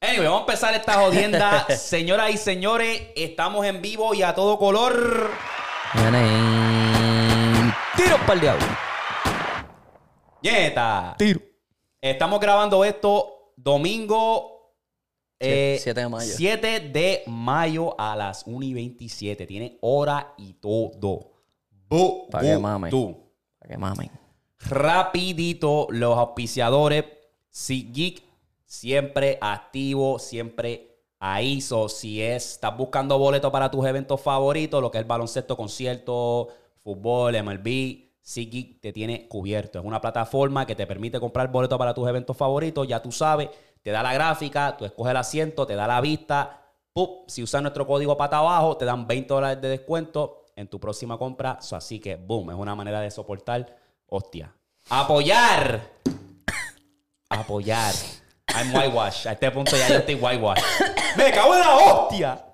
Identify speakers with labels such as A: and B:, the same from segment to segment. A: Anyway, vamos a empezar esta jodienda. Señoras y señores, estamos en vivo y a todo color.
B: Tiro para el diablo.
A: ¡Nieta!
B: Tiro.
A: Estamos grabando esto domingo
B: Sie- 7 de mayo.
A: 7 de mayo a las 1 y 27. Tiene hora y todo. Bu,
B: Pa' que
A: bu,
B: mamen.
A: tú.
B: Para que mamen.
A: rapidito los auspiciadores. Si Geek siempre activo, siempre ahí. So, si es, estás buscando boletos para tus eventos favoritos, lo que es baloncesto, concierto, fútbol, MLB, SeatGeek te tiene cubierto. Es una plataforma que te permite comprar boletos para tus eventos favoritos. Ya tú sabes, te da la gráfica, tú escoges el asiento, te da la vista. ¡pup! Si usas nuestro código pata abajo, te dan 20 dólares de descuento en tu próxima compra. So, así que, boom, es una manera de soportar. Hostia. Apoyar. Apoyar. I'm whitewash. A este punto ya yo estoy whitewash. ¡Me cago en la hostia!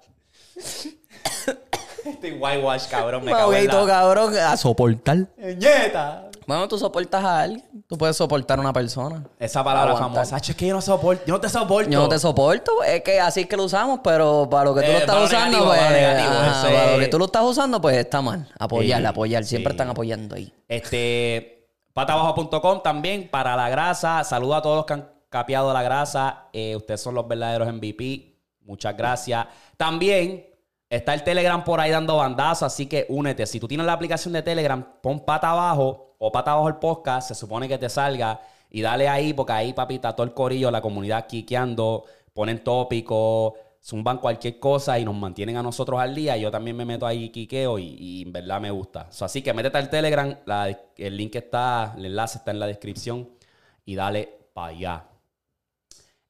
A: Estoy whitewash, cabrón. Me cago en
B: Maguito,
A: la...
B: cabrón, a soportar.
A: ¡Ñeta!
B: Bueno, tú soportas a alguien. Tú puedes soportar a una persona.
A: Esa palabra
B: Aguantar.
A: famosa. "Acho, Es que yo no soporto. Yo no te soporto.
B: Yo no te soporto, pues, es que así es que lo usamos, pero para lo que tú
A: Oh. Eh,
B: lo
A: para
B: estás
A: lo
B: usando,
A: negativo,
B: pues.
A: para lo negativo,
B: ajá,
A: ese-
B: para lo que tú lo estás usando, pues está mal. Apoyar,
A: Sí,
B: apoyar. Siempre
A: sí.
B: están apoyando ahí.
A: Este, patabajo.com también para la grasa. Saludo a todos los que han capeado la grasa. Eh, ustedes son los verdaderos MVP. Muchas gracias. También está el Telegram por ahí dando bandazo, así que únete. Si tú tienes la aplicación de Telegram, pon pata abajo o pata abajo el podcast, se supone que te salga y dale ahí, porque ahí, papi, está todo el corillo, la comunidad quiqueando, ponen tópicos, zumban cualquier cosa y nos mantienen a nosotros al día. Yo también me meto ahí quiqueo y, y en verdad me gusta. So, así que métete al Telegram, la- el link está, el enlace está en la descripción y dale para allá.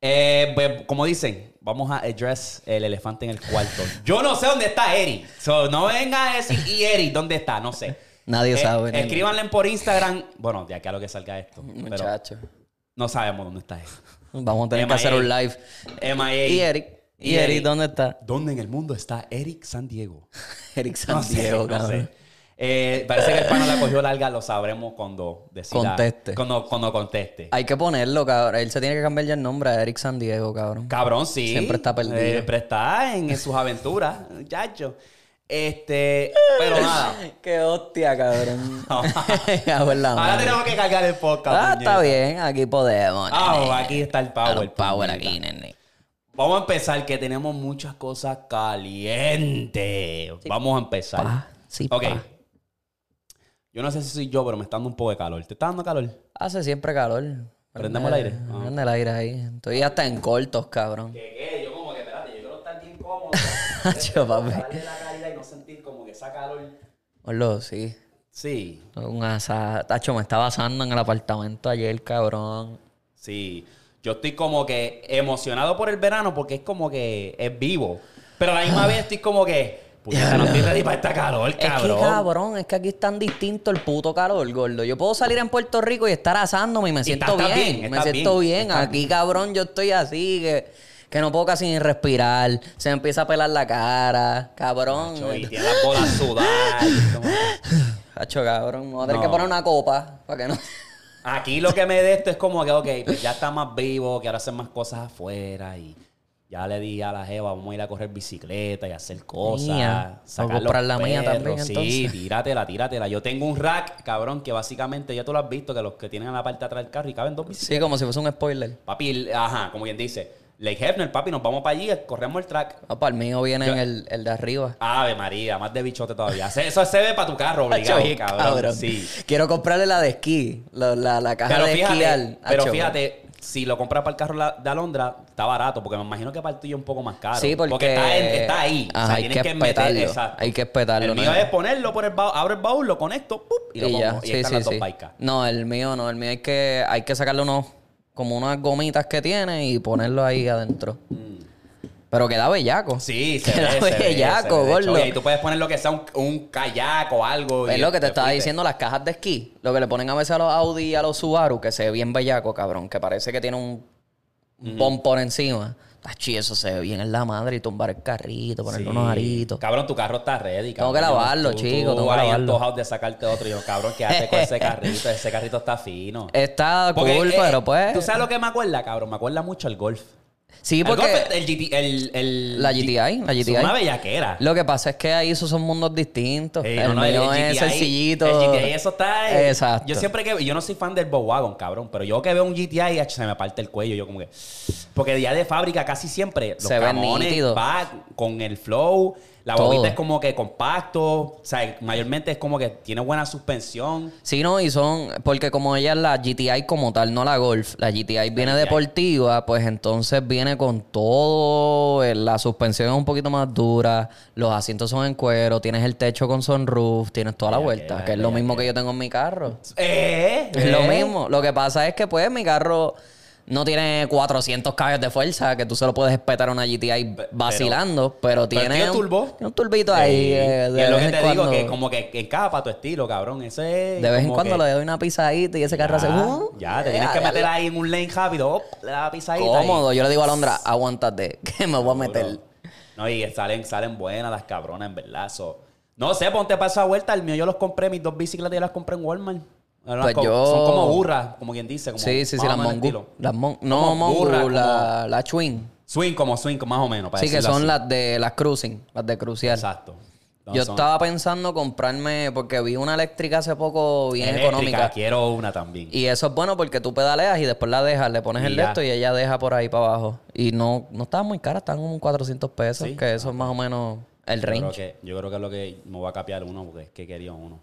A: Eh, pues, como dicen, vamos a address el elefante en el cuarto. Yo no sé dónde está Eri. So, no venga a decir, ¿y Eri dónde está? No sé.
B: Nadie
A: Eh,
B: sabe. nene.
A: escríbanle por Instagram. Bueno, de aquí a lo que salga esto. Pero
B: Muchacho.
A: no sabemos dónde está él.
B: Vamos a tener que
A: MIA.
B: hacer un live.
A: MIA.
B: Y Eric. ¿Y Eric dónde está?
A: ¿Dónde en el mundo está Eric San Diego?
B: Eric
A: No
B: San
A: sé,
B: Diego,
A: no
B: cabrón.
A: sé. Eh, parece que el pana la cogió larga, lo sabremos cuando decida.
B: Conteste.
A: Cuando, cuando conteste.
B: Hay que ponerlo, cabrón. Él se tiene que cambiar ya el nombre a Eric San Diego, cabrón.
A: Cabrón, sí.
B: Siempre está perdido.
A: Eh, Siempre está en, en sus aventuras, muchacho. Este,
B: Eh,
A: pero nada.
B: Qué hostia, cabrón. A ver la
A: Ah, Ahora
B: madre.
A: tenemos que cargar el podcast.
B: Ah, está
A: puñeta.
B: bien. Aquí podemos.
A: Ah,
B: nene.
A: aquí está el
B: Ah,
A: power.
B: los power
A: puñeta.
B: aquí, nene.
A: Vamos a empezar que tenemos muchas cosas calientes. Vamos a empezar.
B: Pa, sí,
A: ok.
B: pa.
A: Yo no sé si soy yo, pero me está dando un poco de calor. ¿Te está dando calor?
B: Hace siempre calor.
A: Prendemos el aire. Ah.
B: Prende el aire ahí. Estoy hasta en cortos, cabrón.
A: Que Yo como que, espérate, yo quiero estar bien cómodo.
B: Hacho, papi.
A: la calidad y no sentir como que esa calor.
B: Hola, sí.
A: Sí,
B: Un asa... Tacho, me estaba asando en el apartamento ayer, cabrón.
A: sí. Yo estoy como que emocionado por el verano porque es como que es vivo. Pero a la misma vez estoy como que, puñeta, no estoy ready para esta calor,
B: Es que cabrón, es que aquí es tan distinto el puto calor, gordo. Yo puedo salir en Puerto Rico y estar asándome y me siento
A: estás
B: bien,
A: bien,
B: Me
A: estás
B: siento
A: bien,
B: bien. Aquí, cabrón, yo estoy así que, que no puedo casi ni respirar. Se me empieza a pelar la cara, cabrón.
A: Macho, Y tiene las bolas sudadas. y como-
B: Hacho, cabrón, me voy a tener
A: No.
B: que poner una copa para que no.
A: Aquí lo que me de esto es como que, ok, pues ya está más vivo, quiero hacer más cosas afuera y ya le di a la Jeva, vamos a ir a correr bicicleta y hacer cosas.
B: Mía.
A: sacar
B: Voy a comprar
A: los
B: la mía
A: perros.
B: también,
A: Sí,
B: entonces.
A: tíratela, tíratela. Yo tengo un rack, cabrón, que básicamente ya tú lo has visto, que los que tienen a la parte de atrás del carro y caben dos bicicletas.
B: Sí, como si fuese un spoiler.
A: Papi, el- ajá, como quien dice, Lake Hefner, papi, nos vamos para allí, corremos el track.
B: Ah, para el mío viene en el, el de arriba.
A: Ave María, más de bichote todavía. Se- Eso se ve para tu carro,
B: Hacho,
A: obligado,
B: bien,
A: cabrón. Sí.
B: Quiero comprarle la de esquí, la, la- la caja
A: Pero
B: de
A: fíjate,
B: esquiar.
A: pero
B: Hacho,
A: fíjate, si lo compras para el carro la- de Alondra, está barato, porque me imagino que para el tuyo es un poco más caro.
B: Sí, porque,
A: está, en- está ahí.
B: Ajá, hay
A: tienes
B: que
A: meter-
B: espetarlo,
A: exacto.
B: hay que espetarlo,
A: El mío
B: ¿no?
A: es ponerlo por el baúl, abro el baúl, lo conecto, ¡pup! y lo pongo. Y ahí están las dos paicas.
B: No, el mío no, el mío hay que, hay que sacarle unos, como unas gomitas que tiene y ponerlo ahí adentro. Pero queda bellaco.
A: Mm. Sí, se
B: Queda
A: ve, se ve,
B: bellaco,
A: se ve.
B: gordo.
A: Oye, Y tú puedes poner lo que sea un, un kayak o algo.
B: Es
A: y
B: lo que te estaba
A: fuiste.
B: diciendo, las cajas de esquí. Lo que le ponen a veces a los Audi y a los Subaru, que se ve bien bellaco, cabrón. Que parece que tiene un
A: Mm.
B: un pom por encima. Tachi, eso se ve bien en la madre y tumbar el carrito, ponerle unos aritos.
A: Cabrón, tu carro está ready.
B: Tengo
A: cabrón.
B: que lavarlo,
A: Tú-
B: chico,
A: Tú
B: tengo que
A: ahí
B: lavarlo.
A: antojado de sacarte otro. Y yo, cabrón, quédate con ese carrito. Ese carrito está fino.
B: Está
A: Porque,
B: cool,
A: eh,
B: pero pues.
A: ¿Tú sabes lo que me acuerda, cabrón? Me acuerda mucho el golf.
B: Sí, porque.
A: el golf, el, GT, el, el-
B: La GTI, la
A: Es
B: GTI.
A: una bellaquera.
B: Lo que pasa es que ahí esos son mundos distintos.
A: Sí,
B: el
A: no, no,
B: mío es
A: GTI
B: sencillito.
A: El GTI, eso está. eh,
B: Exacto.
A: Yo siempre que. Yo no soy fan del Volkswagen, cabrón. Pero yo que veo un GTI, ach, se me parte el cuello. Yo como que. Porque ya de fábrica casi siempre. Los
B: Se ve
A: camones
B: nítido.
A: va con el flow. La
B: Todo.
A: bobita es como que compacto. O sea, mayormente es como que tiene buena suspensión.
B: Sí, no, y son. Porque como ella es la GTI como tal, no la Golf, la GTI viene deportiva, pues entonces viene con todo. eh, La suspensión es un poquito más dura, los asientos son en cuero, tienes el techo con sunroof, tienes toda la vuelta,
A: queda,
B: que es lo mismo que yo tengo en mi carro.
A: Eh,
B: Es lo
A: eh.
B: mismo. Lo que pasa es que, pues, mi carro no tiene 400 caballos de fuerza, que tú se lo puedes petar a una GTI vacilando,
A: pero
B: pero, tiene.
A: tiene
B: un-
A: turbo.
B: tiene un turbito ahí.
A: Sí.
B: eh,
A: Y
B: de
A: es lo que
B: vez
A: te
B: en
A: digo,
B: cuando-
A: que como que, que encaja para tu estilo, cabrón. Ese es
B: De vez en
A: como
B: cuando
A: que-
B: le doy una pisadita y ese carro hace.
A: Ya,
B: "Uh".
A: ya, te tienes
B: Ya,
A: que
B: ya,
A: meter
B: ya.
A: ahí en un lane rápido. op, le da pisadita. y-
B: Cómodo. Yo le digo a Londra, aguántate, que me voy a meter.
A: No, y salen, salen buenas las cabronas, en verdad. so. No sé, ponte para esa vuelta. El mío yo los compré, mis dos bicicletas yo las compré en Walmart. Eran
B: Pues
A: como-
B: yo-
A: Son como burras, como quien dice. Como
B: Sí, sí,
A: más
B: sí,
A: o
B: las
A: menos
B: Mongu.
A: estilo.
B: Las mon- no,
A: Como
B: Mongu,
A: burra,
B: la, la Twin.
A: Swing, como swing, más o menos. para
B: Sí, que
A: decirlo
B: son
A: así.
B: las de las cruising, las de crucial.
A: Exacto. No,
B: Yo
A: son
B: estaba pensando comprarme, porque vi una eléctrica hace poco bien
A: eléctricas,
B: económica.
A: Quiero una también.
B: Y eso es bueno porque tú pedaleas y después la dejas, le pones
A: Y
B: el
A: ya.
B: resto y ella deja por ahí para abajo. Y no, no estaba muy cara, estaban como 400 pesos,
A: Sí.
B: que eso es más o menos el
A: Yo creo,
B: range.
A: que, yo creo que es lo que me voy a capear uno, porque es que quería uno.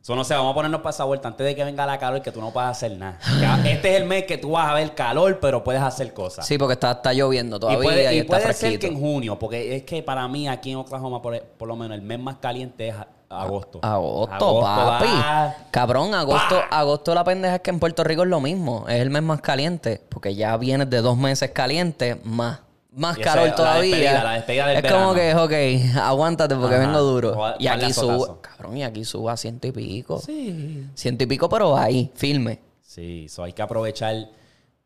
A: So, no sé, vamos a ponernos para esa vuelta antes de que venga la calor, que tú no puedas hacer nada. Ya, Este es el mes que tú vas a ver calor, pero puedes hacer cosas.
B: Sí, porque está, está lloviendo
A: y
B: todavía y,
A: puede, y
B: está
A: puede ser
B: fresquito.
A: que en junio, porque es que para mí aquí en Oklahoma, por, por lo menos el mes más caliente es a- agosto.
B: Agosto, papi.
A: va-
B: Cabrón, agosto, agosto la pendeja es que en Puerto Rico es lo mismo. Es el mes más caliente, porque ya vienes de dos meses calientes más. Más
A: Y esa
B: calor
A: es la
B: todavía.
A: despedida, la despedida del
B: es como que, ok, aguántate porque
A: Ajá.
B: vengo duro.
A: O a-
B: y
A: darle
B: aquí
A: azotazo.
B: suba, cabrón, y aquí suba ciento y pico.
A: Sí.
B: Ciento y pico, pero ahí, firme.
A: Sí, so hay que aprovechar.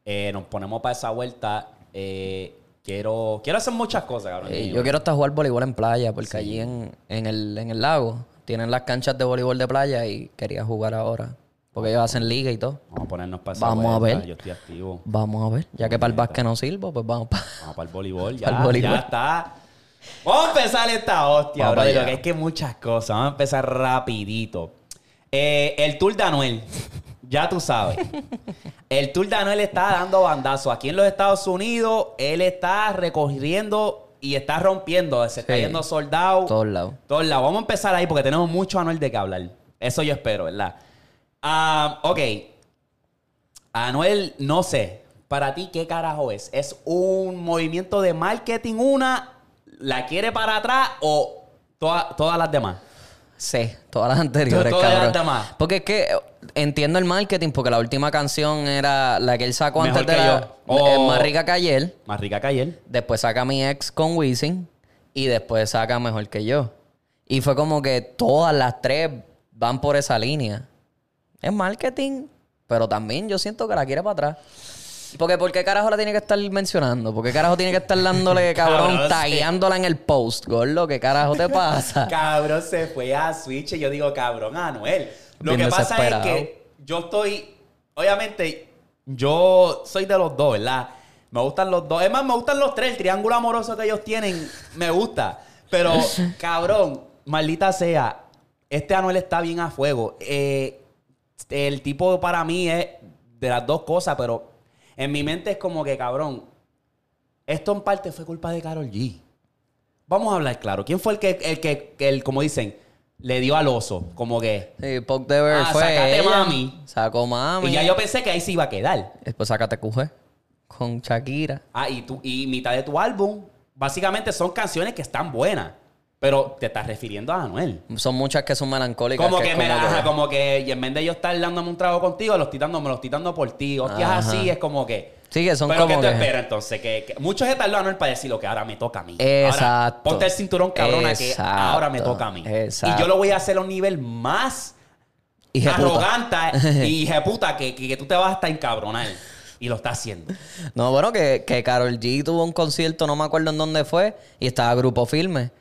A: Eh, nos ponemos para esa vuelta. Eh, quiero, quiero hacer muchas cosas, cabrón.
B: Eh, yo quiero hasta jugar voleibol en playa, porque allí en, en el, en el lago tienen las canchas de voleibol de playa y quería jugar ahora. Porque ellos hacen liga y todo.
A: Vamos a ponernos para esa
B: Vamos a
A: vuelta.
B: ver.
A: Yo estoy activo.
B: Vamos a ver. Ya que para el básquet no sirvo, pues vamos para.
A: Vamos para el voleibol, ya,
B: Para el voleibol.
A: ya está. Vamos a empezar esta hostia,
B: Vamos
A: bro.
B: para
A: Lo
B: allá.
A: que es que muchas cosas. Vamos a empezar rapidito. Eh, el Tour de Anuel. Ya tú sabes. El Tour de Anuel está dando bandazo. Aquí en los Estados Unidos, él está recorriendo y está rompiendo. Se está
B: Sí.
A: yendo soldado.
B: Todos lados.
A: Todos lados. Vamos a empezar ahí porque tenemos mucho Anuel de qué hablar. Eso yo espero, ¿verdad? Ah, ok. Anuel, no sé. Para ti, ¿qué carajo es? ¿Es un movimiento de marketing una? ¿La quiere para atrás o toda- todas las demás?
B: Sí, todas las anteriores,
A: Todas las
B: cabrón.
A: demás.
B: Porque es que eh, entiendo el marketing, porque la última canción era la que él sacó
A: Mejor
B: antes de
A: que
B: la.
A: yo. Oh. O-
B: eh, más rica que ayer.
A: Más rica que ayer.
B: Después saca mi ex con Wisin. Y después saca mejor que yo. Y fue como que todas las tres van por esa línea. Es marketing, pero también yo siento que la quiere para atrás. Porque ¿por qué carajo la tiene que estar mencionando? ¿Por qué carajo tiene que estar dándole, cabrón,
A: Cabrón, sí.
B: tagueándola en el post? Gordo, ¿qué carajo te pasa?
A: Cabrón, se fue a Switch y yo digo, cabrón, Anuel. Lo
B: Bien
A: que pasa es
B: desesperado.
A: que yo estoy, obviamente, yo soy de los dos, ¿verdad? Me gustan los dos. Es más, me gustan los tres. El triángulo amoroso que ellos tienen, me gusta. Pero, cabrón, maldita sea, este Anuel está bien a fuego. Eh, el tipo para mí es de las dos cosas, pero en mi mente es como que, cabrón, esto en parte fue culpa de Carol G. Vamos a hablar claro. ¿Quién fue el que, el que, que el, como dicen, le dio al oso? Como que.
B: Sí, Pop de Bear
A: Ah,
B: fue
A: sácate
B: ella.
A: mami.
B: Sacó mami.
A: Y ya yo pensé que ahí se iba a quedar.
B: Después sácate QG con Shakira.
A: Ah, y, tú, y mitad de tu álbum, básicamente son canciones que están buenas. Pero te estás refiriendo a Anuel.
B: Son muchas que son melancólicas.
A: Como
B: es
A: que, me la-
B: como
A: ajá, como que, y en vez de yo estar dándome un trago contigo, lo estoy dando, me lo estoy dando por ti. Hostias
B: Ajá.
A: así, es como que.
B: Sí, que son
A: pero ¿qué
B: como
A: te
B: que-
A: espera entonces? Que, que- muchos están a Anuel para decir lo que ahora me toca a mí. Ahora,
B: Exacto.
A: ponte el cinturón, cabrona, que
B: Exacto.
A: ahora me toca a mí. Y
B: Exacto.
A: yo lo voy a hacer a un nivel más
B: Hijeputa.
A: arrogante y hijeputa que, que, que tú te vas hasta encabronar. Y lo está haciendo.
B: No, bueno, que, que Carol G tuvo un concierto, no me acuerdo en dónde fue, y estaba Grupo Filme.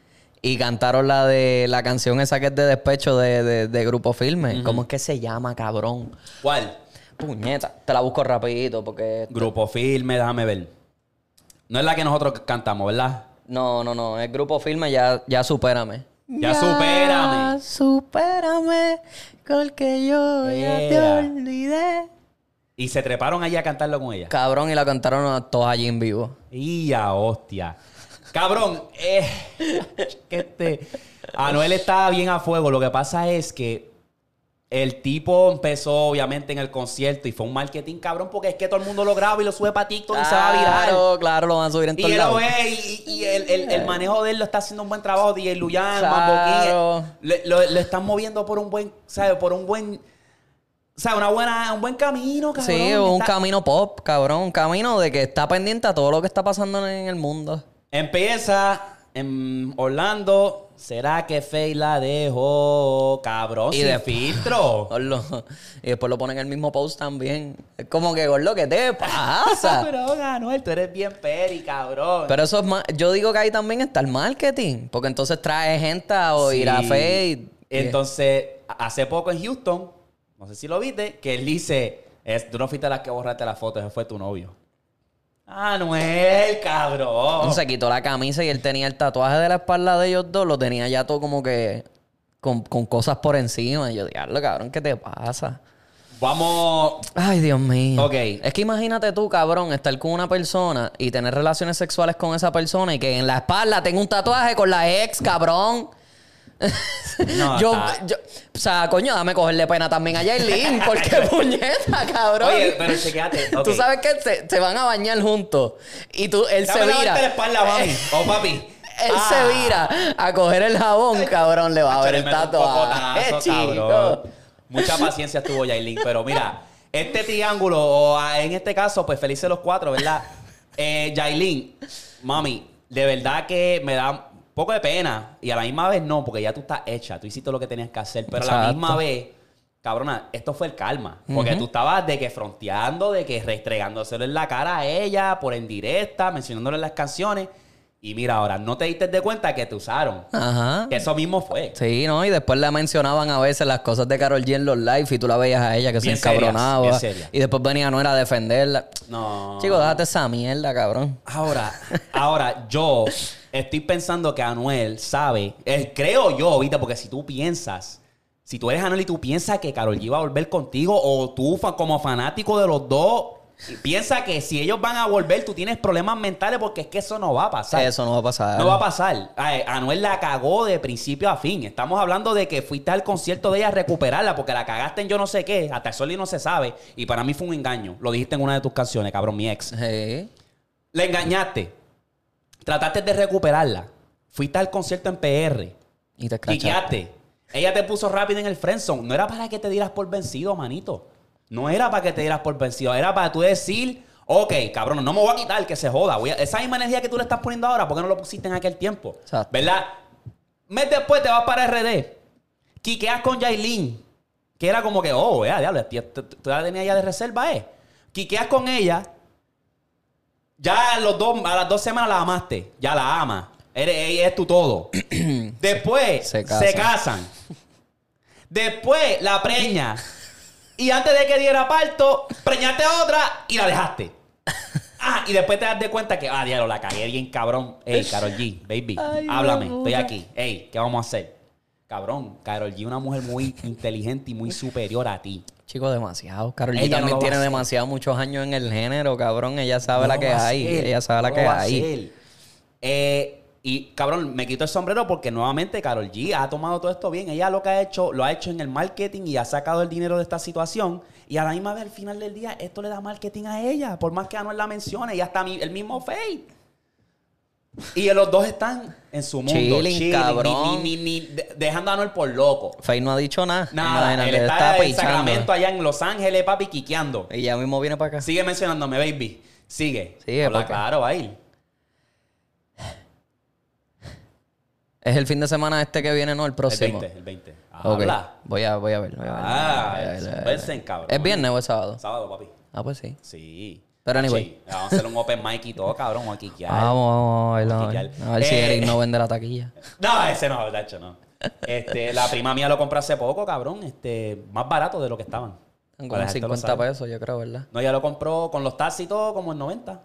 B: Y cantaron la de la canción esa que es de despecho de, de- de Grupo Filme. ¿Cómo es que se llama, cabrón?
A: ¿Cuál?
B: Puñeta. Te la busco rapidito porque.
A: Grupo Firme, déjame ver. No es la que nosotros cantamos, ¿verdad?
B: No, no, no. Es Grupo Filme, ya, ya supérame.
A: Ya supérame.
B: Supérame. Porque yo ya te
A: Era.
B: olvidé.
A: Y se treparon allí a cantarlo con ella.
B: Cabrón, y la cantaron a todos allí en vivo.
A: Y a hostia. Cabrón, eh, que este, Anuel estaba bien a fuego. Lo que pasa es que el tipo empezó, obviamente, en el concierto y fue un marketing cabrón, porque es que todo el mundo lo graba y lo sube para TikTok y se va a virar.
B: Claro, claro, lo van a subir en
A: Y
B: todos
A: él lo
B: lados.
A: ve y, y- y el, el- el manejo de él lo está haciendo un buen trabajo. DJ Luyan,
B: Claro.
A: Mambo King, le- lo, lo están moviendo por un buen, ¿sabes? Por un buen, ¿sabes? Una buena, un buen camino, cabrón.
B: Sí, un
A: Está-
B: camino pop, cabrón. Un camino de que está pendiente a todo lo que está pasando en el mundo.
A: Empieza en Orlando. ¿Será que Fey la dejó? Cabrón,
B: Y
A: sin
B: de-
A: filtro.
B: Gordo. Y después lo ponen en el mismo post también. Es como que, gordo, ¿qué te pasa?
A: Pero Anuel, tú eres bien peri, cabrón.
B: Pero eso es más. Yo digo que ahí también está el marketing. Porque entonces trae gente a oír a
A: Sí.
B: Fe. y-
A: Entonces, hace poco en Houston, no sé si lo viste, que él dice, es, tú no fuiste la que borraste la foto, ese fue tu novio. Ah, Anuel, cabrón.
B: Entonces se quitó la camisa y él tenía el tatuaje de la espalda de ellos dos. Lo tenía ya todo como que. Con, con cosas por encima. Y yo, diablo, cabrón, ¿qué te pasa?
A: Vamos,
B: Ay, Dios mío.
A: Ok.
B: Es que imagínate tú, cabrón, estar con una persona y tener relaciones sexuales con esa persona y que en la espalda tenga un tatuaje con la ex, cabrón.
A: No,
B: yo,
A: está-
B: yo- o sea, coño, dame cogerle pena también a Yailin, porque puñeta, cabrón.
A: Oye, pero chequéate, ok.
B: Tú sabes que se, se van a bañar juntos y tú, él
A: dame
B: se
A: la vuelta de la
B: vira.
A: espalda, mami. Oh, papi.
B: Él
A: Ah.
B: se vira a coger el jabón, cabrón, le va a ver
A: Chale,
B: el
A: me da un
B: tatuaje.
A: cocotazo,
B: Eh, chico.
A: cabrón. Mucha paciencia tuvo Yailin, pero mira, este triángulo, o ah, en este caso, pues felices los cuatro, ¿verdad? Eh, Yailin, mami, de verdad que me da un poco de pena y a la misma vez no, porque ya tú estás hecha, tú hiciste lo que tenías que hacer, pero a la
B: Exacto.
A: misma vez, cabrona, esto fue el calma, porque tú estabas de que fronteando, de que restregándoselo en la cara a ella, por en directa, mencionándole las canciones. Y mira, ahora no te diste de cuenta que te usaron.
B: Ajá.
A: Que Eso mismo fue.
B: Sí, ¿no? Y después la mencionaban a veces las cosas de Carol G en los live y tú la veías a ella que
A: Bien
B: se
A: serias,
B: encabronaba.
A: bien serias.
B: y después venía Noel a defenderla.
A: No.
B: Chico, déjate esa mierda, cabrón.
A: Ahora, ahora, yo estoy pensando que Anuel sabe, eh, creo yo ahorita, porque si tú piensas, si tú eres Anuel y tú piensas que Karol G va a volver contigo, o tú fa- como fanático de los dos, piensa que si ellos van a volver, tú tienes problemas mentales porque es que eso no va a pasar.
B: Eso no va a pasar.
A: No va a pasar. Ay, Anuel la cagó de principio a fin. Estamos hablando de que fuiste al concierto de ella a recuperarla porque la cagaste en yo no sé qué, hasta el sol y no se sabe. Y para mí fue un engaño. Lo dijiste en una de tus canciones, cabrón, mi ex.
B: Sí.
A: La engañaste. Trataste de recuperarla. Fuiste al concierto en PR.
B: Y te escrachaste.
A: Quiqueaste. Ella te puso rápido en el friendzone. No era para que te dieras por vencido, manito. No era para que te dieras por vencido. Era para tú decir, ok, cabrón, no me voy a quitar, que se joda. Voy a- Esa misma energía que tú le estás poniendo ahora, ¿por qué no lo pusiste en aquel tiempo?
B: Exacto.
A: ¿Verdad? Mes después te vas para RD. Quiqueas con Yailin. Que era como que, oh, ya, diablo, tía, t- t- tú la tenías ya de reserva, eh. Quiqueas con ella. Ya los dos, a las dos semanas la amaste. Ya la ama. Eres, ella es tu todo. Después
B: Se
A: se
B: casan.
A: casan. Después la preña. Y antes de que diera parto, preñaste a otra y la dejaste. Ah, y después te das de cuenta que, ah, diablo, la cagué bien, cabrón. Ey, Carol G, baby,
B: Ay,
A: háblame,
B: la
A: estoy
B: puta.
A: aquí. Ey, ¿qué vamos a hacer? Cabrón, Carol G, una mujer muy inteligente y muy superior a ti.
B: Chico, demasiado. Carol G
A: Ella no
B: también
A: lo va a
B: tiene
A: hacer.
B: demasiado muchos años en el género, cabrón. Ella sabe
A: No
B: la
A: lo
B: que
A: va a
B: hay.
A: hacer,
B: Ella sabe la
A: no
B: que
A: lo va a
B: hay.
A: hacer. Eh, y cabrón, me quito el sombrero porque nuevamente Carol G ha tomado todo esto bien. Ella lo que ha hecho, lo ha hecho en el marketing y ha sacado el dinero de esta situación. Y a la misma vez, al final del día, esto le da marketing a ella. Por más que Anuel la mencione y hasta mi- el mismo Faith. Y los dos están en su mundo.
B: Chilling,
A: chilling, ni-
B: cabrón.
A: ni- ni- ni- de- dejando a Anuel por loco.
B: Faye no ha dicho nada.
A: Nada,
B: Imagínate,
A: él está en
B: pichando.
A: Sacramento, allá en Los Ángeles, papi, quiqueando.
B: Y ya mismo viene para acá.
A: Sigue mencionándome, baby. Sigue.
B: Sigue,
A: Habla
B: porque-
A: claro, ahí.
B: Es el fin de semana este que viene, ¿no? El
A: El
B: próximo.
A: 20, el 20.
B: Ok.
A: Habla.
B: Voy a, voy a ver. Voy a ver,
A: Ah,
B: voy a ver, voy a ver, voy a ver.
A: verse en cabrón.
B: ¿Es viernes o es sábado?
A: Sábado, papi.
B: Ah, pues sí.
A: Sí.
B: Pero anyway.
A: Sí, vamos a hacer un open mic y todo, cabrón. Vamos a quiquear.
B: Ah, Vamos, vamos, a verlo, a ver,
A: Quiquear.
B: a ver si
A: Eh.
B: Eric no vende la taquilla.
A: No, ese no, de hecho no. Este, la prima mía lo compró hace poco, cabrón. Este, más barato de lo que estaban. Para
B: Con
A: la gente lo
B: 50
A: sabe.
B: pesos, yo creo, ¿verdad?
A: No, ya lo compró con los taxis y todo como en 90.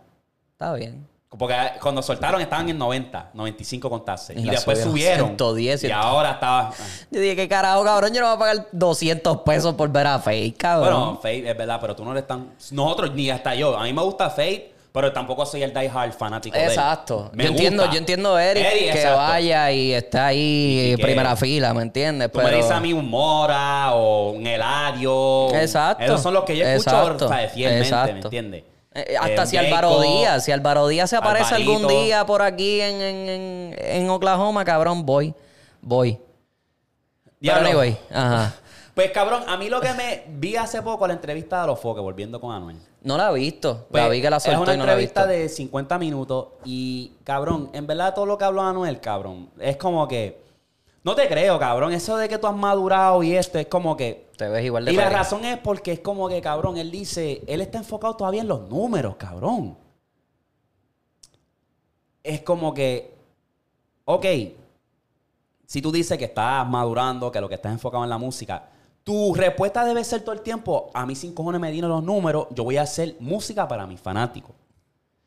B: Está bien.
A: Porque cuando soltaron estaban en 90, 95 con taxis.
B: Y
A: Y,
B: la
A: después
B: subieron a
A: subieron.
B: 110,
A: y
B: ciento-
A: ahora estaba...
B: Yo dije, ¿qué carajo, cabrón? Yo no voy a pagar 200 pesos por ver a Faye, cabrón.
A: Bueno, Fate es verdad, pero tú no eres tan... Nosotros, ni hasta yo. A mí me gusta Fate, pero tampoco soy el die hard fanático de él.
B: Exacto.
A: Me
B: yo entiendo,
A: gusta.
B: yo entiendo a Eric, que
A: exacto.
B: vaya y está ahí
A: Y
B: en
A: que-
B: primera fila, ¿me entiendes?
A: Tú me dices a mí un Mora o un Eladio.
B: Exacto.
A: Esos son los que yo escucho
B: Exacto.
A: ¿sabes? fielmente, ¿me
B: Exacto.
A: entiendes?
B: Eh, hasta
A: Eh,
B: si Álvaro
A: Beco,
B: Díaz, si Álvaro Díaz se aparece algún
A: Alvarito.
B: día por aquí en, en- en- en Oklahoma, cabrón, voy, voy. Pero
A: diablo.
B: anyway, ajá.
A: Pues cabrón, a mí lo que me vi hace poco la entrevista de los foques, volviendo con Anuel.
B: No la he visto.
A: Pues,
B: la vi que la
A: Es
B: soltó
A: una
B: y no la he
A: entrevista
B: visto.
A: de 50 minutos y cabrón, en verdad todo lo que habló Anuel, cabrón, es como que... No te creo, cabrón. Eso de que tú has madurado y esto es como que...
B: Te ves igual de
A: Y la
B: feliz.
A: razón es porque es como que, cabrón, él dice, él está enfocado todavía en los números, cabrón. Es como que, ok, si tú dices que estás madurando, que lo que estás enfocado en la música, tu respuesta debe ser todo el tiempo, a mí sin cojones me dieron los números, yo voy a hacer música para mis fanáticos.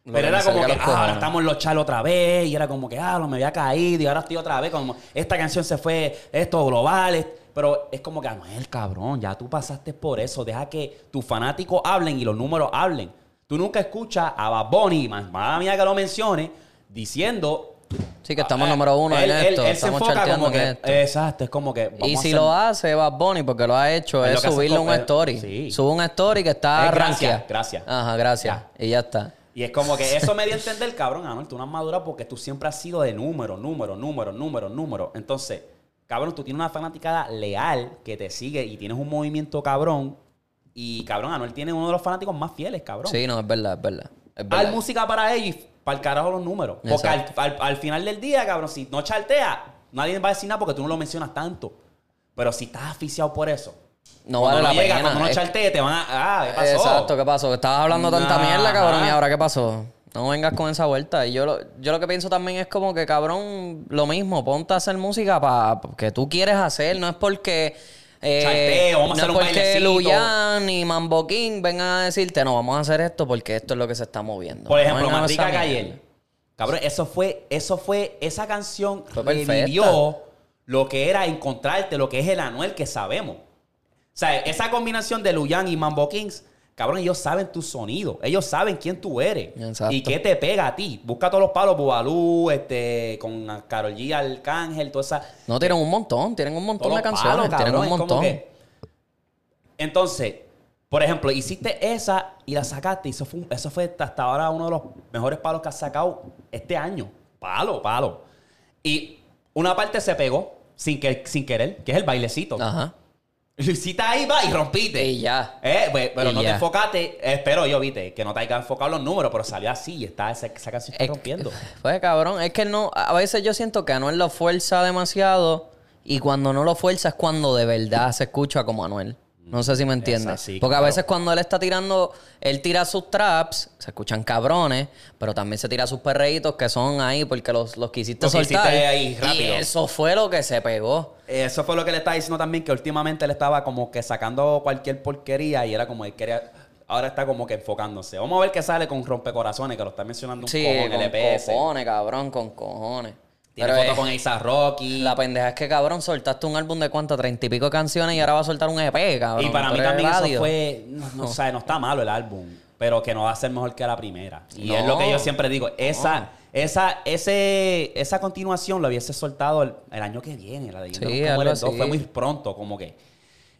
B: Lo
A: Pero
B: que
A: era
B: me
A: como
B: salga
A: que,
B: los
A: ah,
B: cojones.
A: ahora estamos en los chalos otra vez. Y era como que, ah, no me había caído. Y ahora estoy otra vez. Como, esta canción se fue, esto global. es- pero es como que, Anuel, cabrón, ya tú pasaste por eso. Deja que tus fanáticos hablen y los números hablen. Tú nunca escuchas a Bad Bunny, más mala mía que lo mencione, diciendo...
B: Sí, que estamos
A: eh,
B: número uno en
A: él- él-
B: esto.
A: él se
B: estamos
A: enfoca
B: charteando
A: como
B: en
A: que...
B: esto.
A: Exacto, es como que... vamos
B: y
A: a
B: si
A: hacer-
B: lo hace Bad Bunny, porque lo ha hecho,
A: Es
B: es,
A: lo que hace
B: subirle un
A: Coco, eh,
B: story.
A: sí.
B: Sube un story que está
A: Eh, gracias,
B: rancia.
A: gracias.
B: Ajá, gracias. Y ya está.
A: Y es como que eso me dio a entender, cabrón, Anuel, tú no has madurado porque tú siempre has sido de número, número, número, número, número. Entonces, cabrón, tú tienes una fanaticada leal que te sigue y tienes un movimiento cabrón. Y cabrón, Anuel tiene uno de los fanáticos más fieles, cabrón.
B: Sí, no, es verdad, es verdad. Es
A: Haz
B: verdad.
A: música para ellos y para el carajo los números. Porque al,
B: Exacto.
A: al- al final del día, cabrón, si no chartea, nadie va a decir nada porque tú no lo mencionas tanto. Pero si estás asfixiado por eso,
B: No
A: cuando
B: vale la
A: no llegas,
B: pena.
A: cuando no
B: Es-
A: chartea, te van a. Ah, ¿qué pasó?
B: Exacto, ¿qué pasó? Que Estabas hablando tanta
A: Ajá.
B: mierda, cabrón, y ahora qué pasó. No vengas con esa vuelta. Y yo lo, yo lo que pienso también es como que, cabrón, lo mismo, ponte a hacer música para que tú quieres hacer, no es porque. eh,
A: Charteo, vamos a
B: no
A: hacer
B: es
A: un
B: porque
A: bailecito.
B: Luyan y Mambo King vengan a decirte, no, vamos a hacer esto porque esto es lo que se está moviendo.
A: Por
B: No
A: ejemplo,
B: vengan a esa
A: Matica
B: mierda.
A: Cayer. Cabrón, eso fue, eso fue, esa canción
B: Fue perfecta.
A: revivió lo que era encontrarte, lo que es el Anuel que sabemos. O sea, esa combinación de Luyan y Mambo Kings, cabrón, ellos saben tu sonido. Ellos saben quién tú eres.
B: Exacto.
A: Y qué te pega a ti. Busca todos los palos, Bubalú, este, con Carol G, Arcángel, toda esa
B: No, tienen un montón, tienen un montón
A: todos
B: de
A: los
B: canciones,
A: palos,
B: tienen un
A: cabrón, es como
B: montón.
A: que- Entonces, por ejemplo, hiciste esa y la sacaste. Y eso fue, un- eso fue hasta ahora uno de los mejores palos que has sacado este año. Palo, palo. Y una parte se pegó sin, que, sin querer, que es el bailecito.
B: Ajá.
A: Lo hiciste ahí, va, y rompiste.
B: Y ya.
A: Eh, pues, pero
B: Y
A: no
B: ya.
A: te enfocaste. Espero yo, viste, que no te hayas enfocado en los números, pero salió así y está, esa, esa canción está
B: Es-
A: rompiendo.
B: Pues cabrón, es que no, a veces yo siento que Anuel lo fuerza demasiado y cuando no lo fuerza es cuando de verdad se escucha como Anuel. No sé si me entiendes.
A: así,
B: Porque
A: claro.
B: a veces cuando él está tirando, él tira sus traps, se escuchan cabrones, pero también se tira sus perreitos que son ahí porque los, los quisiste
A: Los que
B: soltar.
A: hiciste ahí
B: Y
A: rápido.
B: eso fue lo que se pegó.
A: Eso fue lo que le estaba diciendo también, que últimamente él estaba como que sacando cualquier porquería y era como él quería. Ahora está como que enfocándose. Vamos a ver qué sale con Rompecorazones, que lo está mencionando un
B: Sí,
A: cojón,
B: con
A: LPS.
B: cojones, cabrón, con cojones.
A: E Tiene
B: Pero
A: foto
B: es-
A: con Isa Rocky.
B: La pendeja es que, cabrón, soltaste un álbum de cuánto, treinta y pico canciones y ahora va a soltar un EP, cabrón.
A: y para
B: Tú
A: mí
B: eres
A: también eso
B: radio.
A: fue. No, no, o sea, no está malo el álbum, pero que no va a ser mejor que la primera. Y
B: No.
A: es lo que yo siempre digo. Esa, esa, ese, esa continuación lo hubiese soltado el, el año que viene, la de Yendo
B: Sí,
A: Nunca
B: algo
A: Mueres dos.
B: así.
A: Fue muy pronto, como que.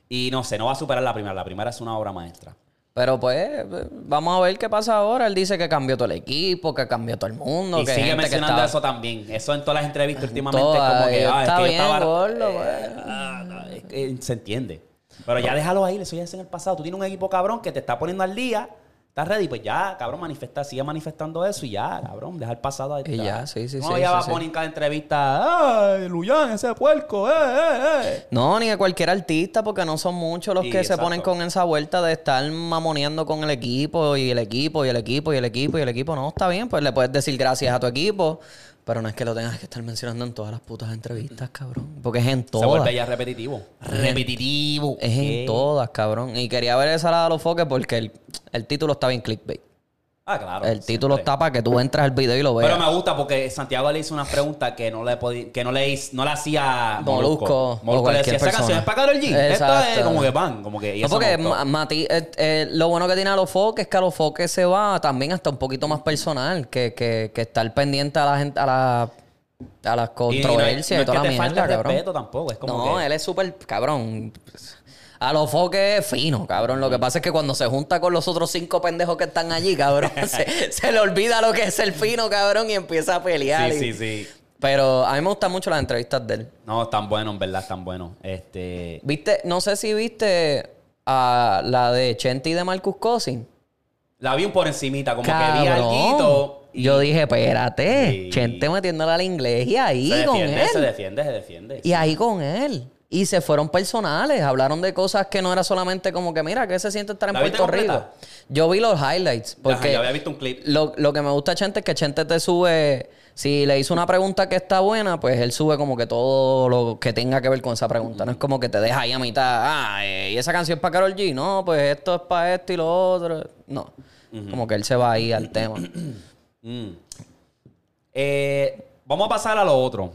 A: Y no sé, no va a superar la primera. La primera es una obra maestra.
B: Pero pues, vamos a ver qué pasa ahora. Él dice que cambió todo el equipo, que cambió todo el mundo.
A: Y
B: que
A: sigue
B: gente que
A: mencionando
B: estaba-
A: eso también. Eso en todas las entrevistas últimamente
B: todas,
A: como que,
B: yo
A: ah, es
B: estaba
A: que yo
B: bien
A: estaba-
B: gordo,
A: eh,
B: pues.
A: ah, no, es que, eh, se entiende. Pero ya déjalo ahí, eso ya es en el pasado. Tú tienes un equipo cabrón que te está poniendo al día, ¿Estás ready? Pues ya, cabrón, manifesta, sigue manifestando eso y ya, cabrón, deja el pasado ahí.
B: Y ya, sí, sí,
A: no,
B: sí,
A: ya
B: sí,
A: va
B: sí.
A: a poner en cada entrevista, ¡ay, Luyan, ese puerco! ¡Eh, eh, eh!
B: No, ni a cualquier artista, porque no son muchos los
A: Sí,
B: que se
A: exacto.
B: ponen con esa vuelta de estar mamoneando con el equipo y el equipo y el equipo y el equipo y el equipo. No, está bien, pues le puedes decir gracias a tu equipo, pero no es que lo tengas que estar mencionando en todas las putas entrevistas, cabrón. Porque es en
A: Se
B: todas.
A: vuelve ya repetitivo. Repetitivo.
B: Es en todas, cabrón. Y quería ver esa la de los foques porque el, el título está bien clickbait.
A: Ah, claro.
B: El título
A: siempre.
B: está para que tú entras al video y lo veas.
A: Pero me gusta porque Santiago le hizo una pregunta que no le podí- que no le hiz- no le hacía
B: Molusco,
A: Molusco.
B: o
A: Molusco le decía,
B: cualquier
A: esa canción
B: persona".
A: es para Karol G. Esta es
B: Exacto.
A: como que van, como que. y
B: No,
A: eso
B: porque
A: me gustó.
B: Ma- Mati, eh, eh, lo bueno que tiene Alofoque es que Alofoque se va también hasta un poquito más personal, que, que, que estar pendiente a la gente, a la, a las
A: Y
B: controversias
A: no es-
B: y,
A: no es
B: toda
A: que
B: la
A: te falte
B: mierda,
A: el
B: cabrón.
A: respeto tampoco. Es como
B: No,
A: que.
B: él es súper cabrón. Alofoque es fino, cabrón. Lo que pasa es que cuando se junta con los otros cinco pendejos que están allí, cabrón, se, se le olvida lo que es el fino, cabrón, y empieza a pelear.
A: Sí,
B: y-
A: sí, sí.
B: Pero a mí me gustan mucho las entrevistas de él.
A: No, están buenos, en verdad, están buenos. Este.
B: ¿Viste? No sé si viste a la de Chente y de Marcus Cosin.
A: La vi un por encimita, como que vi
B: Cabrón.
A: algo.
B: Yo dije, espérate,
A: Sí.
B: Chente metiéndole al inglés y ahí
A: Se
B: con
A: defiende, se
B: él.
A: defiende, se defiende.
B: Y ahí con él. Y se fueron personales, hablaron de cosas que no era solamente como que, mira, ¿qué se siente estar en
A: ¿La viste
B: Puerto Rico?
A: completa?
B: Yo vi los highlights,
A: Ajá,
B: porque
A: Yo había visto un clip.
B: lo, lo que me gusta de Chente es que Chente te sube, si le hizo una pregunta que está buena, pues él sube como que todo lo que tenga que ver con esa pregunta. No es como que te deja ahí a mitad, ah, eh, y esa canción es para Carol G, no, pues esto es para esto y lo otro. No, como que él se va ahí al tema.
A: Mm. Eh, vamos a pasar a lo otro.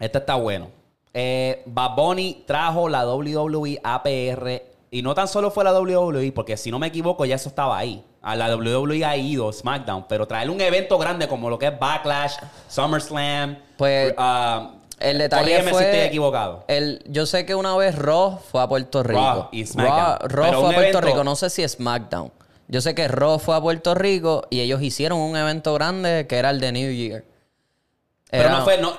A: Este está bueno. Eh, Bad Bunny trajo la E WWE APR. Y no tan solo fue la WWE, porque si no me equivoco, ya eso estaba ahí. A la WWE ha ido SmackDown. Pero traer un evento grande como lo que es Backlash, SummerSlam.
B: Pues,
A: ah,
B: El detalle
A: corrígeme
B: fue...
A: si estoy equivocado.
B: el- yo sé que una vez Raw fue a Puerto Rico.
A: Raw y SmackDown.
B: Raw- Raw
A: Pero
B: fue
A: un
B: a Puerto
A: evento-
B: Rico, no sé si SmackDown. Yo sé que Raw fue a Puerto Rico y ellos hicieron un evento grande que era el de New Year.
A: Pero
B: Era-
A: no fue, no,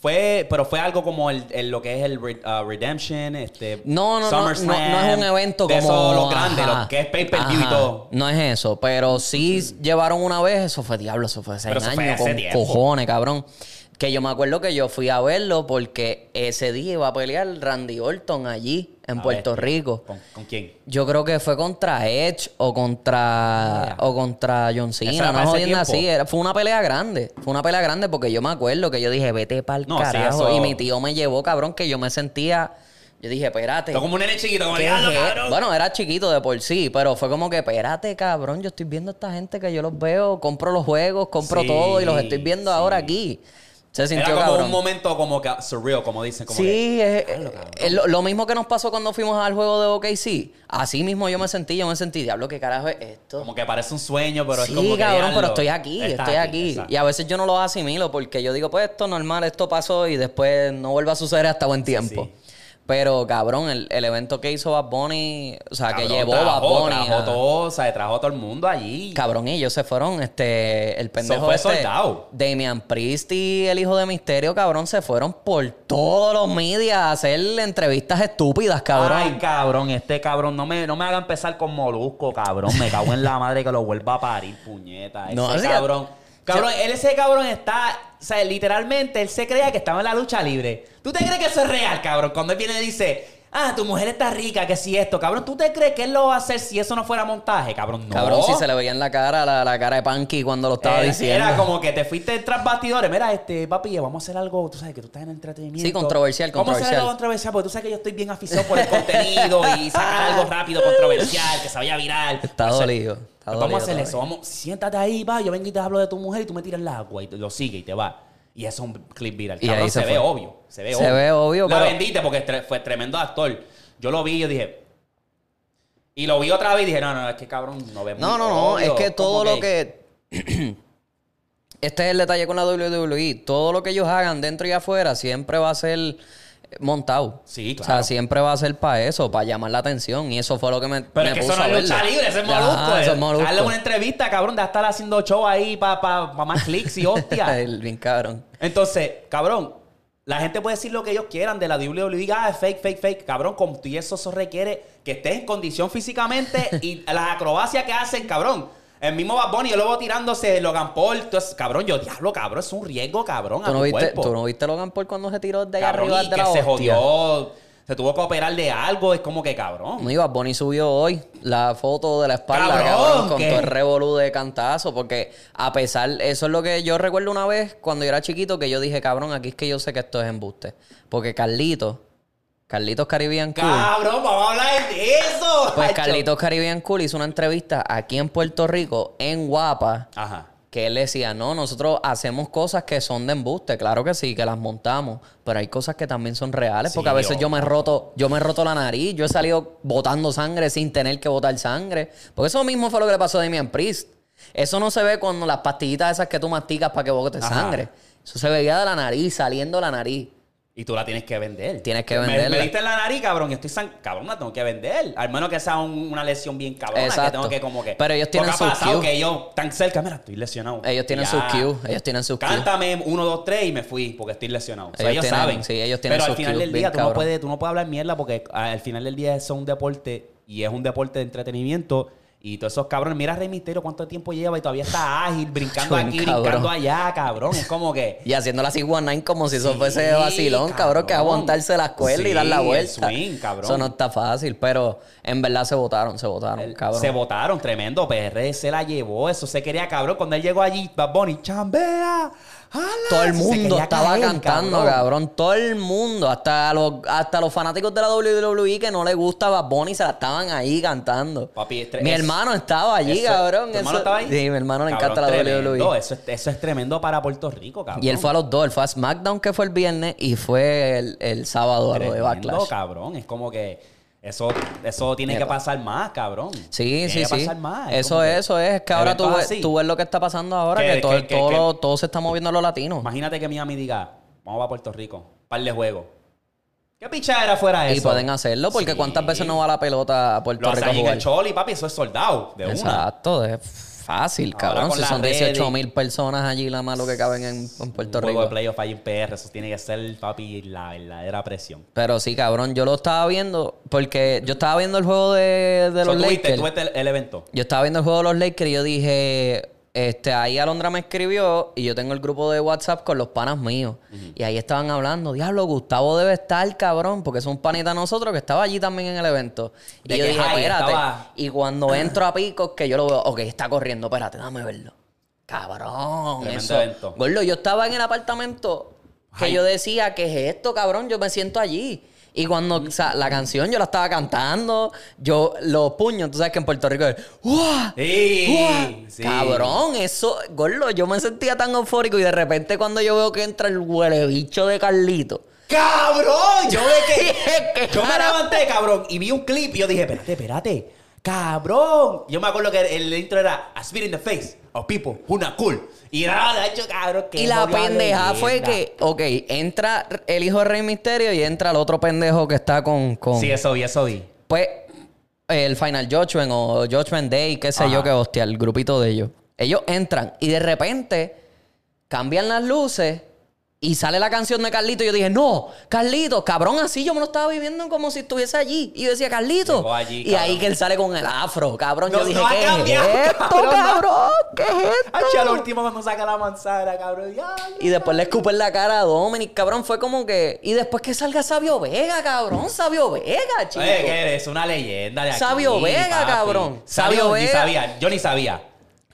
A: fue, pero fue algo como el, el- lo que es el Re- ah, Redemption, este,
B: No, no, no, no,
A: SummerSlam,
B: no es un evento
A: de
B: como...
A: esos los grandes,
B: ajá,
A: los que es pay per view y
B: ajá.
A: todo.
B: No es eso, pero sí llevaron una vez, eso fue diablo, eso fue hace
A: Pero eso
B: años,
A: fue hace
B: con
A: tiempo.
B: cojones, cabrón. Que yo me acuerdo que yo fui a verlo porque ese día iba a pelear Randy Orton allí, en
A: A
B: Puerto
A: bestia.
B: Rico.
A: ¿Con, con quién?
B: Yo creo que fue contra Edge o contra
A: Ah.
B: o contra John
A: Esa
B: Cena,
A: era para
B: no
A: ese
B: jodiendo
A: tiempo.
B: así, era- fue una pelea grande, fue una pelea grande porque yo me acuerdo que yo dije, vete pa'l
A: No, sí,
B: carajo
A: eso-
B: y mi tío me llevó, cabrón, que yo me sentía yo dije, espérate.
A: Está como un nene chiquito, como "Ah,
B: ¿qué
A: "Diablo,
B: es e-?"
A: cabrón.
B: Bueno, era chiquito de por sí, pero fue como que, espérate, cabrón, yo estoy viendo a esta gente que yo los veo, compro los juegos, compro
A: Sí,
B: todo y los estoy viendo
A: sí.
B: ahora aquí. Se
A: Era
B: sintió
A: como
B: cabrón.
A: un momento como que surreal, como dicen. Como que,
B: Sí, es, es lo, lo mismo que nos pasó cuando fuimos al juego de OKC. Así mismo yo me sentí, yo me sentí, diablo, ¿qué carajo es esto?
A: como que parece un sueño, pero
B: sí,
A: es como que.
B: cabrón,
A: diablo,
B: pero estoy aquí,
A: está
B: estoy aquí.
A: exacto.
B: Y a veces yo no lo asimilo porque yo digo, pues esto es normal, esto pasó y después no vuelve a suceder hasta buen tiempo. Pero, cabrón, el, el evento que hizo Bad Bunny, o sea, que
A: Cabrón,
B: llevó
A: trajo,
B: Bad Bunny.
A: Trajo
B: a-
A: todo, o sea, trajo todo el mundo allí.
B: Cabrón, y ellos se fueron, este, el pendejo
A: fue
B: este,
A: soldado.
B: Damian Priest y el hijo de Misterio, cabrón, se fueron por todos los medios a hacer entrevistas estúpidas, cabrón.
A: Ay, cabrón, este cabrón, no me, no me haga empezar con molusco, cabrón. Me cago en la madre que lo vuelva a parir, puñeta. Ese
B: No, o sea,
A: cabrón. Cabrón, él, ese cabrón está. O sea, literalmente, él se creía que estaba en la lucha libre. ¿Tú te crees que eso es real, cabrón? Cuando él viene y dice, ah, tu mujer está rica, que si esto, cabrón, ¿tú te crees que él lo va a hacer si eso no fuera montaje, cabrón? No.
B: Cabrón, si se le veía en la cara la, la cara de Panky cuando lo estaba
A: Era-
B: diciendo.
A: Era como que te fuiste tras bastidores. Mira, este, papi, vamos a hacer algo. Tú sabes que tú estás en entretenimiento.
B: Sí, controversial,
A: Vamos a hacer algo controversial
B: controversial.
A: porque tú sabes que yo estoy bien aficionado por el contenido y sacar algo rápido, controversial, que se vaya viral.
B: Está
A: Vamos a hacer-
B: dolido. está
A: Pues
B: dolido
A: vamos a hacer eso.
B: todavía.
A: Vamos, siéntate ahí, va. Yo vengo y te hablo de tu mujer y tú me tiras el agua y te- lo sigue y te va. Y eso es un clip viral.
B: Y
A: Cabrón,
B: ahí se
A: se, ve
B: fue.
A: obvio. Se ve
B: Se
A: obvio.
B: ve obvio,
A: La
B: pero-
A: bendita porque tre- fue tremendo actor. Yo lo vi y yo dije. Y lo vi otra vez y dije, no, no, no, es que cabrón, no vemos.
B: No, no, no, es que todo lo que... Este es el detalle con la WWE. Todo lo que ellos hagan dentro y afuera siempre va a ser montado.
A: Sí,
B: O sea,
A: claro.
B: siempre va a ser para eso, para llamar la atención. Y eso fue lo que me,
A: Pero
B: me
A: es que
B: puso
A: eso no
B: a
A: es
B: verlo.
A: lucha libre, eso es
B: Ajá,
A: molusco. eh.
B: eso es molusco.
A: Hazle una entrevista, cabrón, de estar haciendo show ahí para más clics y hostia.
B: El bien cabrón.
A: Entonces, cabrón, La gente puede decir lo que ellos quieran de la WWE. Ah, es fake, fake, fake. Cabrón, con ti eso, eso requiere que estés en condición físicamente y las acrobacias que hacen, cabrón. El mismo Bad Bunny, yo lo voy tirándose, Logan Paul. todo eso. cabrón, yo diablo, cabrón, es un riesgo, cabrón, a
B: ¿Tú no,
A: tu
B: viste,
A: cuerpo.
B: ¿Tú no viste Logan Paul cuando se tiró de allá
A: Cabrón,
B: arriba
A: y
B: de
A: que
B: la
A: se
B: hostia?
A: jodió. Se tuvo que operar de algo. Es como que, cabrón.
B: No iba, Bonnie subió hoy la foto de la espalda,
A: Cabrón,
B: cabrón, con
A: ¿qué?
B: todo el revolú de cantazo, porque a pesar, eso es lo que yo recuerdo una vez cuando yo era chiquito, que yo dije, cabrón, aquí es que yo sé que esto es embuste. Porque Carlitos, Carlitos Caribbean Cool,
A: Cabrón, vamos a hablar de eso.
B: pues
A: macho.
B: Carlitos Caribbean Cool hizo una entrevista aquí en Puerto Rico, en Guapa,
A: Ajá.
B: que él decía, no, nosotros hacemos cosas que son de embuste, claro que sí, que las montamos, pero hay cosas que también son reales,
A: Sí,
B: porque a veces
A: yo-
B: yo me he roto, yo me he roto la nariz, yo he salido botando sangre sin tener que botar sangre, porque eso mismo fue lo que le pasó a Damian Priest. Eso no se ve con las pastillitas esas que tú masticas para que bote
A: Ajá.
B: sangre. Eso se veía de la nariz, saliendo la nariz.
A: Y tú la tienes que vender.
B: Tienes que
A: Me- Me,
B: venderla.
A: diste en la nariz, cabrón. Y estoy san... Cabrón, la tengo que vender. Al menos que sea un- una lesión bien cabrona. Que
B: Exacto.
A: tengo que como que...
B: Pero ellos tienen
A: Porque ha
B: su
A: pasado
B: cue.
A: que ellos tan cerca. Mira, estoy lesionado.
B: Ellos tienen
A: Ya.
B: sus cues, ellos tienen sus cues.
A: Cántame uno, dos, tres y me fui porque estoy lesionado. O sea, ellos,
B: Ellos tienen-
A: saben.
B: sí, ellos tienen
A: Pero al
B: sus
A: final
B: cues
A: del día
B: bien
A: tú no,
B: cabrón.
A: puedes, tú no puedes hablar mierda porque a- al final del día eso es un deporte y es un deporte de entretenimiento. Y todos esos cabrones, mira Rey Misterio cuánto tiempo lleva y todavía está ágil, brincando
B: Bien
A: aquí,
B: cabrón.
A: brincando allá, cabrón. Es como que...
B: Y haciendo la ciguanán como si eso
A: Sí,
B: fuese vacilón, cabrón, que
A: cabrón.
B: aguantarse las cuerdas
A: Sí,
B: y dar la
A: el
B: vuelta.
A: swing, cabrón.
B: Eso no está fácil, pero en verdad se votaron, se votaron, cabrón.
A: Se votaron, tremendo. PR se la llevó. Eso se quería, cabrón. Cuando él llegó allí, Bad Bunny, chambea. jala".
B: Todo el
A: Ah, Se
B: mundo
A: quería
B: estaba
A: caer,
B: cantando, cabrón. Todo el mundo, hasta los, hasta los fanáticos de la WWE que no les gusta Bad Bunny, se la estaban ahí cantando.
A: Papi, es tre-
B: mi
A: es-
B: hermano estaba allí,
A: Eso-
B: cabrón.
A: ¿Tu hermano
B: eso-
A: estaba ahí?
B: Sí, mi hermano le
A: Cabrón,
B: encanta la
A: tremendo.
B: WWE.
A: Eso es, eso es tremendo para Puerto Rico, cabrón.
B: Y él fue a los dos, él fue a SmackDown que fue el viernes y fue el, el sábado a lo de
A: Tremendo,
B: Backlash.
A: cabrón. Es como que eso, eso tiene que pasar más, cabrón.
B: Sí,
A: tiene
B: sí,
A: que
B: sí.
A: pasar más. Es
B: Eso
A: como
B: es,
A: que-
B: eso es. Que ahora tú
A: eventos
B: ves,
A: así.
B: tú ves lo que está pasando ahora,
A: Que-
B: que, todo,
A: que- que-
B: todo,
A: que-
B: lo- todo se está moviendo a los latinos.
A: Imagínate que Miami diga, vamos a Puerto Rico, par de juegos. ¿Qué pichadera fuera eso?
B: Y pueden hacerlo, porque
A: Sí.
B: cuántas veces no va la pelota a Puerto
A: Lo
B: Rico
A: hacen
B: a
A: en el
B: jugar.
A: Choli, papi, eso es soldado de una.
B: Exacto, es fácil,
A: Ahora
B: cabrón.
A: con
B: Si
A: las
B: son
A: redes y-
B: 18 mil personas allí, la más lo que caben en, en Puerto
A: un juego de
B: Rico.
A: playoff ahí en PR, eso tiene que ser, papi, la verdadera presión.
B: Pero sí, cabrón, yo lo estaba viendo, porque yo estaba viendo el juego de, de
A: So,
B: los
A: tú viste-
B: Lakers.
A: tú viste el, el evento.
B: Yo estaba viendo el juego de los Lakers y yo dije, este, ahí Alondra me escribió y yo tengo el grupo de WhatsApp con los panas míos. Y ahí estaban hablando, diablo, Gustavo debe estar, cabrón, porque es un panita de nosotros que estaba allí también en el evento. Y
A: De
B: yo
A: que,
B: dije,
A: ay,
B: espérate.
A: estaba-
B: Y cuando entro a Picos, que yo lo veo, ok, está corriendo, espérate, déjame verlo. Cabrón,
A: Tremendo
B: eso.
A: evento.
B: Gordo, yo estaba en el apartamento que
A: Ay.
B: yo decía, ¿qué es esto, cabrón? Yo me siento allí. Y cuando o sea, la canción yo la estaba cantando, yo los puños, tú sabes que en Puerto Rico es ¡Uah!
A: Sí, sí.
B: Cabrón, eso, gordo, yo me sentía tan eufórico y de repente cuando yo veo que entra el huele bicho de Carlito.
A: ¡Cabrón! Yo ve que.
B: ¿Qué
A: yo me
B: carajo?
A: levanté, cabrón, y vi un clip y yo dije, espérate, espérate. ¡Cabrón! Yo me acuerdo que el, el intro era I spit in the face of people who not cool. Y nada, de hecho, cabrón, que
B: y la
A: jodida
B: pendeja fue
A: leyenda.
B: que, ok, entra el hijo de Rey Misterio y entra el otro pendejo que está con. con
A: Sí, eso vi, eso vi.
B: Pues el Final Judgment o Judgment Day, qué sé
A: Ajá.
B: yo, que hostia, el grupito de ellos. Ellos entran y de repente cambian las luces y sale la canción de Carlito. Y yo dije, no, Carlito, cabrón, así yo me lo estaba viviendo como si estuviese allí. Y yo decía, Carlito.
A: Llegó allí,
B: y ahí
A: cabrón.
B: que él sale con el afro, cabrón.
A: No,
B: yo dije,
A: no ha
B: ¿qué
A: cambiado,
B: es esto,
A: cabrón, no.
B: cabrón? ¿Qué es esto?
A: Hacha, lo último cuando saca la manzana, cabrón. Ya, ya.
B: Y después le escupen la cara a Dominic, cabrón. Fue como que. Y después que salga Sabio Vega, cabrón. Sabio Vega, chico.
A: Oye, que eres una leyenda de aquí,
B: Sabio Vega, cabrón.
A: Sabio,
B: Sabio
A: Ni
B: Vega.
A: sabía, yo ni sabía.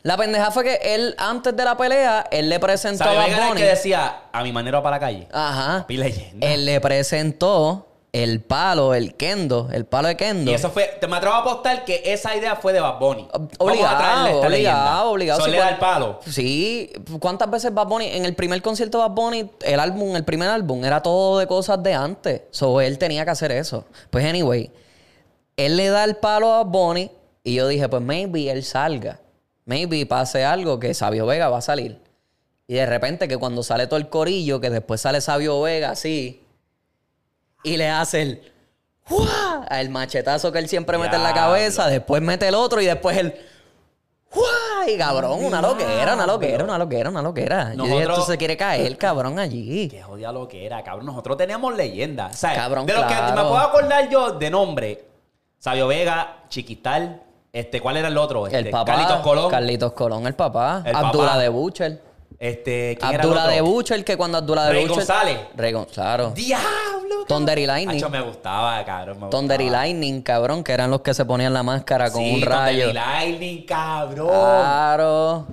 B: La pendeja fue que él, antes de la pelea, él le presentó
A: Sabio
B: a
A: Vega
B: Bad
A: era el
B: Bunny.
A: que decía, a mi manera para la calle.
B: Ajá.
A: Papi, leyenda.
B: Él le presentó el palo, el kendo, el palo de kendo.
A: Y eso fue, te me atrevo a apostar que esa idea fue de Bad Bunny. Vamos a
B: Obligado,
A: traerle esta
B: obligado,
A: leyenda.
B: obligado.
A: So,
B: Sí,
A: le da el
B: cuando-
A: palo.
B: Sí, ¿cuántas veces Bad Bunny? En el primer concierto de Bad Bunny, el álbum, el primer álbum, era todo de cosas de antes. So, él tenía que hacer eso. Pues, anyway, él le da el palo a Bad Bunny y yo dije, pues, maybe él salga. Maybe pase algo que Sabio Vega va a salir. Y de repente que cuando sale todo el corillo, que después sale Sabio Vega así y le hace el... ¡Guau! El machetazo que él siempre mete en la
A: Diablo.
B: cabeza, después mete el otro y después el... ¡Guau! Ay, cabrón, una loquera, una loquera, una loquera, una loquera. Yo dije,
A: Nosotros- eh,
B: esto se quiere caer, cabrón, allí.
A: Qué jodida lo que era, cabrón. Nosotros teníamos leyendas. ¿sabes?
B: Cabrón,
A: de los que me
B: claro.
A: puedo acordar yo de nombre. Sabio Vega, Chiquital, este, ¿cuál era el otro? Este,
B: El papá.
A: Carlitos Colón.
B: Carlitos Colón, el papá.
A: El
B: Abdullah
A: papá.
B: de Butcher.
A: Este, ¿quién era el
B: Abdullah
A: otro?
B: de Butcher, que cuando Abdullah de
A: Ray
B: Butcher.
A: González.
B: Ray Gon- claro.
A: ¡Diablo!
B: Thunder y
A: cabrón!
B: Lightning.
A: Hacho, me gustaba, cabrón. me
B: Thunder y
A: gustaba.
B: Lightning, cabrón, que eran los que se ponían la máscara con
A: Sí,
B: un rayo. Ah.
A: Thunder y Lightning, cabrón.
B: Claro.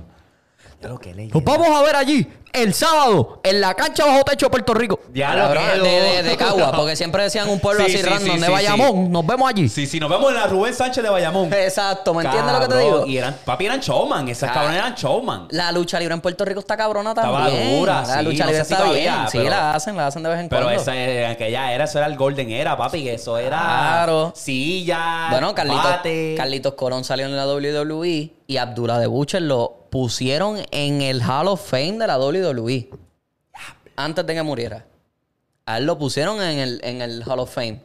A: Ya lo que leí.
B: Pues vamos a ver allí, el sábado, en la cancha bajo techo de Puerto Rico.
A: Ya lo
B: Cabrón,
A: quedo.
B: de, de, de Cagua, porque siempre decían un pueblo
A: Sí,
B: así
A: sí,
B: random
A: sí,
B: de
A: sí,
B: Bayamón. Nos vemos allí.
A: Sí, sí, nos vemos en la Rubén Sánchez de Bayamón.
B: Exacto, ¿me entiendes lo que te
A: Cabrón,
B: digo?
A: Y eran, papi, eran showman. Esas
B: Cabrón.
A: cabrones eran showman.
B: La lucha libre en Puerto Rico está cabrona
A: Estaba
B: también.
A: dura,
B: La
A: sí,
B: lucha
A: no
B: libre
A: sé si
B: está
A: todavía,
B: bien. Sí,
A: pero-
B: la hacen, la hacen de vez en
A: Pero
B: cuando.
A: esa era, aquella era, eso era el Golden Era, papi, que eso era
B: Claro.
A: silla,
B: Bueno, Carlitos,
A: bate.
B: Carlitos Colón salió en la WWE y Abdullah de Butcher lo pusieron en el Hall of Fame de la WWE. Antes de que muriera. A él lo pusieron en el, en el Hall of Fame.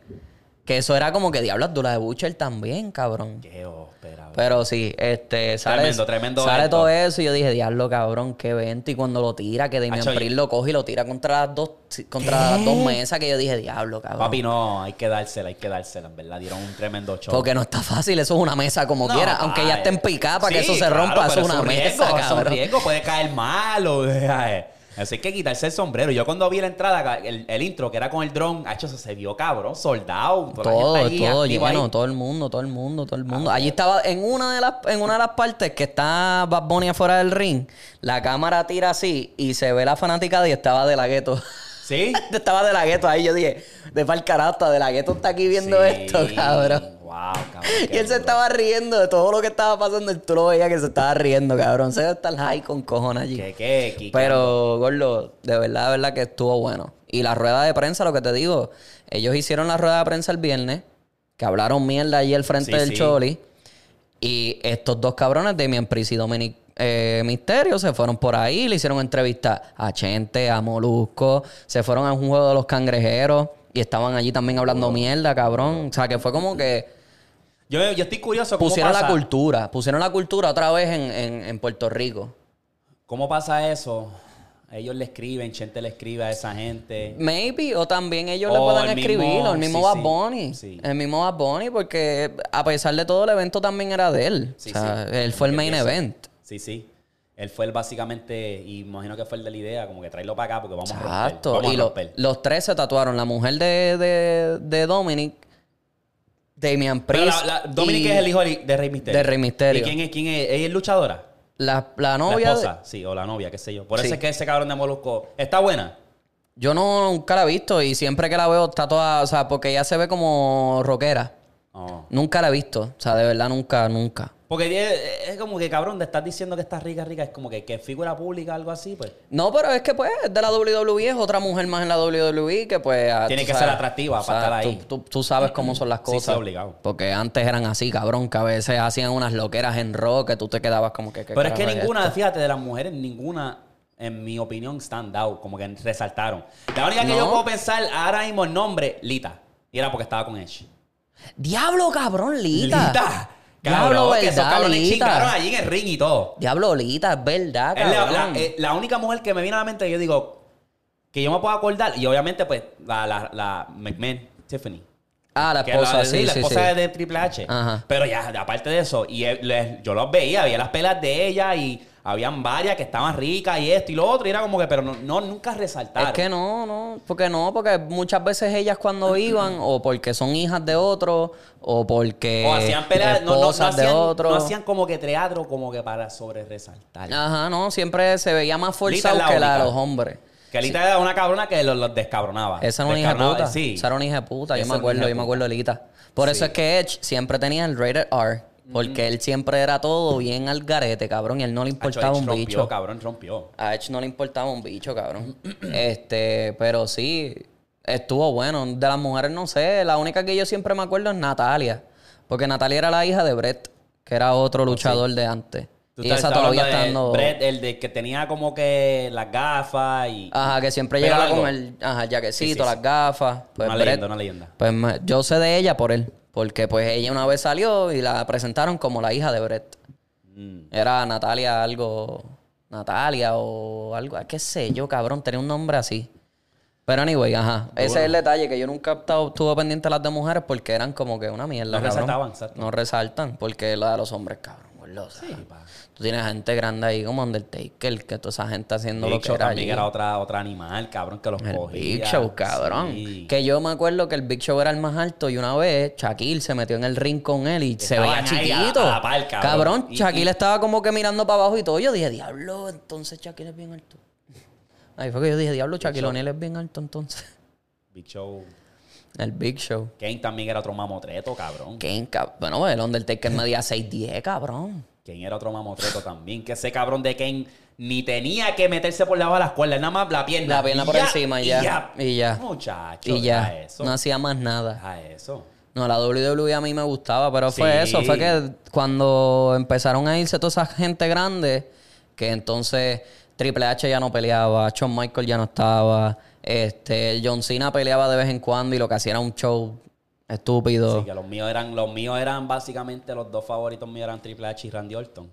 B: Que eso era como que diablo Abdullah de Butcher también, cabrón.
A: Qué ópera, bro.
B: Pero sí, este, sale,
A: Tremendo, tremendo
B: sale
A: evento.
B: todo eso y yo dije, diablo, cabrón, qué evento. Y cuando lo tira, que Damian
A: Acho, yo-
B: Priest lo coge y lo tira contra las dos, contra las dos mesas, que yo dije, diablo, cabrón.
A: Papi, no, hay que dársela, hay que dársela, en verdad. Dieron un tremendo show.
B: Porque no está fácil, eso es una mesa como
A: No,
B: quiera. Aunque ya
A: vaya.
B: estén picadas para que
A: Sí,
B: eso se
A: claro,
B: rompa, eso
A: pero
B: es una
A: un riesgo,
B: mesa,
A: eso Es un
B: cabrón.
A: riesgo, puede caer mal. o- Así que quitarse el sombrero. Yo cuando vi la entrada, el, el intro, que era con el dron, hecho eso se vio cabrón, soldado. toda la
B: Todo,
A: gente ahí,
B: todo
A: activa ahí.
B: lleno, todo el mundo, todo el mundo, todo el mundo. Allí estaba, en una de las, en una de las partes que está Bad Bunny afuera del ring, la cámara tira así y se ve la fanática y estaba de la gueto.
A: ¿Sí?
B: estaba de la gueto ahí, yo dije, de pa'l carajo, hasta de la gueto está aquí viendo
A: Sí.
B: esto, cabrón.
A: Wow, cabrón.
B: Y
A: qué
B: él se
A: duro.
B: estaba riendo de todo lo que estaba pasando. Y tú lo veías que se estaba riendo, cabrón. Se está el high con cojones allí.
A: Qué, qué, qué-
B: Pues, Pero, Gordo, de verdad, de verdad que estuvo bueno. Y la rueda de prensa, lo que te digo, ellos hicieron la rueda de prensa el viernes, que hablaron mierda allí al frente
A: Sí,
B: del
A: sí.
B: Choli. Y estos dos cabrones, Demian Priest y Dominic eh, Misterio, se fueron por ahí, le hicieron entrevistas a Chente, a Molusco, se fueron a un juego de los cangrejeros y estaban allí también hablando mierda, cabrón. O sea, que fue como que
A: Yo, yo estoy curioso cómo
B: pusieron la
A: pasa-
B: cultura, pusieron la cultura otra vez en, en- en Puerto Rico.
A: ¿Cómo pasa eso? Ellos le escriben, Chente le escribe a esa gente.
B: Maybe, o también ellos le
A: O
B: puedan
A: el
B: escribir,
A: mismo-
B: o el mismo
A: sí,
B: Bad
A: sí,
B: Bunny.
A: sí.
B: El mismo Bad Bunny, porque a pesar de todo, el evento también era de él.
A: Sí,
B: o sea,
A: sí.
B: él fue el
A: Como que
B: main
A: piensa.
B: event.
A: Sí, sí. Él fue el básicamente, y imagino que fue el de la idea, como que traerlo para acá porque vamos a romper.
B: Exacto.
A: Vamos
B: Y
A: a
B: lo-
A: romper.
B: los tres se tatuaron. La mujer de, de, de Dominic, Damian
A: Pero
B: Priest.
A: la, la- Dominic
B: y
A: es el hijo de de Rey Misterio.
B: de Rey Mysterio.
A: ¿Y quién es? ¿Quién es? ¿Ella es luchadora?
B: La, la
A: La
B: novia. de-
A: esposa, sí, o la novia, qué sé yo. Por
B: Sí.
A: eso es que ese cabrón de Molusco está buena.
B: yo no, nunca la he visto y siempre que la veo está toda. O sea, porque ella se ve como rockera.
A: No.
B: Nunca la he visto. O sea, de verdad, nunca, nunca.
A: Porque es, es como que, cabrón, te estás diciendo que estás rica, rica. Es como que, que figura pública, algo así, pues.
B: No, pero es que pues de la WWE es otra mujer más en la WWE que pues... ah,
A: Tiene
B: tú
A: que ser atractiva para estar ahí.
B: Tú, tú- tú sabes cómo son las
A: Sí, sí,
B: cosas.
A: obligado.
B: Porque antes eran así, cabrón, que a veces hacían unas loqueras en rock que tú te quedabas como que... ¿qué
A: Pero es que
B: carajo
A: ninguna, fíjate, de las mujeres, ninguna, en mi opinión, stand out, como que resaltaron. La única que
B: No.
A: yo puedo pensar ahora mismo el nombre, Lita. Y era porque estaba con Edge.
B: esto? Diablo, cabrón, Lita.
A: Lita.
B: Diablo,
A: Cabrón, que esos
B: verdad,
A: cabrones chingaron
B: Lita.
A: allí en el ring y todo.
B: Diablo, Lita, es verdad,
A: Es la,
B: cabrón.
A: la- eh, la única mujer que me viene a la mente que yo digo, que yo me puedo acordar, y obviamente, pues, la, la, la McMahon, Tiffany.
B: ah, la
A: Que
B: esposa,
A: la,
B: sí,
A: la
B: sí,
A: esposa
B: sí.
A: de Triple H.
B: Ajá.
A: Pero ya, aparte de eso, y él- les- yo los veía, había las pelas de ella y habían varias que estaban ricas y esto y lo otro. Y era como que, pero no, no, nunca resaltaron.
B: Es que no, no, porque no, porque muchas veces ellas cuando iban, o porque son hijas de otro, o porque...
A: o hacían pelas, no, no, no
B: eh, esposas
A: hacían,
B: de otro.
A: no hacían como que teatro como que para sobre resaltar.
B: Ajá, no, siempre se veía más
A: Lita
B: forzado
A: es la
B: que la de
A: única.
B: los hombres.
A: Que Lita era una cabrona que los, los descabronaba.
B: Esa era una hija de
A: Descabronaba-
B: puta.
A: Sí.
B: Esa era una hija de puta, yo
A: Esa
B: me
A: era una
B: acuerdo,
A: hija
B: yo me
A: de
B: acuerdo de Lita. Por eso es que Edge siempre tenía el rated R,
A: Mm.
B: porque él siempre era todo bien al garete, cabrón, y él no le
A: Hacho,
B: importaba
A: Edge
B: un
A: rompió,
B: bicho.
A: cabrón, rompió.
B: A Edge no le importaba un bicho, cabrón. este, pero sí, estuvo bueno. De las mujeres, no sé, la única que yo siempre me acuerdo es Natalia, porque Natalia era la hija de Brett, que era otro luchador de antes.
A: Oh, Tú
B: Y
A: estás-
B: esa
A: estás
B: todavía está
A: hablando
B: dando...
A: de Brett, el de que tenía como que las gafas y...
B: Ajá, que siempre
A: Pero
B: llegaba
A: algo.
B: con el ajá, jaquecito,
A: Sí, sí, sí.
B: las gafas. Pues,
A: una
B: Brett,
A: leyenda, una leyenda.
B: pues me- yo sé de ella por él. Porque pues ella una vez salió y la presentaron como la hija de Brett.
A: Mm.
B: Era Natalia algo. Natalia o algo. ah, Qué sé yo, cabrón. Tenía un nombre así. Pero anyway, ajá. Ese es el detalle que yo nunca he estado- estuve pendiente de las de mujeres porque eran como que una mierda.
A: No
B: cabrón.
A: resaltaban, exacto.
B: No resaltan porque la de los hombres, cabrón. gordo, o sea, Tú tienes gente grande ahí como Undertaker, que toda esa gente haciendo lo
A: Big
B: que
A: Show
B: era
A: también
B: allí.
A: era otra, otro animal, cabrón, que los
B: El
A: cogía.
B: Big Show, cabrón.
A: Sí.
B: Que yo me acuerdo que el Big Show era el más alto y una vez Shaquille se metió en el ring con él y se veía
A: Estaban ahí a-
B: chiquito.
A: a la par, cabrón. Y-
B: Shaquille estaba como que mirando para abajo y todo. Yo dije, diablo, entonces Shaquille es bien alto. Ahí fue que yo dije, diablo, Shaquille O'Neal es bien alto entonces.
A: Big Show.
B: El Big Show.
A: Kane también era otro mamotreto, cabrón.
B: ¿Quién, cab- Bueno, el Undertaker medía 6'10, cabrón.
A: Kane era otro mamotreto también. Que ese cabrón de Kane ni tenía que meterse por debajo de las cuerdas, nada más la pierna.
B: La pierna
A: Y
B: por encima,
A: y
B: ya, y ya.
A: Muchacho,
B: Y ya,
A: deja eso.
B: no hacía más nada.
A: deja eso.
B: No, la WWE a mí me gustaba, pero fue
A: Sí.
B: eso, fue que cuando empezaron a irse toda esa gente grande, que entonces Triple H ya no peleaba, Shawn Michael ya no estaba, este, John Cena peleaba de vez en cuando y lo que hacía era un show estúpido.
A: Sí, que los míos eran, los míos eran básicamente los dos favoritos míos eran Triple H y Randy Orton.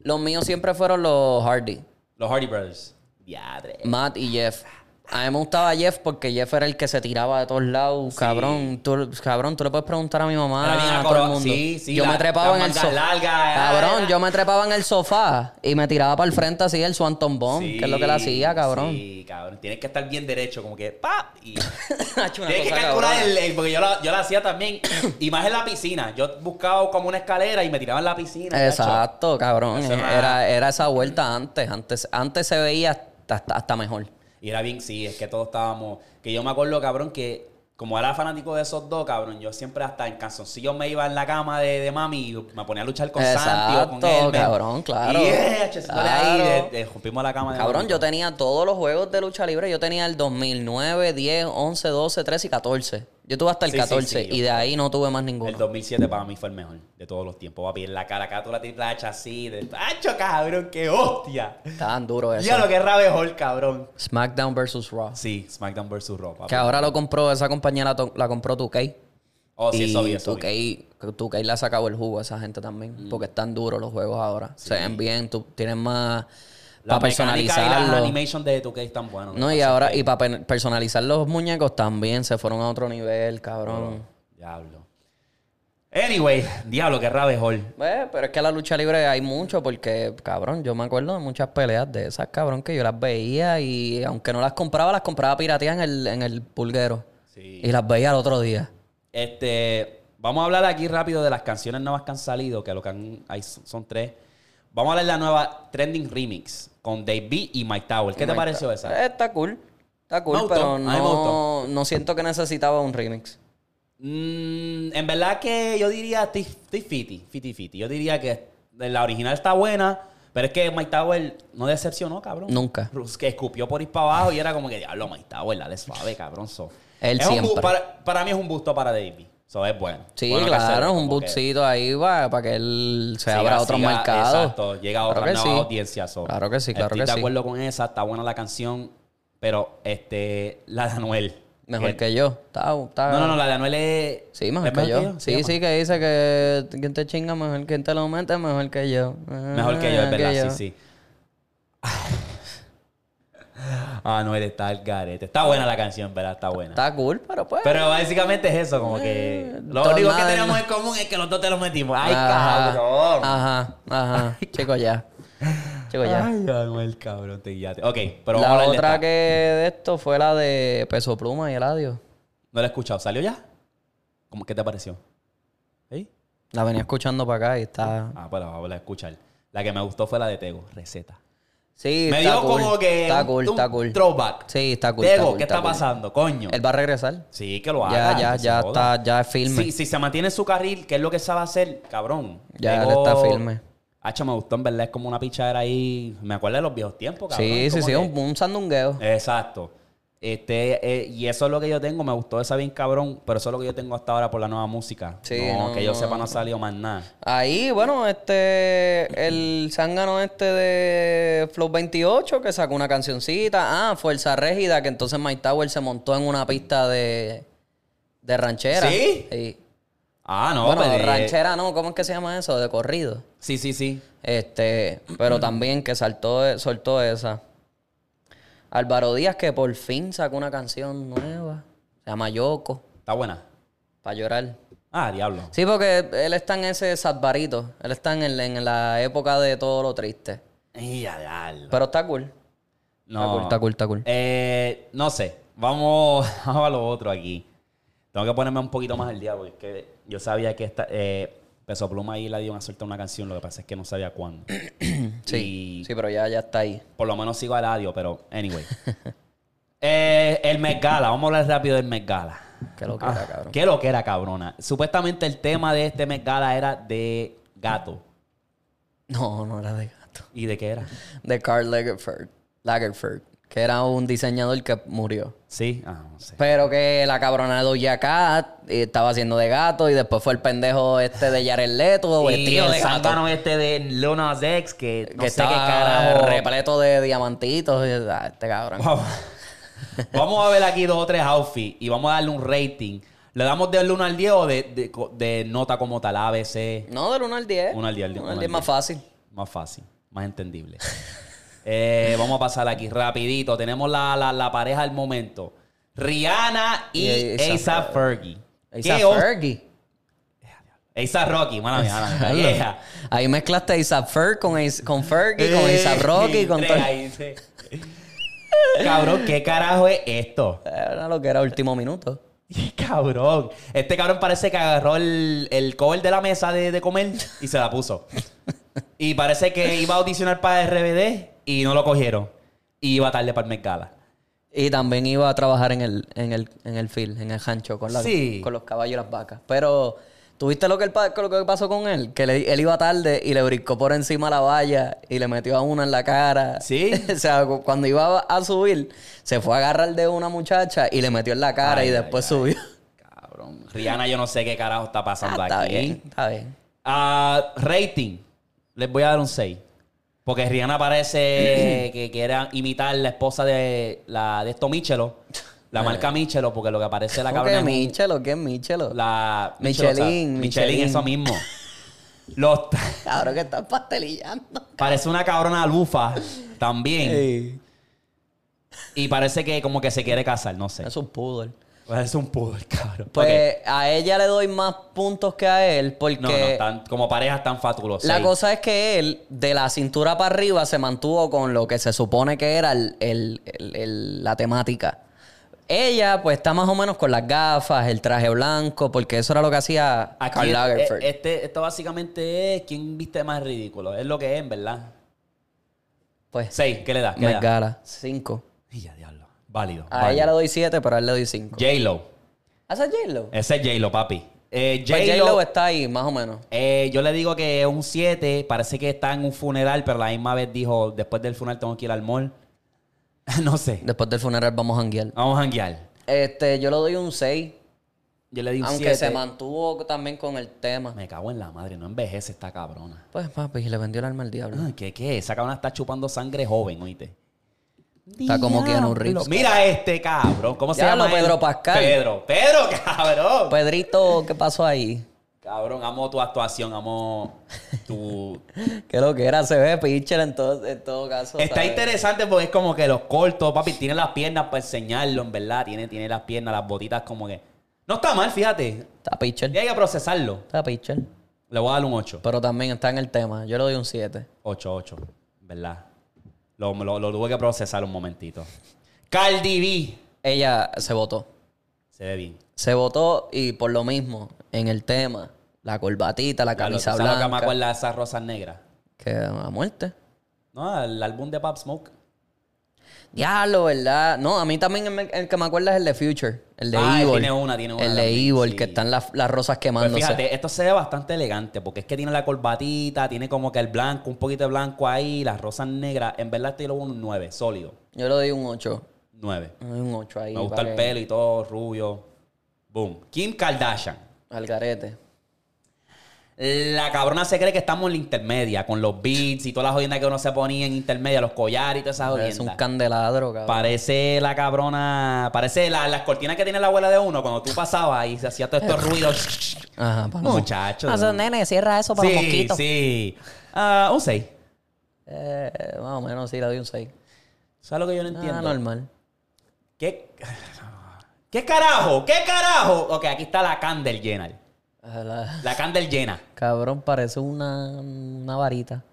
B: Los míos siempre fueron los Hardy,
A: Los Hardy Brothers. Diadre.
B: Matt y Jeff. A mí me gustaba Jeff porque Jeff era el que se tiraba de todos lados, cabrón. Tú, cabrón, tú le puedes preguntar a mi mamá,
A: Era bien
B: a todo el
A: acoro-
B: mundo.
A: sí, sí,
B: yo
A: la-
B: me
A: las
B: trepaba en el
A: mangas
B: sofá.
A: largas, eh,
B: Cabrón,
A: eh.
B: yo me trepaba en el sofá y me tiraba para el frente así el Swanton Bomb,
A: Sí,
B: que es lo que él hacía, cabrón.
A: Sí, cabrón. Tienes que estar bien derecho, como que pa y
B: Hacho, una
A: tienes que
B: cosa,
A: calcular
B: cabrón.
A: el, el- porque yo la, yo la hacía también y más en la piscina. Yo buscaba como una escalera y me tiraba en la piscina. cacho.
B: Exacto, cabrón. Eh,
A: Eso era-
B: Era, era esa vuelta antes. Antes, antes se veía hasta, hasta- hasta mejor.
A: Y era bien, sí, es que todos estábamos. Que yo me acuerdo, cabrón, que como era fanático de esos dos, cabrón, yo siempre hasta en canzoncillos me iba en la cama de, de mami y me ponía a luchar con Santi o con
B: Exacto,
A: Elmer.
B: cabrón, claro.
A: Y eh, haciéndole ahí,
B: Claro.
A: le- le rompimos la cama de
B: Cabrón,
A: mami.
B: yo tenía todos los juegos de lucha libre. Yo tenía el 2009, 10, 11, 12, 13 y 14. Yo tuve hasta el
A: Sí, sí,
B: 14
A: sí, yo-
B: y de ahí no tuve más ninguno.
A: El 2007 para mí fue el mejor de todos los tiempos. Papi, en la caracátula triple H así. De... ¡Acho, cabrón! ¡Qué hostia!
B: Estaban duros eso.
A: Ya lo que es rabejol, cabrón.
B: SmackDown versus Raw.
A: Sí, SmackDown vs. Raw, papi.
B: Que ahora lo compró, esa compañía la, to- la compró 2K.
A: Oh, sí,
B: y
A: eso vi, eso Mm. vi.
B: 2K, 2K le ha sacado el jugo a esa gente también. Porque están duros los juegos ahora. Se ven bien, tú tienes más.
A: Las
B: Para
A: mecánicas y las
B: personalizarlos.
A: animations de 2K están buenas.
B: No, y ahora, y para personalizar los muñecos también se fueron a otro nivel, cabrón.
A: Diablo. Anyway, diablo, qué rabejol.
B: Eh, pero es que la lucha libre hay mucho porque, cabrón, yo me acuerdo de muchas peleas de esas, cabrón, que yo las veía y aunque no las compraba, las compraba pirateadas en el, en el pulguero.
A: Sí.
B: Y las veía al otro día.
A: Este, vamos a hablar aquí rápido de las canciones nuevas que han salido, que lo que han, hay son son tres. Vamos a hablar de la nueva Trending Remix con Dave y Mike Tower. ¿Qué te
B: Ahí
A: pareció
B: está.
A: esa?
B: Eh, Está cool. Está cool,
A: Me gustó,
B: pero
A: a mí me gustó.
B: no, no siento que necesitaba un remix.
A: Mm, en verdad que yo diría estoy estoy fiti, fiti, fiti. Yo diría que la original está buena, pero es que Mike Tower no decepcionó, cabrón.
B: Nunca.
A: Rus- que escupió por ir para abajo y era como que diablo, Mike Tower, dale suave, cabrón. so".
B: Él
A: Es un bu-
B: siempre.
A: para, para mí es un busto para Davey. Eso es bueno.
B: Sí,
A: Bueno que
B: claro,
A: se-
B: es un
A: como que
B: bootcito ahí va, para que él se
A: siga-
B: abra a otros
A: siga-
B: mercados.
A: Exacto, llega a
B: Claro
A: otra
B: que
A: nueva
B: sí.
A: audiencia. so.
B: Claro que sí, claro
A: Estoy
B: que
A: de
B: sí.
A: acuerdo con esa, está buena la canción, pero este, la de Anuel.
B: Mejor que yo. Está, está-
A: No, no, no, la de Anuel es.
B: Sí, mejor
A: ¿es
B: que yo.
A: ¿Se
B: sí,
A: llama?
B: sí, que dice que quien te chinga mejor, quien te lo aumenta mejor que yo. Ah,
A: Mejor que yo, es verdad, sí, sí. Ah, no, él está al garete. Está buena la canción, ¿verdad? Está buena.
B: Está cool, pero pues.
A: Pero básicamente es eso, como que. Lo
B: todo
A: único que
B: nada,
A: tenemos
B: nada.
A: en común es que los dos te los metimos. ¡Ay,
B: ajá,
A: cabrón!
B: Ajá, ajá. Chico, ya. Chico, pues ya.
A: Ay, Anuel, cabrón, te guiaste. Ok, pero vamos a
B: la
A: hablar de
B: otra
A: esta.
B: que de esto fue la de Peso Pluma y Eladio.
A: No la he escuchado. ¿Salió ya? ¿Cómo, ¿Qué te pareció? ¿Sí?
B: La venía escuchando para acá y está.
A: Ah, pero vamos a escuchar. La que me gustó fue la de Tego, Receta.
B: Sí,
A: me
B: está
A: dio
B: cool.
A: como que
B: Está
A: un-
B: cool,
A: un
B: está cool.
A: throwback.
B: Sí, está cool. está
A: Tego,
B: cool,
A: ¿qué
B: está
A: está
B: cool.
A: pasando, coño?
B: Él va a regresar.
A: Sí, que lo haga.
B: Ya, ya,
A: que se
B: ya
A: joda.
B: está, ya es firme.
A: Si, si se mantiene en su carril, ¿qué es lo que sabe hacer? Cabrón.
B: Ya, él
A: Tego-
B: está firme.
A: Hacho, me gustó, en verdad, es como una pichadera ahí. Me acuerdo de los viejos tiempos, cabrón.
B: sí, sí,
A: como
B: sí,
A: que-
B: un, un sandungueo.
A: Exacto. Este, eh, y eso es lo que yo tengo, me gustó esa bien cabrón, pero eso es lo que yo tengo hasta ahora por la nueva música.
B: Sí,
A: no,
B: no,
A: que yo
B: no.
A: sepa no ha salido más nada.
B: Ahí, bueno, este, el zángano este de Flow 28 que sacó una cancioncita. Ah, Fuerza Régida, que entonces Mike Tower se montó en una pista de, de ranchera.
A: ¿Sí? Ah, no,
B: bueno,
A: pero-
B: ranchera no, ¿cómo es que se llama eso? De corrido.
A: Sí, sí, sí.
B: Este, pero también que saltó, soltó esa. Álvaro Díaz que por fin sacó una canción nueva. Se llama Yoko,
A: Está buena.
B: para llorar.
A: Ah, diablo.
B: Sí, porque él está en ese sadbarito. Él está en, el- en la época de todo lo triste.
A: Y a diablo.
B: Pero está cool. Está cool,
A: No.
B: está cool, está cool.
A: Eh, no sé. Vamos, vamos a lo otro aquí. Tengo que ponerme un poquito más al día porque es que yo sabía que esta, eh, Peso Pluma y la dio a soltar una canción. Lo que pasa es que no sabía cuándo.
B: Sí,
A: Y-
B: sí, pero ya, ya está ahí.
A: Por lo menos sigo a Eladio, pero anyway. Eh, el Met Gala, vamos a hablar rápido del Met Gala.
B: Que lo que era,
A: Ah,
B: cabrón.
A: Qué lo que era, cabrona. Supuestamente el tema de este Met Gala era de gato.
B: No, no era de gato.
A: ¿Y de qué era?
B: De Karl Lagerfeld. Lagerfeld. Que era un diseñador que murió.
A: Sí, ah, no sé.
B: Pero que la cabrona de Doja Cat eh, estaba haciendo de gato y después fue el pendejo este de Jared Leto
A: Y
B: vestido
A: el
B: de gato.
A: sangano este de Lil Nas X, que no
B: que
A: sé qué
B: estaba
A: carajo.
B: repleto de diamantitos. Y, ah, este cabrón.
A: Vamos. Vamos a ver aquí dos o tres outfits y vamos a darle un rating. ¿Le damos del 1 al 10 o de, de- co- de nota como tal? ABC.
B: No, del 1 al 10.
A: Uno al diez,
B: Uno
A: uno al
B: al 10 más
A: diez.
B: fácil.
A: Más fácil, más entendible. Eh, vamos a pasar aquí rapidito. Tenemos la, la- la pareja del momento. Rihanna y
B: Y A$AP
A: A$AP Fergie.
B: Isa
A: ¿Qué os-
B: Fergie.
A: A$AP Rocky, mala mía, mala mía. Yeah.
B: Ahí mezclaste a Isa Ferg con, Is- con Fergie, con Isa Rocky, con
A: Entré
B: todo.
A: Eh, ahí, sí. Cabrón, ¿qué carajo es esto?
B: Era lo que era Eh, último minuto.
A: Cabrón. Este cabrón parece que agarró el, el cover de la mesa de, de comer y se la puso. Y parece que iba a audicionar para RBD y no lo cogieron. Y iba tarde para el Met Gala.
B: Y también iba a trabajar en el, en el, en el field, en el rancho, con, la-
A: Sí.
B: con los caballos y las vacas. Pero, ¿tuviste lo que, él pa- lo que pasó con él? Que le- él iba tarde y le brincó por encima la valla y le metió a una en la cara.
A: Sí.
B: o sea, cu- cuando iba a subir, se fue a agarrar de una muchacha y le metió en la cara
A: Ay,
B: y
A: ay,
B: después
A: ay.
B: subió.
A: Cabrón. Rihanna, yo no sé qué carajo está pasando
B: Ah, está
A: aquí.
B: bien, está bien.
A: Ah, rating. Les voy a dar un 6. Porque Rihanna parece que quiera imitar la esposa de, la, de esto Michelo. La marca Michelo, porque lo que aparece la
B: Eh. ¿Cómo
A: cabrona
B: que
A: es un-
B: Michelo? ¿Qué es Michelo?
A: La
B: Michelin,
A: Michelin, Michelin,
B: Michelin.
A: eso mismo. Los-
B: Cabrón, que estás pastelillando.
A: parece una cabrona lufa también.
B: Ey,
A: Y parece que como que se quiere casar, no sé.
B: es un poodle.
A: Parece un pudor, cabrón.
B: Pues a ella le doy más puntos que a él porque...
A: Ok. no, no, están- como pareja están fatulos.
B: La cosa es que él, de la cintura para arriba, se mantuvo con lo que se supone que era el- el- el- el- la temática. Ella, pues, está más o menos con las gafas, el traje blanco, porque eso era lo que hacía Karl Lagerfeld.
A: Este, esto básicamente es quién viste más ridículo. Es lo que es, ¿verdad?
B: pues,
A: Seis, ¿qué le das? ¿Qué le
B: Met
A: das?
B: Gala, cinco.
A: Y ya, diablo. Válido.
B: A
A: válido.
B: ella le doy siete, pero a él le doy cinco.
A: J-Lo.
B: ¿Hace J-Lo?
A: Ese es J-Lo, papi. Eh,
B: Pues
A: J-Lo
B: J-Lo está ahí, más o menos.
A: Eh, yo le digo que es un 7. Parece que está en un funeral, pero la misma vez dijo, después del funeral tengo que ir al mall. no sé.
B: Después del funeral vamos a janguear.
A: Vamos a janguear.
B: Este, yo le doy un seis,
A: Yo le di un 7.
B: aunque se mantuvo también con el tema.
A: Me cago en la madre, no envejece esta cabrona.
B: Pues, papi, le vendió el alma al diablo.
A: Ay, ¿Qué, qué? Esa cabrona está chupando sangre joven, oíste.
B: Está como
A: Diablo.
B: Keanu Reeves,
A: Mira este cabrón. ¿Cómo se
B: Diablo,
A: llama? él?
B: Pedro Pascal.
A: Pedro, Pedro, cabrón.
B: Pedrito, ¿qué pasó ahí?
A: Cabrón, amo tu actuación, amo tu,
B: Que lo que era, se ve pitcher en todo, en todo caso.
A: Está
B: ¿sabes?
A: interesante porque es como que los cortos, papi, tiene las piernas para enseñarlo, en verdad. Tiene, tiene las piernas, las botitas como que. No está mal, fíjate.
B: Está pitcher.
A: Tiene que procesarlo.
B: Está pitcher.
A: Le voy a dar un 8.
B: Pero también está en el tema. Yo le doy un 7.
A: 8, 8. ¿Verdad? Lo, lo- lo tuve que procesar un momentito. Cardi B.
B: Ella se votó.
A: Se ve bien.
B: Se votó y por lo mismo, en el tema, la corbatita, la
A: Ya lo-
B: camisa
A: ¿sabes lo que me
B: blanca.
A: acuerda de esas rosas negras?
B: Que a muerte.
A: No, el álbum de Pop Smoke.
B: Diablo, ¿verdad? No, a mí también el, el que me acuerda es el de Future. El de
A: Ah, él
B: Evil.
A: tiene una, tiene una
B: El de
A: también,
B: Evil,
A: sí.
B: que están las, las rosas
A: Pues
B: quemándose.
A: fíjate, esto se ve bastante elegante porque es que tiene la corbatita, tiene como que el blanco, un poquito de blanco ahí, las rosas negras. En verdad, este yo le voy a un 9, sólido.
B: Yo le doy un 8.
A: 9.
B: Un 8 ahí.
A: Me gusta
B: para
A: el
B: que-
A: pelo y todo, rubio. Boom. Kim Kardashian.
B: Al garete.
A: La cabrona se cree que estamos en la intermedia, con los beats y todas las jodiendas que uno se ponía en intermedia, los collares y todas esas jodiendas.
B: Es un candelabro, cabrón.
A: Parece la cabrona. Parece la- las cortinas que tiene la abuela de uno cuando tú pasabas y se hacía este todos estos ruidos.
B: Ajá, para los
A: Muchachos.
B: Ah, nene, cierra eso para los
A: Sí,
B: mosquitos.
A: sí. Ah, un 6.
B: Eh, más o menos, sí, le doy un 6.
A: ¿Sabes lo que yo no entiendo?
B: Ah, normal.
A: ¿Qué... ¿Qué carajo? ¿Qué carajo? Ok, aquí está la candel llena.
B: Ah, la-
A: La candel llena.
B: Cabrón, parece una, una varita.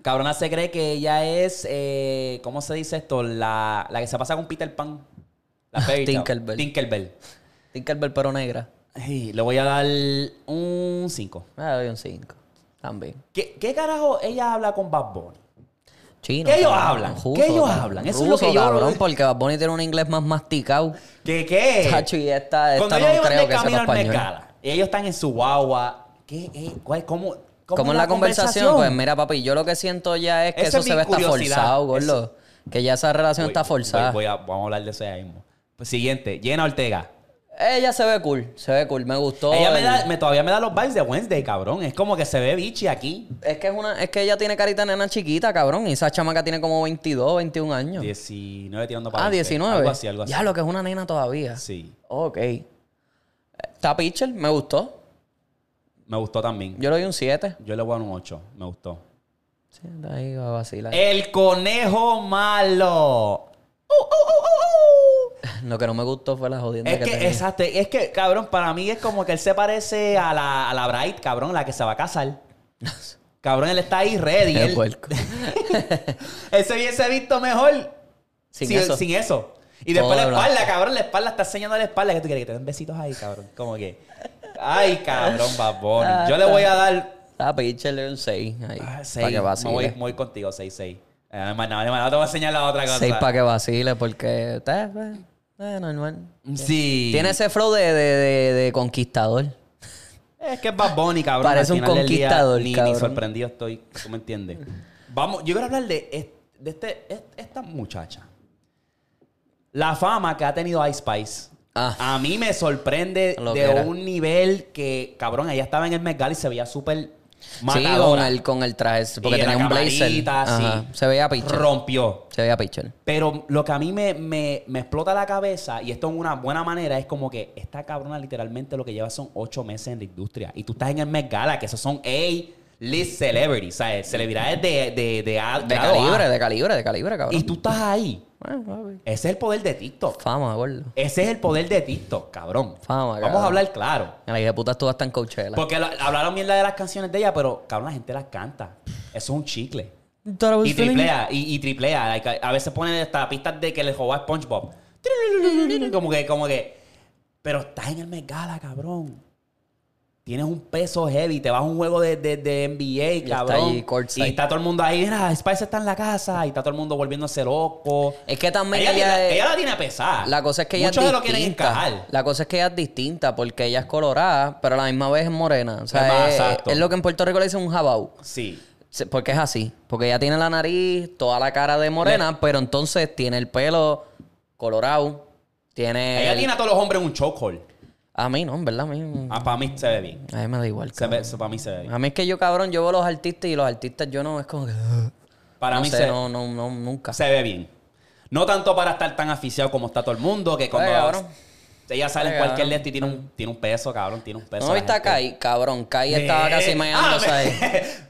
A: Cabrona se cree que ella es, eh, ¿cómo se dice esto? La, la que se pasa con Peter Pan. La Fairy Tale.
B: Tinkerbell.
A: Tinkerbell.
B: Tinkerbell, pero negra.
A: Ay, le voy a dar un 5.
B: Ah, le doy un 5. También.
A: ¿Qué, qué carajo ella habla con Bad Bunny?
B: Chino.
A: ¿Qué ellos
B: cabrón,
A: hablan?
B: ruso,
A: ¿Qué ellos
B: cabrón,
A: hablan? Eso es lo que yo-
B: cabrón, porque Bad Bunny tiene un inglés más masticado.
A: ¿Qué qué?
B: Tacho, y esta, esta
A: Cuando
B: no
A: ellos iban
B: creo
A: de
B: que
A: camino
B: sepa
A: al
B: español.
A: Mezcala, y ellos están en su guagua, ¿qué es? ¿Cuál- ¿Cómo, cómo,
B: ¿Cómo es la conversación? Pues mira, papi, yo lo que siento ya es que
A: Esa
B: eso
A: es
B: se
A: mi
B: ve está
A: curiosidad.
B: forzado, gordo.
A: Eso-
B: Que ya esa relación
A: Voy-
B: está forzada.
A: voy- voy a- vamos a hablar de eso ya mismo. Pues siguiente, Jenna Ortega.
B: Ella se ve cool, se ve cool, me gustó.
A: Ella me
B: el-
A: da, me- todavía me da los vibes de Wednesday, cabrón. Es como que se ve bichi aquí.
B: Es que es una, es que ella tiene carita de nena chiquita, cabrón, y esa chamaca tiene como 22, 21 años.
A: 19 tirando para
B: ah,
A: 20.
B: 19.
A: Algo así, algo así.
B: Ya lo que es una nena todavía.
A: Sí,
B: Ok. Está pitcher, me gustó.
A: me gustó también.
B: Yo le doy un 7.
A: Yo le voy a dar un 8, me gustó.
B: Sí, de ahí va a vacilar.
A: El conejo malo.
B: Uh, Lo que no me gustó fue la jodienda
A: Es
B: uh, que,
A: que,
B: tenía.
A: exacto, es que, cabrón, para mí es como que él se parece a la, a la Bright, cabrón, la que se va a casar. Cabrón, él está ahí ready.
B: El
A: él-
B: puerco.
A: él se hubiese visto mejor
B: Sin
A: sin,
B: eso.
A: sin eso. Y
B: Todo
A: después la
B: de
A: espalda, cabrón, la espalda está enseñando la espalda. que tú quieres? Que te den besitos ahí, cabrón. Como que. Ay, cabrón, babón. Yo le voy a dar
B: Está pitcher, le doy pues, un 6. Ahí,
A: Ah,
B: Para
A: seis.
B: que
A: Me voy, me
B: vacile.
A: voy contigo, Eh, 6-6. Además, no, además, no te voy a enseñar la otra cosa.
B: 6 para que vacile, porque. Está, eh, eh, normal.
A: Sí.
B: Tiene ese flow de, de, de, de conquistador.
A: Es que es Bad Bunny, cabrón.
B: Parece
A: Al
B: un
A: final del día,
B: conquistador,
A: ni- Ni,
B: cabrón.
A: sorprendido estoy, ¿tú me entiendes? Vamos, yo quiero hablar de, es- de este, es- esta muchacha. La fama que ha tenido Ice Spice.
B: Ah.
A: A mí me sorprende
B: Lo que
A: de
B: era.
A: un nivel que, cabrón, ella estaba en el Met Gala y se veía súper
B: Sí, con
A: matadora.
B: el, con el traje.
A: Y
B: Porque
A: la
B: tenía un blazer.
A: camarita, sí.
B: Ajá, Se veía pitcher.
A: Rompió.
B: Se veía pitcher.
A: Pero lo que a mí me, me- me explota la cabeza, y esto en una buena manera, es como que esta cabrona literalmente lo que lleva son ocho meses en la industria. Y tú estás en el Met Gala, que esos son A-list celebrities, ¿sabes? Celebridades de, de, de, A-
B: De
A: grado A.
B: calibre, de calibre, de calibre, cabrón.
A: Y tú estás ahí.
B: Bueno, papi.
A: Ese es el poder de TikTok.
B: Fama, gordo.
A: Ese es el poder de TikTok, cabrón.
B: Fama,
A: Vamos
B: cabrón.
A: a hablar claro.
B: Mira, hija de puta estuvo hasta en Coachella.
A: Porque lo- hablaron mierda de las canciones de ella, pero cabrón, la gente las canta. Eso es un chicle. Y triplea, y, y triplea. Like, a- a veces ponen hasta pistas de que le jugó a SpongeBob. Como que, como que. Pero estás en el Met Gala, cabrón. Tienes un peso heavy, te vas a un juego de, de, de NBA,
B: está
A: cabrón.
B: ahí courtside.
A: y está todo el mundo ahí, mira, Spice está en la casa, y está todo el mundo volviéndose loco.
B: Es que también
A: Ella,
B: ella
A: tiene-
B: es-
A: ella la tiene pesada.
B: La cosa es que ella
A: Muchos
B: es
A: se lo quieren
B: distinta.
A: encajar.
B: La cosa es que ella es distinta porque ella es colorada, pero a la misma vez es morena. O
A: Es más,
B: sea, es,
A: exacto.
B: es lo que en Puerto Rico le dicen un jabau.
A: Sí.
B: Se- Porque es así. Porque ella tiene la nariz, toda la cara de morena, pero entonces tiene el pelo colorado. Tiene.
A: Ella
B: el-
A: tiene a todos los hombres en un chokehold.
B: A mí no, en verdad. A mí,
A: Ah, para mí se ve bien.
B: a mí me da igual.
A: Se
B: cabrón.
A: ve- se- para mí se ve bien.
B: A mí es que yo, cabrón, yo veo los artistas y los artistas yo no, es como que.
A: Para
B: no
A: mí
B: sé,
A: se,
B: no, no, no, nunca.
A: se ve bien. No tanto para estar tan asfixiado como está todo el mundo, que cuando
B: Oye, Eh, cabrón.
A: ella sale en
B: Oye,
A: cualquier
B: cabrón.
A: lista y tiene un, tiene un peso, cabrón, tiene un peso. la
B: No viste a
A: gente.
B: Kai, cabrón. Kai estaba
A: Eh,
B: casi meándose
A: ah,
B: ahí.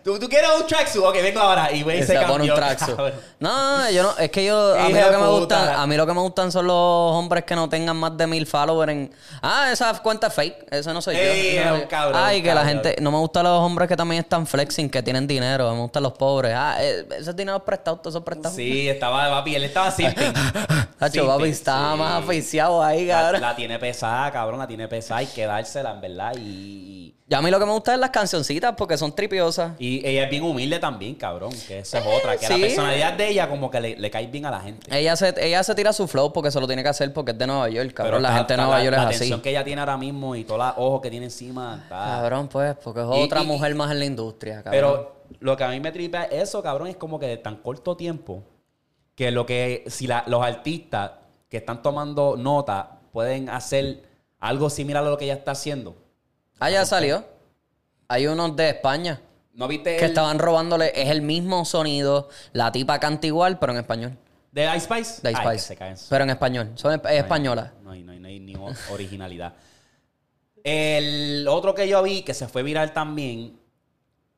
A: ¿Tú, tú quieres un tracksuit? Ok, vengo ahora. Y ve y
B: Y
A: se,
B: se pone
A: cambió,
B: un traxo.
A: cabrón.
B: No, yo no, es que yo a mí
A: Hija
B: lo
A: de
B: que me
A: puta.
B: gustan, a mí lo que me gustan son los hombres que no tengan más de mil followers en Ah, esa cuenta es fake, eso no soy
A: Ey,
B: yo. Eso no soy
A: un
B: yo.
A: cabrón,
B: Ay, que la
A: cabrón.
B: gente, no me gustan los hombres que también están flexing, que tienen dinero, me gustan los pobres. Ah, eh, esos dineros prestados, todos esos prestados.
A: Sí, estaba, papi, él estaba simping.
B: Hacho, papi, estaba más aficiado ahí,
A: La,
B: cabrón.
A: la tiene pesada, cabrón, la tiene pesada. Hay que dársela, en verdad. Y,
B: Y a mí lo que me gusta es las cancioncitas porque son tripiosas.
A: y ella es bien humilde también, cabrón. Que esa es otra. Que la
B: Eh, sí.
A: personalidad de ella como que le, le cae bien a la gente.
B: Ella se, ella se tira su flow porque se lo tiene que hacer porque es de Nueva York, cabrón. la
A: está-
B: gente de
A: está
B: Nueva
A: la-
B: York
A: La
B: es así.
A: tensión que ella tiene ahora mismo y todos los ojos que tiene encima. está-
B: Cabrón, pues, porque es
A: Y-
B: otra
A: y-
B: mujer más en la industria, cabrón.
A: Pero lo que a mí me tripa es eso, cabrón, es como que de tan corto tiempo que lo que si la- los artistas que están tomando nota pueden hacer algo similar a lo que ella está haciendo.
B: Ah, ya salió. Hay unos de España
A: ¿No viste
B: que
A: el
B: estaban robándole. Es el mismo sonido. La tipa canta igual, pero en español.
A: de Ice Spice?
B: De Ice
A: Ay, que
B: Spice.
A: se caen.
B: Pero en español. Son, es española.
A: No hay, no hay- no hay ni o- originalidad. El otro que yo vi que se fue viral también,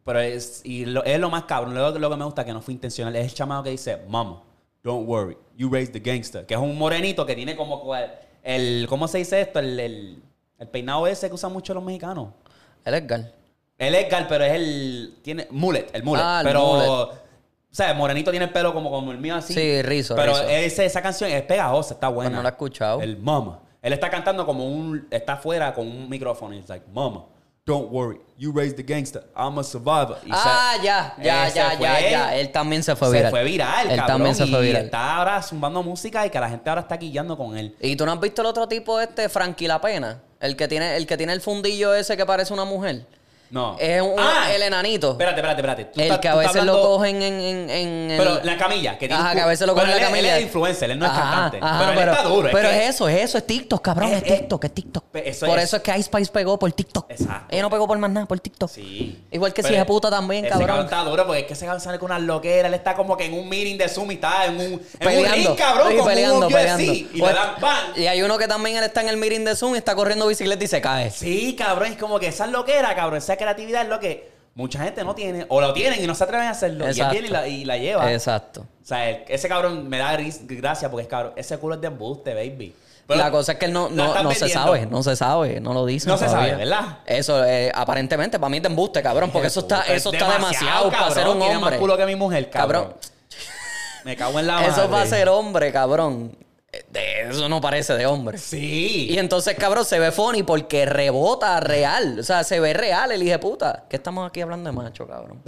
A: pero es, y lo- es lo más cabrón, lo, lo que me gusta que no fue intencional, es el chamado que dice, Mama, don't worry, you raised the gangster. Que es un morenito que tiene como cual- el, ¿cómo se dice esto? El, el- el peinado ese que usan mucho los mexicanos.
B: El Edgar.
A: El Edgar, pero es el, tiene, mullet, el mullet.
B: Ah, el
A: pero,
B: mullet.
A: o sea, el morenito tiene el pelo como, como el mío así.
B: Sí, rizo,
A: Pero
B: rizo.
A: ese- esa canción es pegajosa, está buena.
B: Pues no la he escuchado.
A: El mama. Él está cantando como un. Está afuera con un micrófono. Y es like, mama, don't worry. You raised the gangster. I'm a survivor. Y se-
B: ah, ya, ya,
A: Ese
B: ya,
A: fue
B: ya,
A: él.
B: ya. Él también se fue viral.
A: Se fue viral,
B: Él
A: cabrón.
B: también se fue
A: y
B: viral.
A: está ahora zumbando música y que la gente ahora está guillando con él.
B: ¿Y tú no has visto el otro tipo este, Frankie La Pena? El que tiene el, que tiene el fundillo ese que parece una mujer.
A: No.
B: Es un-
A: Ah,
B: el enanito.
A: Espérate, espérate, espérate. Tú
B: el
A: estás-
B: que a
A: tú estás
B: veces lo
A: hablando-
B: cogen en... en, en el-
A: Pero la camilla. Que tiene
B: Ajá,
A: un-
B: que a veces lo cogen
A: Pero
B: en la
A: él es-
B: camilla.
A: Él es influencer, él no es
B: Ajá,
A: cantante.
B: ajá,
A: pero, él está duro.
B: pero
A: que-
B: es, eso, es eso, es TikTok, cabrón,
A: Es-
B: es,
A: es-
B: TikTok, es TikTok.
A: Pe- eso
B: por
A: es-
B: eso es que Ice Spice pegó por TikTok.
A: Exacto.
B: Ella no pegó por más nada, por TikTok.
A: Sí.
B: Igual que si
A: Pero
B: es puta también,
A: ese
B: cabrón.
A: está duro porque es que ese cabrón sale con unas loqueras. Él está como que en un meeting de Zoom y está en un, en un
B: Peleando,
A: ring, cabrón,
B: sí,
A: con
B: peleando,
A: un UFC.
B: peleando. Pues
A: Y
B: O-
A: le dan pan.
B: Y hay uno que también él está en el meeting de Zoom y está corriendo bicicleta y se cae.
A: Sí, cabrón, es como que esa loquera, cabrón, esa creatividad es lo que mucha gente no tiene. O lo tienen y no se atreven a hacerlo.
B: Exacto.
A: Y él viene y la, y la lleva.
B: Exacto.
A: O sea, el- ese cabrón me da gris- gracia porque es cabrón, ese culo es de embuste, baby. Pero
B: la cosa es que él no,
A: la
B: no,
A: están
B: no se
A: vendiendo.
B: sabe, no se sabe, no lo dicen
A: No se
B: todavía.
A: sabe, ¿verdad?
B: Eso, eh, aparentemente, para mí es de embuste, cabrón, porque eso está,
A: Puta,
B: eso
A: es
B: está demasiado, para ser
A: cabrón,
B: un
A: tiene
B: hombre.
A: más culo que mi mujer, cabrón.
B: Cabrón.
A: Me cago en la madre.
B: Eso para ser hombre, cabrón. Eh, de- Eso no parece de hombre.
A: Sí.
B: Y entonces, cabrón, se ve funny porque rebota real. O sea, se ve real el hijo de puta. ¿Qué estamos aquí hablando de macho, cabrón?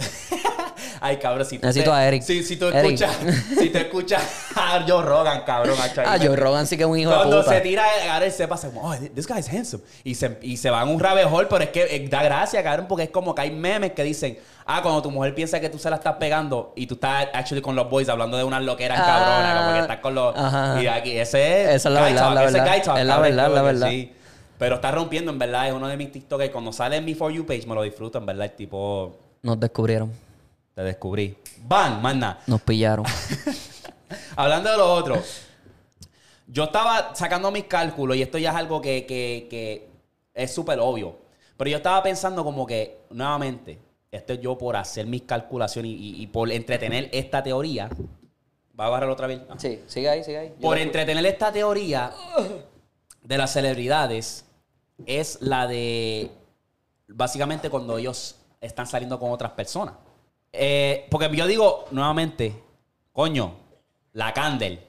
A: Ay, cabrón, si tú
B: Necesito
A: te-
B: a Eric.
A: Si, si tú
B: Eric.
A: escuchas, si te escuchas a Joe Rogan, cabrón, macho, ahí
B: Ah,
A: me-
B: Joe Rogan sí que es un hijo
A: Cuando
B: de puta.
A: se tira, ahora él se pasa como, oh, this guy is handsome. Y se, y se va en un rabejol, pero es que eh, da gracia, cabrón, porque es como que hay memes que dicen, ah, cuando tu mujer piensa que tú se la estás pegando y tú estás actually con los boys hablando de unas loqueras
B: Ah,
A: cabronas, como que estás con los.
B: ajá.
A: Y aquí, ese es.
B: Esa es la
A: guy
B: verdad,
A: talk,
B: la
A: ese
B: verdad.
A: guy talk,
B: Es la
A: cabrón,
B: verdad, la
A: creo que
B: verdad.
A: sí. Pero está rompiendo, en verdad, es uno de mis TikTok que cuando sale en mi For You page me lo disfruto, en verdad, el tipo,
B: Nos descubrieron,
A: te descubrí. ¡Bam! Más nada.
B: nos pillaron.
A: Hablando de lo otro, yo estaba sacando mis cálculos y esto ya es algo que, que- que es súper obvio. Pero yo estaba pensando como que, nuevamente, esto es yo por hacer mis calculaciones y, y- y por entretener esta teoría. ¿Va a agarrar otra vez? Ah.
B: Sí, sigue ahí, sigue ahí. Yo
A: Por
B: lo-
A: entretener esta teoría de las celebridades es la de básicamente cuando ellos están saliendo con otras personas. Eh, porque yo digo nuevamente, coño, la Candel.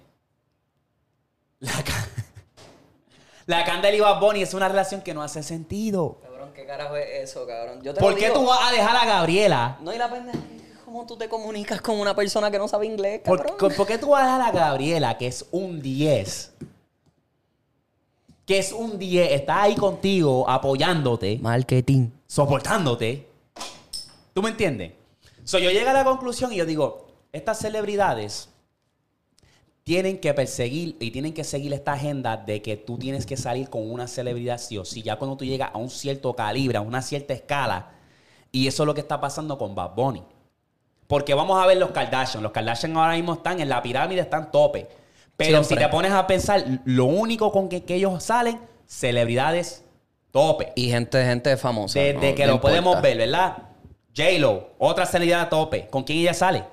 A: La, Ca- la Candel y Bad Bunny es una relación que no hace sentido.
B: Cabrón, ¿qué carajo es eso, cabrón? Yo te
A: ¿Por
B: lo
A: qué
B: digo.
A: tú vas a dejar a Gabriela?
B: No, y la pendeja, ¿cómo tú te comunicas con una persona que no sabe inglés,
A: ¿Por,
B: cabrón?
A: por qué tú vas a dejar a Gabriela, que es un 10? Que es un 10, está ahí contigo, apoyándote,
B: Marketing.
A: soportándote. ¿Tú me entiendes? So, yo llego a la conclusión y yo digo, estas celebridades tienen que perseguir y tienen que seguir esta agenda de que tú tienes que salir con una celebridad sí o sí. Ya cuando tú llegas a un cierto calibre, a una cierta escala, y eso es lo que está pasando con Bad Bunny. Porque vamos a ver los Kardashian. Los Kardashian ahora mismo están en la pirámide, están tope. Pero
B: Siempre.
A: si te pones a pensar, lo único con que, que ellos salen, celebridades tope.
B: Y gente, gente famosa.
A: Desde
B: ¿no?
A: que
B: No
A: lo
B: importa.
A: podemos ver, ¿verdad? J-Lo, otra celebridad a tope. ¿Con quién ella sale?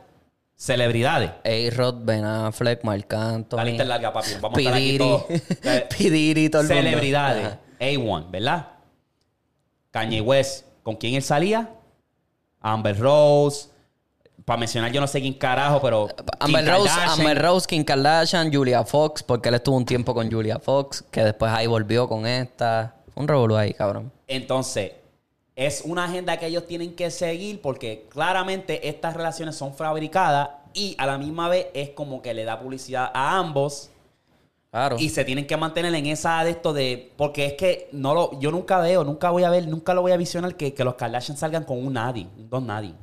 A: Celebridades.
B: A-Rod, Ben Affleck, Marc Anthony.
A: La lista es larga, papi. Vamos a estar aquí
B: Pidiri.
A: todos. Eh,
B: Pidiri, todo el mundo.
A: Celebridades.
B: Ajá.
A: A1, ¿verdad? Kanye West, ¿con quién él salía? Amber Rose. Para mencionar, yo no sé quién carajo, pero.
B: Amber
A: Kim
B: Rose,
A: Kardashian.
B: Amber Rose, Kim Kardashian, Julia Fox, porque él estuvo un tiempo con Julia Fox, que después ahí volvió con esta. Fue Un revolú ahí, cabrón.
A: Entonces, es una agenda que ellos tienen que seguir porque claramente estas relaciones son fabricadas y a la misma vez es como que le da publicidad a ambos.
B: Claro.
A: Y se tienen que mantener en esa de esto de. Porque es que no lo, yo nunca veo, nunca voy a ver, nunca lo voy a visionar que, que los Kardashian salgan con un nadie, un don nadie.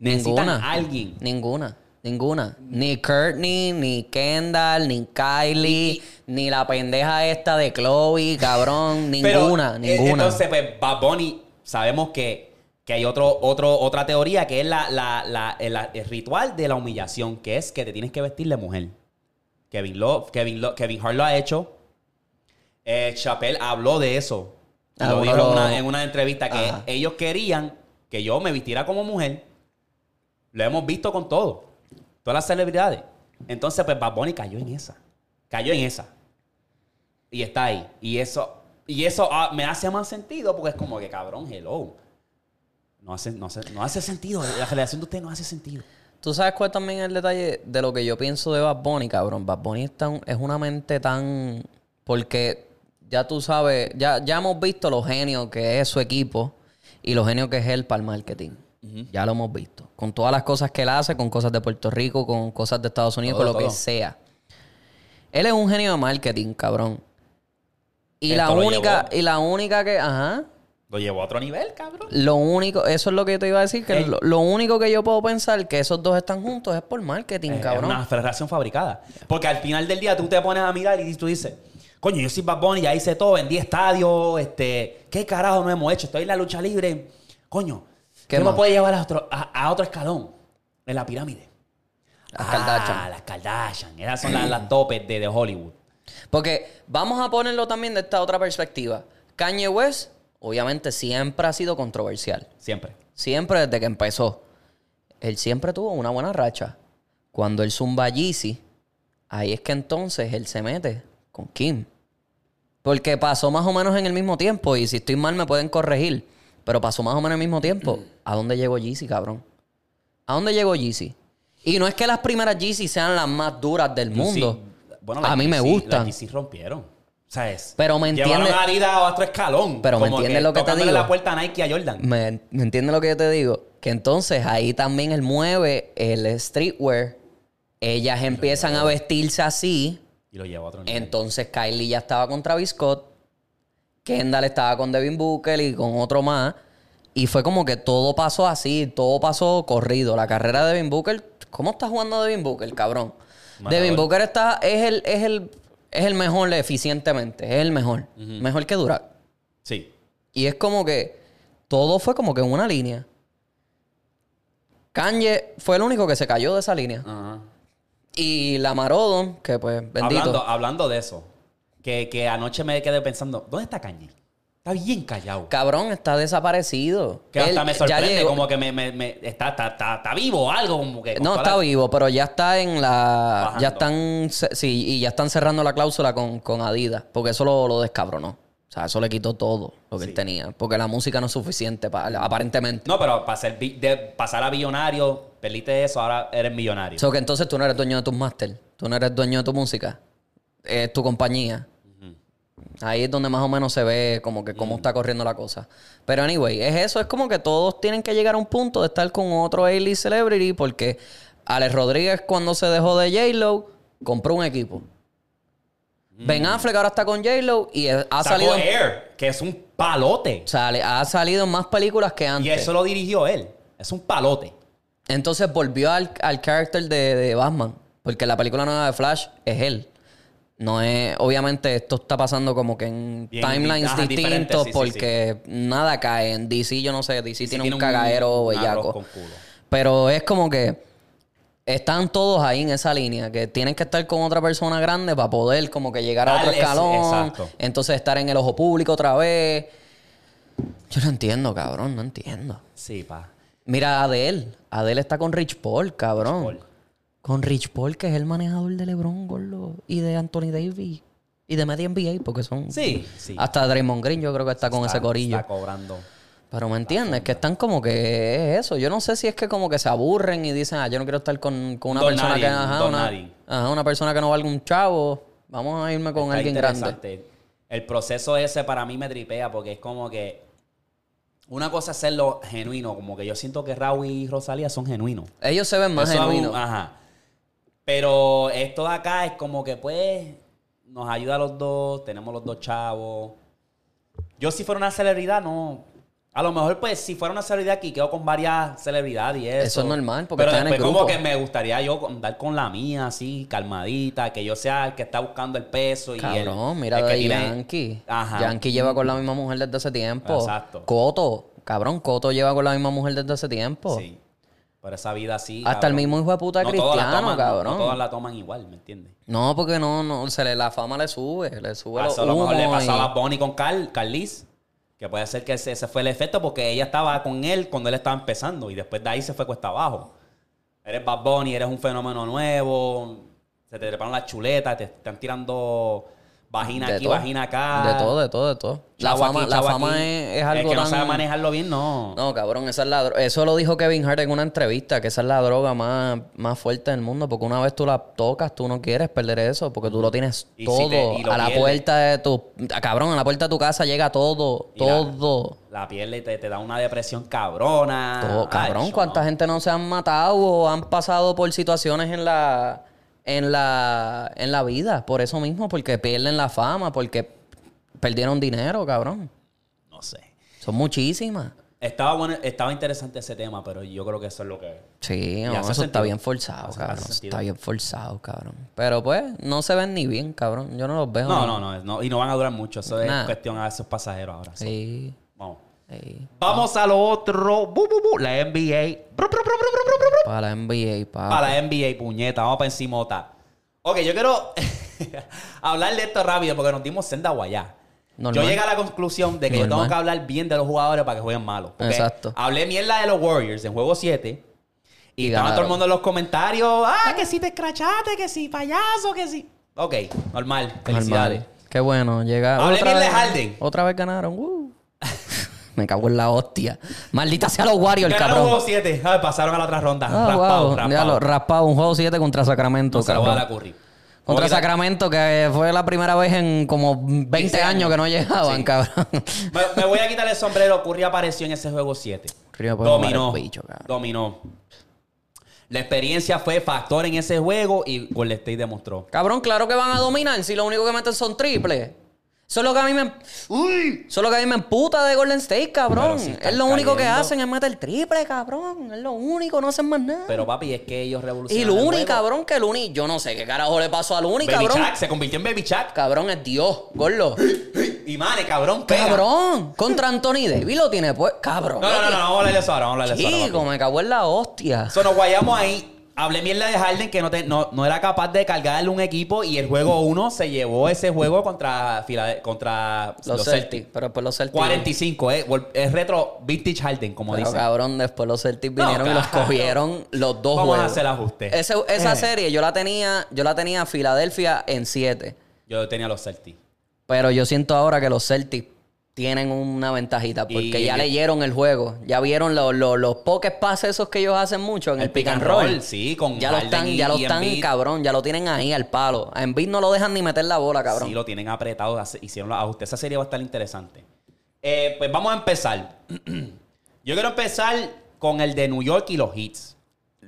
A: Necesitan
B: Ninguna.
A: alguien.
B: Ninguna. Ninguna. Ni Courtney, ni Kendall, ni Kylie, ni la pendeja esta de Chloe, cabrón.
A: Pero,
B: Ninguna,
A: eh,
B: ninguna.
A: Entonces, pues, Bad Bunny, sabemos que Que hay otro, otro, otra teoría que es la, la- la- el, el ritual de la humillación, que es que te tienes que vestir de mujer. Kevin, Love, Kevin, Love, Kevin Hart lo ha hecho. Eh, Chappelle habló de eso. Lo
B: Habló.
A: dijo en una, en una entrevista que
B: Ajá.
A: ellos querían que yo me vistiera como mujer. Lo hemos visto con todo. Todas las celebridades. Entonces, pues Bad Bunny cayó en esa. Cayó en esa. Y está ahí. Y eso, y eso ah, me hace más sentido porque es como que cabrón, hello. No hace, no hace, no hace sentido. La relación de usted no hace sentido.
B: Tú sabes cuál también es el detalle de lo que yo pienso de Bad Bunny, cabrón. Bad Bunny es, tan- es una mente tan. Porque ya tú sabes, ya, ya hemos visto los genios que es su equipo y los genios que es él para el marketing. Ya lo hemos visto. Con todas las cosas que él hace, con cosas de Puerto Rico, con cosas de Estados Unidos,
A: Todo,
B: con lo
A: todo.
B: que sea. Él es un genio de marketing, cabrón. Y
A: Esto
B: la
A: lo
B: única,
A: llevó.
B: y la única que, ajá,
A: Lo llevó a otro nivel, cabrón.
B: lo único, eso es lo que yo te iba a decir, que
A: Ey.
B: lo, lo único que yo puedo pensar que esos dos están juntos es por marketing,
A: Eh, Es
B: cabrón.
A: una relación fabricada. Porque al final del día tú te pones a mirar y tú dices, coño, yo soy Bad Bunny, ya hice todo, vendí estadios, este, ¿qué carajo no hemos hecho? Estoy en la lucha libre. Coño,
B: ¿Qué
A: ¿qué, me
B: más?
A: puede llevar a otro, a, a otro escalón? En la pirámide. Ah,
B: Las Kardashian.
A: las Kardashian. Esas son las, las topes de, de Hollywood.
B: Porque vamos a ponerlo también de esta otra perspectiva. Kanye West, obviamente, siempre ha sido controversial.
A: Siempre.
B: Siempre desde que empezó. Él siempre tuvo una buena racha. Cuando él zumba Yeezy, ahí es que entonces él se mete con Kim. Porque pasó más o menos en el mismo tiempo. Y si estoy mal, me pueden corregir. Pero pasó más o menos en el mismo tiempo. ¿A dónde llegó Yeezy, cabrón? ¿A dónde llegó Yeezy? Y no es que las primeras Yeezy sean las más duras del mundo.
A: Sí. Bueno,
B: a
A: las
B: mí me
A: Yeezy-
B: gustan.
A: Las Yeezy rompieron. O sea, es-
B: Pero me
A: llevaron
B: entiende-
A: a Adidas a otro escalón.
B: Pero me
A: como
B: entiende lo que te
A: tocándole
B: digo.
A: la puerta a Nike y a Jordan.
B: ¿Me, me entiendes lo que yo te digo? Que entonces ahí también él mueve el streetwear. Ellas empiezan a vestirse así.
A: Y lo llevó a otro nivel.
B: Entonces Kylie ya estaba con Travis Scott. Kendall estaba con Devin Booker y con otro más. Y fue como que todo pasó así, todo pasó corrido. La carrera de Devin Booker, ¿cómo está jugando Devin Booker, cabrón?
A: Matador.
B: Devin Booker está, es el, es el, es el mejor eficientemente, es el mejor. Mejor que Durant.
A: Sí.
B: Y es como que todo fue como que en una línea. Kanye fue el único que se cayó de esa línea.
A: Ajá.
B: Y la Marodon, que pues bendito.
A: Hablando, hablando de eso, que, que anoche me quedé pensando, ¿dónde está Kanye? Está bien callado.
B: Cabrón, está desaparecido.
A: Que
B: Él
A: hasta me
B: ya
A: sorprende,
B: llegó-
A: como que me, me- me- está, está, está, está vivo o algo. Como que, con
B: No
A: toda
B: está
A: la-
B: vivo, pero ya está en la.
A: Bajando.
B: Ya están. ce- Sí, y ya están cerrando la cláusula con, con Adidas. Porque eso lo, lo descabronó. O sea, eso le quitó todo lo que él tenía. Porque la música no es suficiente, pa- aparentemente.
A: No, pero para ser bi- de pasar a billonario, perdiste eso, ahora eres millonario.
B: O sea, que entonces tú no eres dueño de tus máster. Tú no eres dueño de tu música. Es tu compañía. Ahí es donde más o menos se ve como que cómo está corriendo la cosa. Pero anyway, es eso, es como que todos tienen que llegar a un punto de estar con otro A-League celebrity porque Alex Rodríguez cuando se dejó de J-Lo compró un equipo. Ben Affleck ahora está con J-Lo y ha
A: Mm. Sacó
B: salido,
A: Air, que es un palote.
B: sale- ha salido en más películas que antes.
A: Y eso lo dirigió él. Es un palote.
B: Entonces volvió al, al character de, de Batman. Porque la película nueva de Flash es él. No es. Obviamente, esto está pasando como que en
A: Bien,
B: timelines
A: ajá, diferente,
B: distintos.
A: sí, sí,
B: porque nada cae. En DC, yo no sé, DC,
A: Y
B: tiene, un cagadero bellaco.
A: Con culo.
B: Pero es como que están todos ahí en esa línea, que tienen que estar con otra persona grande para poder como que llegar a otro
A: Darle ese-
B: escalón.
A: exacto.
B: Entonces estar en el ojo público otra vez. Yo no entiendo, cabrón, no entiendo.
A: Sí, pa.
B: Mira, Adele. Adele está con Rich Paul, cabrón.
A: Rich Paul.
B: Con Rich Paul, que es el manejador de LeBron, gordo. Y de Anthony Davis. Y de Media NBA, porque son...
A: Sí, sí.
B: Hasta Draymond Green yo creo que está con
A: Está-
B: ese corillo.
A: Está cobrando.
B: Pero me entiendes, que están como que es eso. Yo no sé si es que como que se aburren y dicen, ah, yo no quiero estar con, con una
A: Don
B: persona que...
A: nadie,
B: Ajá,
A: don
B: una,
A: nadie.
B: ajá, una persona que no valga un chavo. Vamos a irme con
A: Está
B: alguien grande.
A: interesante. El proceso ese para mí me tripea porque es como que una cosa es serlo genuino, como que yo siento que Raúl y Rosalía son genuinos.
B: Ellos se ven más
A: Eso es un-
B: genuinos.
A: ajá. Pero esto de acá es como que pues nos ayuda a los dos, tenemos los dos chavos. Yo si fuera una celebridad, no. A lo mejor pues si fuera una celebridad aquí quedo con varias celebridades y eso.
B: Eso es normal, porque
A: Pero
B: está en el
A: después como
B: grupo.
A: que me gustaría yo andar con la mía así, calmadita, que yo sea el que está buscando el peso y el-
B: Cabrón, mira
A: el
B: de
A: que tiene-
B: Yankee.
A: Ajá.
B: Yankee lleva con la misma mujer desde hace tiempo.
A: Exacto.
B: Coto, Cabrón, Coto lleva con la misma mujer desde hace tiempo.
A: Sí. Pero esa vida así.
B: Hasta el
A: cabrón.
B: mismo hijo de puta
A: No todas la
B: cristiano,
A: toman, no-
B: cabrón.
A: No,
B: No,
A: todas la toman igual, ¿me entiendes?
B: porque no, no, se le, la fama le sube, le sube los
A: Pasó, a lo mejor le
B: humos
A: pasaba a
B: y-
A: Bonnie con Carl, Carlis. Que puede ser que ese, ese fue el efecto porque ella estaba con él cuando él estaba empezando y después de ahí se fue cuesta abajo. Eres Bad Bunny, eres un fenómeno nuevo, se te treparon las chuletas, te están tirando vagina
B: De
A: aquí,
B: todo.
A: vagina acá.
B: De todo, de todo, de todo. La
A: chavo
B: fama,
A: aquí,
B: la
A: chavo
B: fama
A: aquí.
B: es, es algo
A: El que no
B: tan-
A: sabe manejarlo bien, no.
B: No, cabrón, esa es la dro- eso lo dijo Kevin Hart en una entrevista, que esa es la droga más, más fuerte del mundo, porque una vez tú la tocas, tú no quieres perder eso, porque tú lo tienes
A: Y si
B: todo
A: te- y lo
B: a la
A: pierdes.
B: puerta de tu ah, cabrón, a la puerta de tu casa llega todo,
A: Y la-
B: todo.
A: La piel le- te, te da una depresión cabrona.
B: Todo, cabrón,
A: Ay,
B: cuánta gente no se han matado o han pasado por situaciones en la en la en la vida, por eso mismo, porque pierden la fama, porque perdieron dinero, cabrón.
A: No sé.
B: Son muchísimas.
A: Estaba bueno, estaba interesante ese tema, pero yo creo que eso es lo que Y
B: Sí, no,
A: hace
B: eso está
A: sentido.
B: bien
A: Hace-
B: forzado,
A: hace
B: cabrón. Eso
A: sentido.
B: Está bien forzado, cabrón. Pero pues, no se ven ni bien, cabrón. Yo no los veo.
A: No, no, no, no, Y no van a durar mucho. Eso es
B: Nah.
A: cuestión a esos pasajeros ahora. So,
B: Sí,
A: Vamos.
B: sí.
A: Vamos a lo otro. Bu, bu, bu. La NBA. Bru, bru, bru, bru, bru, bru, bru.
B: Para la NBA, para.
A: A la NBA, puñeta. Vamos para encimota. Ok, yo quiero hablar de esto rápido porque nos dimos senda guayá.
B: Normal.
A: Yo llegué a la conclusión de que yo tengo
B: Normal.
A: que hablar bien de los jugadores para que jueguen malos. Porque
B: Exacto.
A: Hablé mierda de los Warriors en juego 7. Y,
B: Y
A: estaba todo el
B: ganaron.
A: mundo en los comentarios. Ah, que si te escrachaste, que si payaso, que si. Ok, normal. Felicidades.
B: Qué bueno, llega.
A: Hable
B: otra
A: bien de
B: vez-
A: Harden.
B: Otra vez ganaron. uh. Me cago en la hostia. Maldita sea los Warriors,
A: Ganaron
B: cabrón.
A: juego 7. Ah, pasaron a la otra ronda.
B: Ah,
A: raspado,
B: wow.
A: raspado.
B: Ya lo- raspado, un juego 7 contra Sacramento,
A: Se la voy a
B: cabrón.
A: dar a Curry.
B: Contra
A: Voy a quitar-
B: Sacramento, que fue la primera vez en como 20
A: años.
B: años que no llegaban,
A: Sí.
B: cabrón.
A: Me, me voy a quitar el sombrero. Curry apareció en ese juego 7.
B: Río, pues,
A: Dominó.
B: vale, bicho, cabrón.
A: dominó. La experiencia fue factor en ese juego y Golden State demostró.
B: Cabrón, claro que van a dominar si lo único que meten son triples. Eso es lo que a mí me. ¡Uy! Eso es lo que a mí me emputa de Golden State, cabrón.
A: Pero si están
B: es lo único que
A: cayendo.
B: hacen es meter triple, cabrón. Es lo único, no hacen más nada.
A: Pero papi, es que ellos
B: y
A: revolucionaron.
B: Luni,
A: el juego.
B: cabrón, que Luni. Yo no sé qué carajo le pasó a Luni,
A: Baby
B: cabrón.
A: Shaq, se convirtió en Baby Shaq.
B: Cabrón es Dios, gordo.
A: Y mane, cabrón, pega.
B: cabrón. Contra Anthony Davis lo tiene, pues. Cabrón.
A: No, no, no, no, vamos a hablar de eso ahora, vamos a hablar de eso ahora, papi.
B: Chico, me cago en la hostia.
A: So, nos guayamos ahí. Hablé mierda de Harden que no, te- no, no era capaz de cargarle un equipo y el juego 1 se llevó ese juego contra, Filade- contra
B: Los, Celtics. Pero después los Celtics.
A: 45, eh. Vol- Es retro vintage Harden, como
B: Pero,
A: dicen.
B: cabrón, después los Celtics
A: No,
B: vinieron y los
A: cabrón.
B: cogieron los dos
A: Vamos a
B: juegos.
A: hacer ajustes.
B: Ese- esa
A: Eh.
B: serie yo la tenía, yo la tenía Filadelfia en 7.
A: Yo tenía los Celtics.
B: Pero yo siento ahora que los Celtics tienen una ventajita porque
A: Y-
B: ya leyeron el juego, ya vieron los, los, los pocos pases esos que ellos hacen mucho en el, pick and roll.
A: Sí, con
B: Ya lo
A: Harden
B: están,
A: y-
B: ya lo
A: y
B: están,
A: Embiid.
B: cabrón, ya lo tienen ahí al palo. A Embiid no lo dejan ni meter la bola, cabrón.
A: Sí, lo tienen apretado. hace- Hicieron los ajustes. Esa serie va a estar interesante. Eh, pues vamos a empezar. Yo quiero empezar con el de New York y los Hits.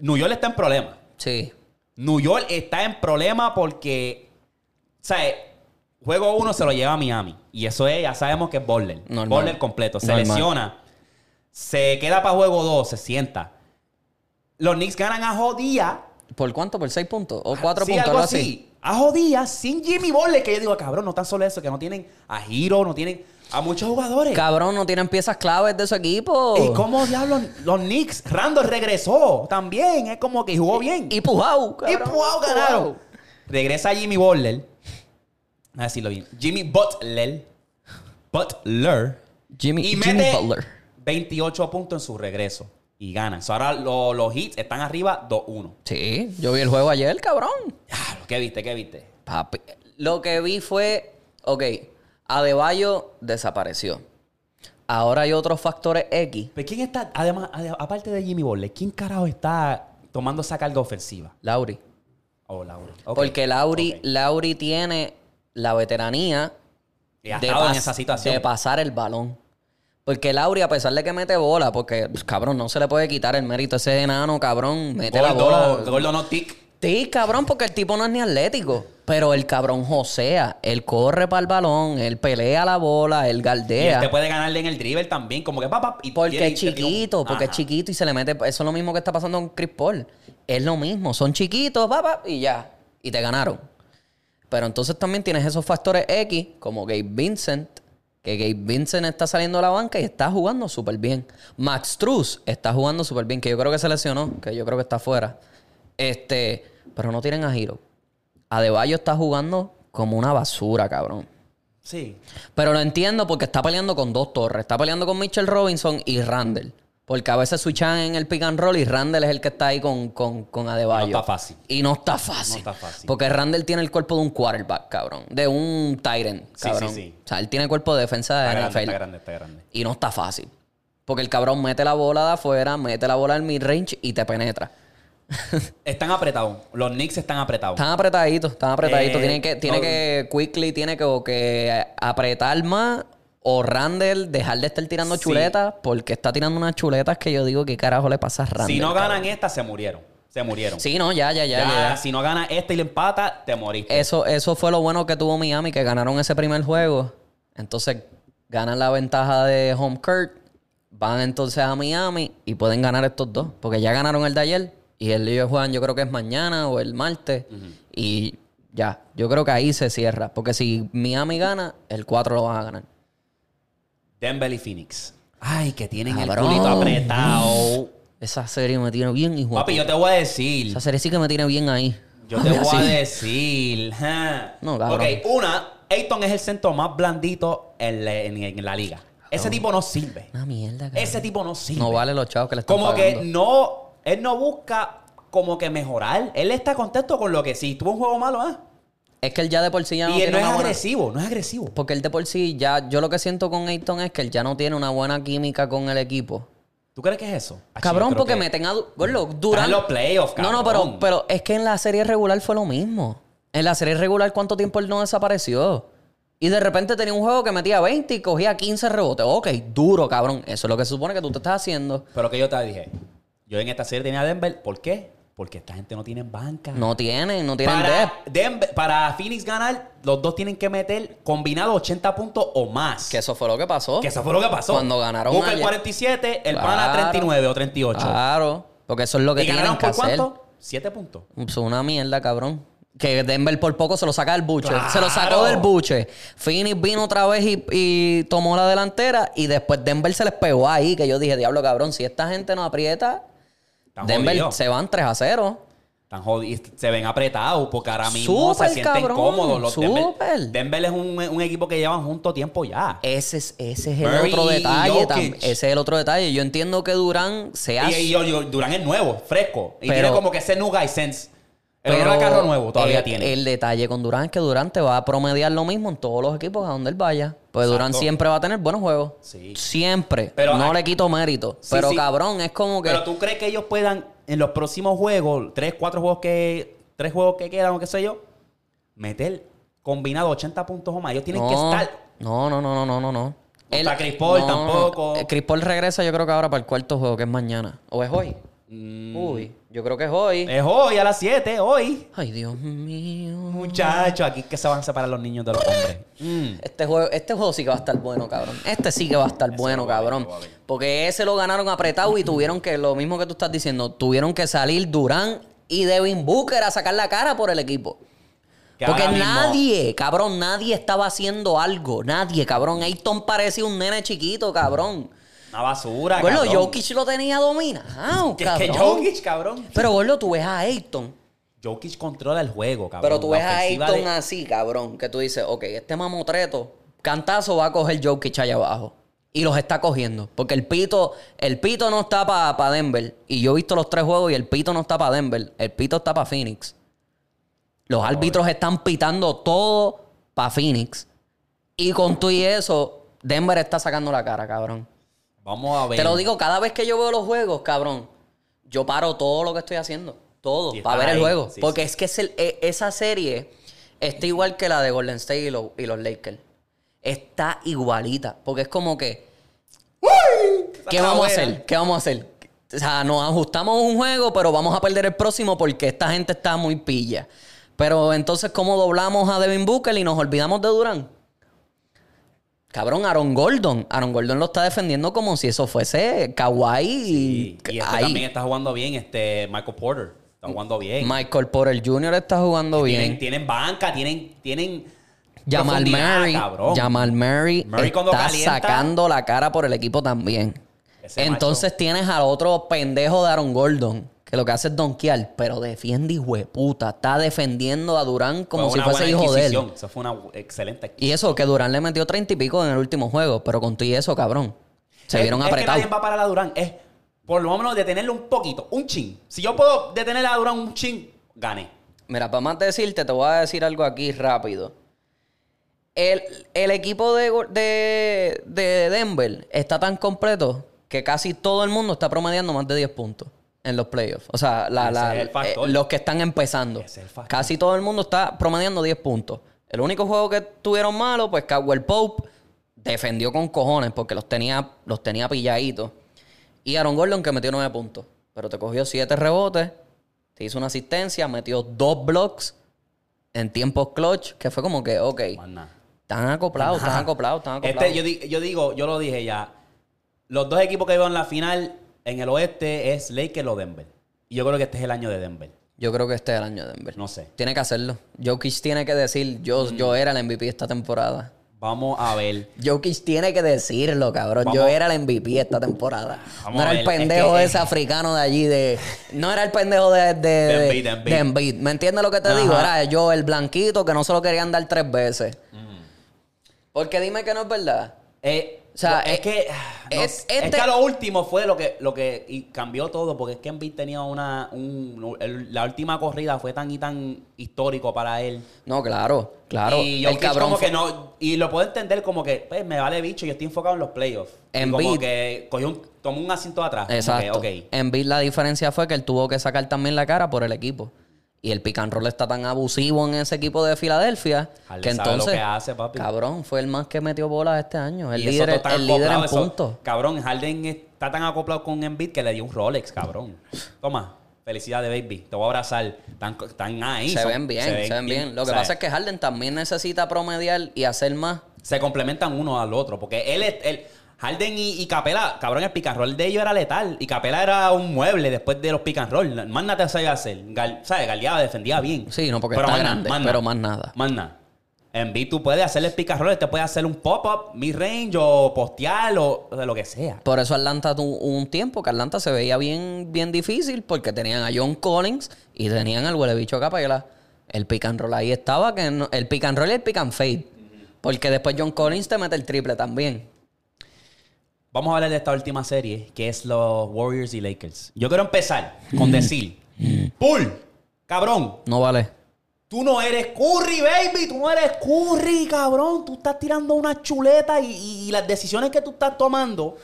A: New York está en problemas.
B: Sí.
A: New York está en problema porque, o sea, juego uno se lo lleva a Miami. Y eso es, ya sabemos que es Borler.
B: Normal.
A: Borler completo. Se
B: Normal.
A: lesiona. Se queda para juego dos, se sienta. Los Knicks ganan a jodía.
B: ¿Por cuánto? ¿Por 6 puntos? ¿O 4
A: Ah, sí,
B: puntos?
A: algo
B: Algo
A: así. A jodía sin Jimmy Borler. Que yo digo, cabrón, no tan solo eso, que no tienen a Hero, no tienen a muchos jugadores.
B: Cabrón, no tienen piezas claves de su equipo.
A: ¿Y cómo diablos los Knicks? Randall regresó también. Es como que jugó bien.
B: Y Pujau,
A: Y
B: cabrón.
A: wow, ganaron. Regresa Jimmy Butler. Ah, A decirlo bien. Jimmy Butler. Butler.
B: Jimmy,
A: Y
B: Jimmy
A: mete
B: Butler.
A: 28 puntos en su regreso. Y ganan. So, ahora lo- los hits están arriba 2-1.
B: Sí, yo vi el juego ayer, cabrón.
A: Diablo, ¿Qué viste? ¿Qué viste?
B: Papi, lo que vi fue, ok, Adebayo desapareció. Ahora hay otros factores X.
A: ¿Pero Pues, quién está, además, ade- aparte de Jimmy Butler, quién carajo está tomando esa carga ofensiva?
B: Lauri.
A: Oh, Laura. Ok.
B: Porque Lauri,
A: Ok.
B: Lauri tiene la veteranía
A: Y ha estado en
B: pas-
A: esa situación.
B: de pasar el balón. Porque Lauri, a pesar de que mete bola, porque, pues, cabrón, no se le puede quitar el mérito a ese enano, cabrón, mete la bola.
A: Gordo, gordo no tic.
B: Sí, cabrón, porque el tipo no es ni atlético. Pero el cabrón josea. Él corre para el balón, él pelea la bola, él
A: Y
B: galdea.
A: él te puede ganarle en el dribble también. Como que papá. y
B: Porque
A: viene y
B: es
A: te tira un-
B: chiquito, porque es
A: Ajá.
B: chiquito y se le mete. Eso es lo mismo que está pasando con Chris Paul. Es lo mismo. Son chiquitos, papá, y ya. Y te ganaron. Pero entonces también tienes esos factores X, como Gabe Vincent, Que Gabe Vincent está saliendo a la banca y está jugando súper bien. Max Truss está jugando súper bien, que yo creo que se lesionó, que yo creo que está fuera. Este, pero no tienen a Hero. Adebayo está jugando como una basura, cabrón.
A: Sí.
B: Pero lo entiendo porque está peleando con dos torres. Está peleando con Mitchell Robinson y Randall. Porque a veces switchan en el pick and roll y Randall es el que está ahí con, con, con Adebayo.
A: No está fácil.
B: Y no está fácil.
A: No está fácil.
B: Porque Randall tiene el cuerpo de un quarterback, cabrón. De un Tyrant,
A: Sí,
B: cabrón.
A: sí, sí.
B: O sea, él tiene el cuerpo de defensa de
A: Está grande,
B: NFL.
A: está grande, está grande.
B: Y no está fácil. Porque el cabrón mete la bola de afuera, mete la bola al midrange y te penetra.
A: Están apretados. Los Knicks están apretados.
B: Están apretaditos, están apretaditos.
A: Eh,
B: tienen que, tiene
A: no-
B: que, Quickly tiene que, o que apretar más o Randall dejar de estar tirando
A: Sí.
B: chuletas porque está tirando unas chuletas que yo digo, ¿qué carajo le pasa a Randall?
A: si no
B: cabrón?
A: ganan esta, se murieron. Se murieron.
B: Sí, no, ya, ya, ya.
A: Ya,
B: ya. Eh.
A: Si no gana esta y le empata, te moriste.
B: Eso, eso fue lo bueno que tuvo Miami, que ganaron ese primer juego. Entonces ganan la ventaja de home court, van entonces a Miami y pueden ganar estos dos, porque ya ganaron el de ayer y el de ellos juegan yo creo que es mañana o el martes y ya, yo creo que ahí se cierra, porque si Miami gana, el 4 lo van a ganar.
A: Denver y Phoenix. Ay, que tienen
B: Cabrón.
A: el culito apretado.
B: Esa serie me tiene bien hijo. de
A: Papi,
B: puta.
A: yo te voy a decir.
B: Esa serie sí que me tiene bien ahí.
A: Yo te voy a
B: Así.
A: decir. ja.
B: No, cabrón.
A: Ok, una, Ayton es el centro más blandito en la, en- en la liga. Ese tipo no sirve.
B: Una mierda, cabrón.
A: Ese tipo no sirve.
B: No vale los chavos que le están
A: Como que
B: pagando.
A: no, él no busca como que mejorar. Él está contento con lo que sí. Tuvo un juego malo, ¿ah?
B: Es que él ya de por sí ya no
A: y él
B: tiene
A: no es
B: una buena-
A: agresivo, no es agresivo.
B: Porque él de por sí ya, yo lo que siento con Ayton es que él ya no tiene una buena química con el equipo.
A: ¿Tú crees que es eso? Achi,
B: Cabrón,
A: yo creo
B: porque
A: que-
B: meten a
A: Está
B: Durán.
A: en los playoffs,
B: No, no,
A: cabrón.
B: pero, pero es que en la serie regular fue lo mismo. En la serie regular, ¿cuánto tiempo él no desapareció? Y de repente tenía un juego que metía 20 y cogía 15 rebotes. Ok, duro, cabrón. Eso es lo que se supone que tú te estás haciendo.
A: Pero que yo te dije, yo en esta serie tenía a Denver, ¿por qué? Porque esta gente no tiene banca.
B: No tienen, no tienen depth.
A: Para, Denver- para Phoenix ganar, los dos tienen que meter combinado 80 puntos o más.
B: Que eso fue lo que pasó.
A: Que eso fue lo que pasó.
B: Cuando ganaron
A: Booker
B: ayer.
A: 47, el
B: Claro.
A: pana 39 o 38.
B: Claro, porque eso es lo que
A: ¿Y
B: tienen
A: ganaron
B: que
A: por
B: hacer.
A: cuánto? 7 puntos.
B: Es una mierda, cabrón. Que Denver por poco se lo saca del buche.
A: Claro.
B: Se lo sacó del buche. Phoenix vino otra vez y, y tomó la delantera. Y después Denver se les pegó ahí. Que yo dije, diablo, cabrón, si esta gente nos aprieta,
A: Están
B: Denver
A: jodidos.
B: se van 3 a 0.
A: Están jodidos, se ven apretados porque ahora mismo
B: Súper,
A: se sienten
B: cabrón,
A: cómodos. Los Denver,
B: súper.
A: Denver es un, un equipo que llevan junto tiempo ya.
B: Ese es, ese es el
A: Murray
B: otro
A: y
B: detalle.
A: Jokic.
B: tam- Ese es el otro detalle. Yo entiendo que Durán se
A: Y,
B: hace.
A: y- y- Durán es nuevo, fresco. Y tiene
B: Pero-
A: como que ese new guy sense. El olor a carro nuevo todavía
B: el,
A: tiene.
B: El detalle con Durán es que Durán te va a promediar lo mismo en todos los equipos a donde él vaya. Pues
A: Exacto.
B: Durán siempre va a tener buenos juegos.
A: Sí.
B: Siempre.
A: Pero
B: no
A: a-
B: le quito mérito.
A: Sí,
B: pero
A: sí.
B: cabrón, es como que.
A: Pero tú crees que ellos puedan, en los próximos juegos, tres, cuatro juegos que. Tres juegos que quedan, o qué sé yo, meter combinado 80 puntos o más. Ellos tienen
B: no,
A: que estar.
B: No, no, no, no, no, no. no.
A: está Chris Paul tampoco.
B: Eh, Chris Paul regresa, yo creo que ahora para el cuarto juego, que es mañana. ¿O es hoy?
A: Mm, Eh.
B: Uy, yo creo que es hoy.
A: es hoy, a las 7, hoy.
B: Ay, Dios mío.
A: Muchachos, aquí es que se van a separar los niños de los hombres. Mm.
B: Este juego, este juego sí que va a estar bueno, cabrón. Este sí que va a estar bueno, cabrón. Porque ese lo ganaron apretado y tuvieron que, lo mismo que tú estás diciendo, tuvieron que salir Durán y Devin Booker a sacar la cara por el equipo.
A: Que
B: Porque
A: ahora mismo-
B: nadie, cabrón, nadie estaba haciendo algo. Nadie, cabrón. Ayton parecía un nene chiquito, cabrón.
A: Una basura.
B: Bueno,
A: Ah, cabrón.
B: Jokic lo tenía dominado,
A: Que es que
B: cabrón.
A: Jokic, cabrón.
B: Pero, gordo, tú ves a Ayton.
A: Jokic controla el juego, cabrón.
B: Pero tú
A: La
B: ves a
A: ofensiva
B: Ayton
A: de-
B: así, cabrón, que tú dices, ok, este mamotreto, cantazo va a coger Jokic allá abajo. Y los está cogiendo. Porque el pito, el pito no está para Denver. Y yo he visto los tres juegos y el pito no está para Denver. El pito está para Phoenix. Los árbitros están pitando todo para Phoenix. Y con todo y eso, Denver está sacando la cara, cabrón.
A: Vamos a ver.
B: Te lo digo, cada vez que yo veo los juegos, cabrón, yo paro todo lo que estoy haciendo. Todo,
A: Y
B: para
A: estás
B: ver el
A: ahí.
B: juego.
A: Sí,
B: porque es que es el- e- esa serie está igual que la de Golden State y, lo- y los Lakers. Está igualita. Porque es como que, ¿qué
A: Está
B: vamos a
A: buena.
B: hacer? ¿Qué vamos a hacer? O sea, nos ajustamos un juego, pero vamos a perder el próximo porque esta gente está muy pilla. Pero entonces, ¿cómo doblamos a Devin Booker y nos olvidamos de Durán? Cabrón, Aaron Gordon. Aaron Gordon lo está defendiendo como si eso fuese Kawhi.
A: Y, y este
B: ahí.
A: también está jugando bien, este Michael Porter. Está jugando bien.
B: Michael Porter Jr. está jugando
A: Tienen,
B: bien.
A: tienen banca, tienen, tienen
B: Jamal
A: profundidad,
B: Murray,
A: cabrón.
B: Jamal Murray
A: Murray cuando
B: está
A: calienta-
B: sacando la cara por el equipo también.
A: Ese
B: Entonces tienes al otro pendejo de Aaron Gordon, que lo que hace es donkear, pero defiende hijo de puta. Está defendiendo a Durán como
A: Fue
B: si
A: una
B: fuese
A: buena
B: hijo de él.
A: adquisición. Eso fue una excelente adquisición.
B: Y eso, que Durán le metió 30 y pico en el último juego, pero con todo y eso, cabrón. Se
A: Eh, Es-
B: vieron
A: es
B: apretados.
A: que nadie va a parar a Durán. Es por lo menos detenerlo un poquito, un chin. Si yo puedo detener a Durán un chin, gané.
B: Mira, para más decirte, te voy a decir algo aquí rápido. El, el equipo de, Go- de, de Denver está tan completo que casi todo el mundo está promediando más de 10 puntos en los playoffs. O sea, la-
A: Ese
B: la-
A: es el factor.
B: eh, los que están empezando.
A: Ese es el factor.
B: Casi todo el mundo está promediando 10 puntos. El único juego que tuvieron malo, pues Cowell Pope defendió con cojones porque los tenía, los tenía pilladitos. Y Aaron Gordon que metió 9 puntos. Pero te cogió 7 rebotes, te hizo una asistencia, metió 2 blocks en tiempos clutch, que fue como que, ok,
A: Más nada.
B: están acoplados, están acoplados, están acoplados.
A: Este, yo, di- yo digo, yo lo dije ya. Los dos equipos que veo en la final en el oeste es Lakers o Denver. Y yo creo que este es el año de Denver.
B: Yo creo que este es el año de Denver.
A: No sé. Mm.
B: Tiene que hacerlo. Jokic tiene que decir, yo, yo era el MVP esta temporada.
A: Vamos a ver.
B: Jokic tiene que decirlo, cabrón. Yo
A: Vamos.
B: era el MVP esta temporada.
A: Vamos
B: No
A: a
B: era el
A: ver, es
B: pendejo
A: que-
B: ese africano de allí de... No era el pendejo de... De, de-
A: Embiid, de Embiid.
B: de Embiid. ¿Me entiendes lo que te
A: Ajá.
B: digo? Era yo el blanquito que no se lo querían dar tres veces.
A: Mm.
B: Porque dime que no es verdad.
A: Eh,
B: O sea,
A: es
B: eh,
A: que ah, no
B: es-
A: sé.
B: este-
A: es que a lo último fue lo que lo que y cambió todo porque es que Embiid tenía una un- el- la última corrida fue tan y tan histórico para él.
B: No, claro, claro.
A: Y
B: el
A: Jokic
B: cabrón
A: como
B: fue-
A: que no y lo puedo entender como que pues, me vale bicho, yo estoy enfocado en los playoffs. Y
B: Embiid-
A: como que cogió un, tomó un asiento atrás. Ah, como que,
B: Exacto.
A: ok.
B: En Bill la diferencia fue que él tuvo que sacar también la cara por el equipo. Y el pick and roll está tan abusivo en ese equipo de Filadelfia
A: Harden
B: que
A: sabe lo
B: entonces,
A: que hace, papi.
B: cabrón, fue el más que metió bolas este año. El
A: Y eso
B: líder,
A: está tan
B: el líder en
A: acoplado, eso-
B: puntos.
A: Cabrón, Harden está tan acoplado con Embiid que le dio un Rolex, cabrón. Toma, felicidades, baby. Te voy a abrazar. Están, están ahí.
B: Se
A: son-
B: ven bien, se ven, bien. Lo que
A: O sea,
B: pasa es que Harden también necesita promediar y hacer más.
A: se complementan uno al otro. Porque él es. él- Harden y, y Capela, cabrón, el pick and roll de ellos era letal. Y Capela era un mueble después de los pick and roll. Más nada te sabía hacer. Gal- ¿Sabes? Galeaba, defendía bien.
B: Sí, no, porque está
A: nada,
B: grande,
A: nada.
B: pero más nada.
A: Más nada. En B tú puedes hacerle pick and roll, te puedes hacer un pop-up, mid-range o postear o de lo que sea.
B: Por eso Atlanta tuvo un tiempo que Atlanta se veía bien, bien difícil porque tenían a John Collins y tenían al huele bicho Capela. El pick and roll ahí estaba, que no- el pick and roll y el pick and fade. Porque después John Collins te mete el triple también.
A: Vamos a hablar de esta última serie, que es los Warriors y Lakers. Yo quiero empezar con decir, Pool, cabrón,
B: No vale.
A: tú no eres Curry, baby, tú no eres Curry, cabrón. Tú estás tirando una chuleta y, y- y las decisiones que tú estás tomando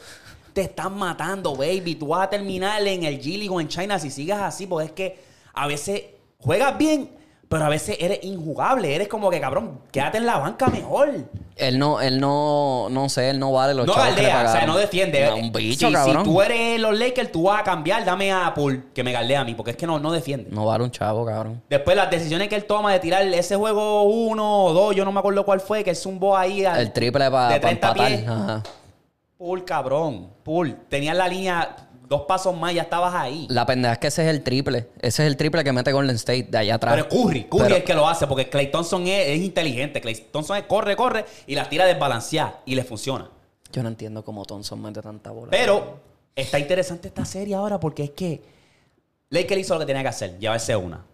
A: te están matando, baby. Tú vas a terminar en el G League o en China si sigas así, porque es que a veces juegas bien, pero a veces eres injugable. Eres como que, cabrón, quédate en la banca mejor.
B: Él no, él no, no sé, él no vale los
A: no
B: chavos que le
A: galdea, o sea,
B: pagaron.
A: no defiende.
B: No, un bicho,
A: si,
B: cabrón.
A: si tú eres los Lakers, tú vas a cambiar, dame a Pool que me galdea a mí, porque es que no, no defiende.
B: No vale un chavo, cabrón.
A: Después las decisiones que él toma de tirar ese juego uno o dos, yo no me acuerdo cuál fue, que él zumbó ahí al
B: El triple para
A: Ah, de 30
B: empatar.
A: pies.
B: Ajá.
A: Pool, cabrón. Pool, tenías la línea dos pasos más, ya estabas ahí.
B: La pendeja es que ese es el triple. Ese es el triple que mete Golden State de allá atrás.
A: Pero es Curry, Curry
B: Pero-
A: es el que lo hace, porque Clay Thompson es, es inteligente. Clay Thompson es corre, corre y las tira desbalanceadas y le funciona.
B: Yo no entiendo cómo Thompson mete tanta bola.
A: Pero está interesante esta serie ahora porque es que Lakers hizo lo que tenía que hacer, llevarse una.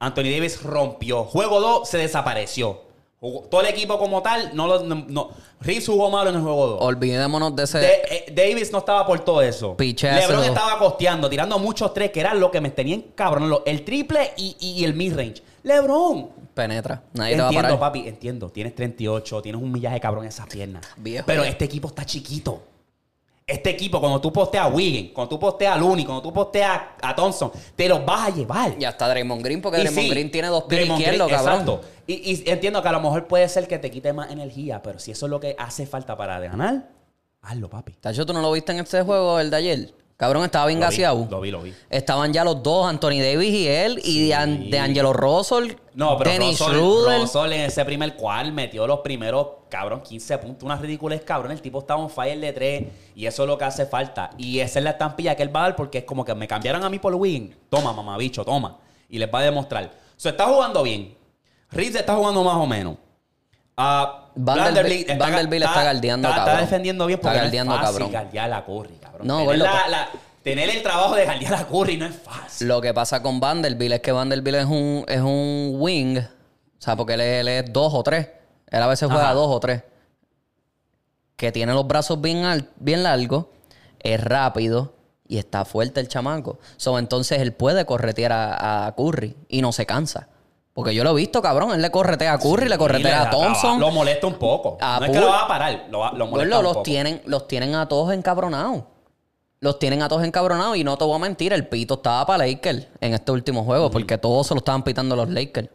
A: Anthony Davis rompió. Juego 2 se desapareció. Jugó- todo el equipo como tal, no lo. No, no. Reeves jugó malo en el juego 2.
B: Olvidémonos de ese...
A: Davis no estaba por todo eso.
B: Pichazo.
A: LeBron estaba costeando, tirando muchos tres, que era lo que me tenían cabrón. lo- El triple y, y- y el mid-range. LeBron.
B: Penetra. Nadie te va a
A: Entiendo,
B: parar.
A: papi, entiendo. Tienes 38, tienes un millaje cabrón en esas piernas.
B: Viejo. eh.
A: Pero este equipo está chiquito. Este equipo, cuando tú posteas a Wiggins, cuando tú posteas a Looney, cuando tú posteas a Thompson, te los vas a llevar.
B: Ya está Draymond Green, porque
A: Y
B: Draymond
A: sí,
B: Green tiene dos pies
A: Draymond Green,
B: izquierdos, cabrón.
A: exacto. Y, y entiendo que a lo mejor puede ser que te quite más energía, pero si eso es lo que hace falta para ganar, hazlo, papi.
B: Tacho, ¿tú no lo viste en este juego, el de ayer? Cabrón, estaba bien
A: Lo vi,
B: gaseado.
A: Lo vi, lo vi.
B: Estaban ya los dos, Anthony Davis y él, y de, An- de Angelo Russell,
A: No, pero
B: Dennis
A: Russell,
B: Ruder.
A: Russell en ese primer cual metió los primeros, cabrón, 15 puntos. Unas ridículas, cabrón. El tipo estaba en fire de 3 y eso es lo que hace falta. Y esa es la estampilla que él va a dar porque es como que me cambiaron a mí por Win. Toma, mamabicho, toma. Y les va a demostrar. Se está jugando bien. Reeves está jugando más o menos. Ah,
B: Vanderbilt-
A: Vanderbilt
B: Vanderbilt está galdeando,
A: está,
B: cabrón.
A: defendiendo bien porque
B: Está
A: no
B: galdeando,
A: es fácil
B: cabrón.
A: galdear la Curry, cabrón.
B: No,
A: tener,
B: gordo,
A: la-
B: pa-
A: la- tener el trabajo de galdear la Curry no es fácil.
B: Lo que pasa con Vanderbilt es que Vanderbilt es un, es un wing. O sea, porque él, es- él es dos o tres. Él a veces juega
A: Ajá.
B: dos o tres. Que tiene los brazos bien, al- bien largos, es rápido y está fuerte el chamaco. So, entonces él puede corretear a, a Curry y no se cansa. Porque yo lo he visto, cabrón. Él le corretea a Curry, le
A: Y
B: corretea
A: le
B: a
A: da
B: Thompson.
A: trabajo. Lo molesta un poco.
B: A
A: no es que
B: Poole.
A: lo va a parar, lo, va- lo molesta
B: Gordo,
A: un
B: Pues los
A: poco.
B: tienen, los tienen a todos encabronados. Los tienen a todos encabronados y no te voy a mentir, el pito estaba para Lakers en este último juego porque todos se lo estaban pitando los Lakers.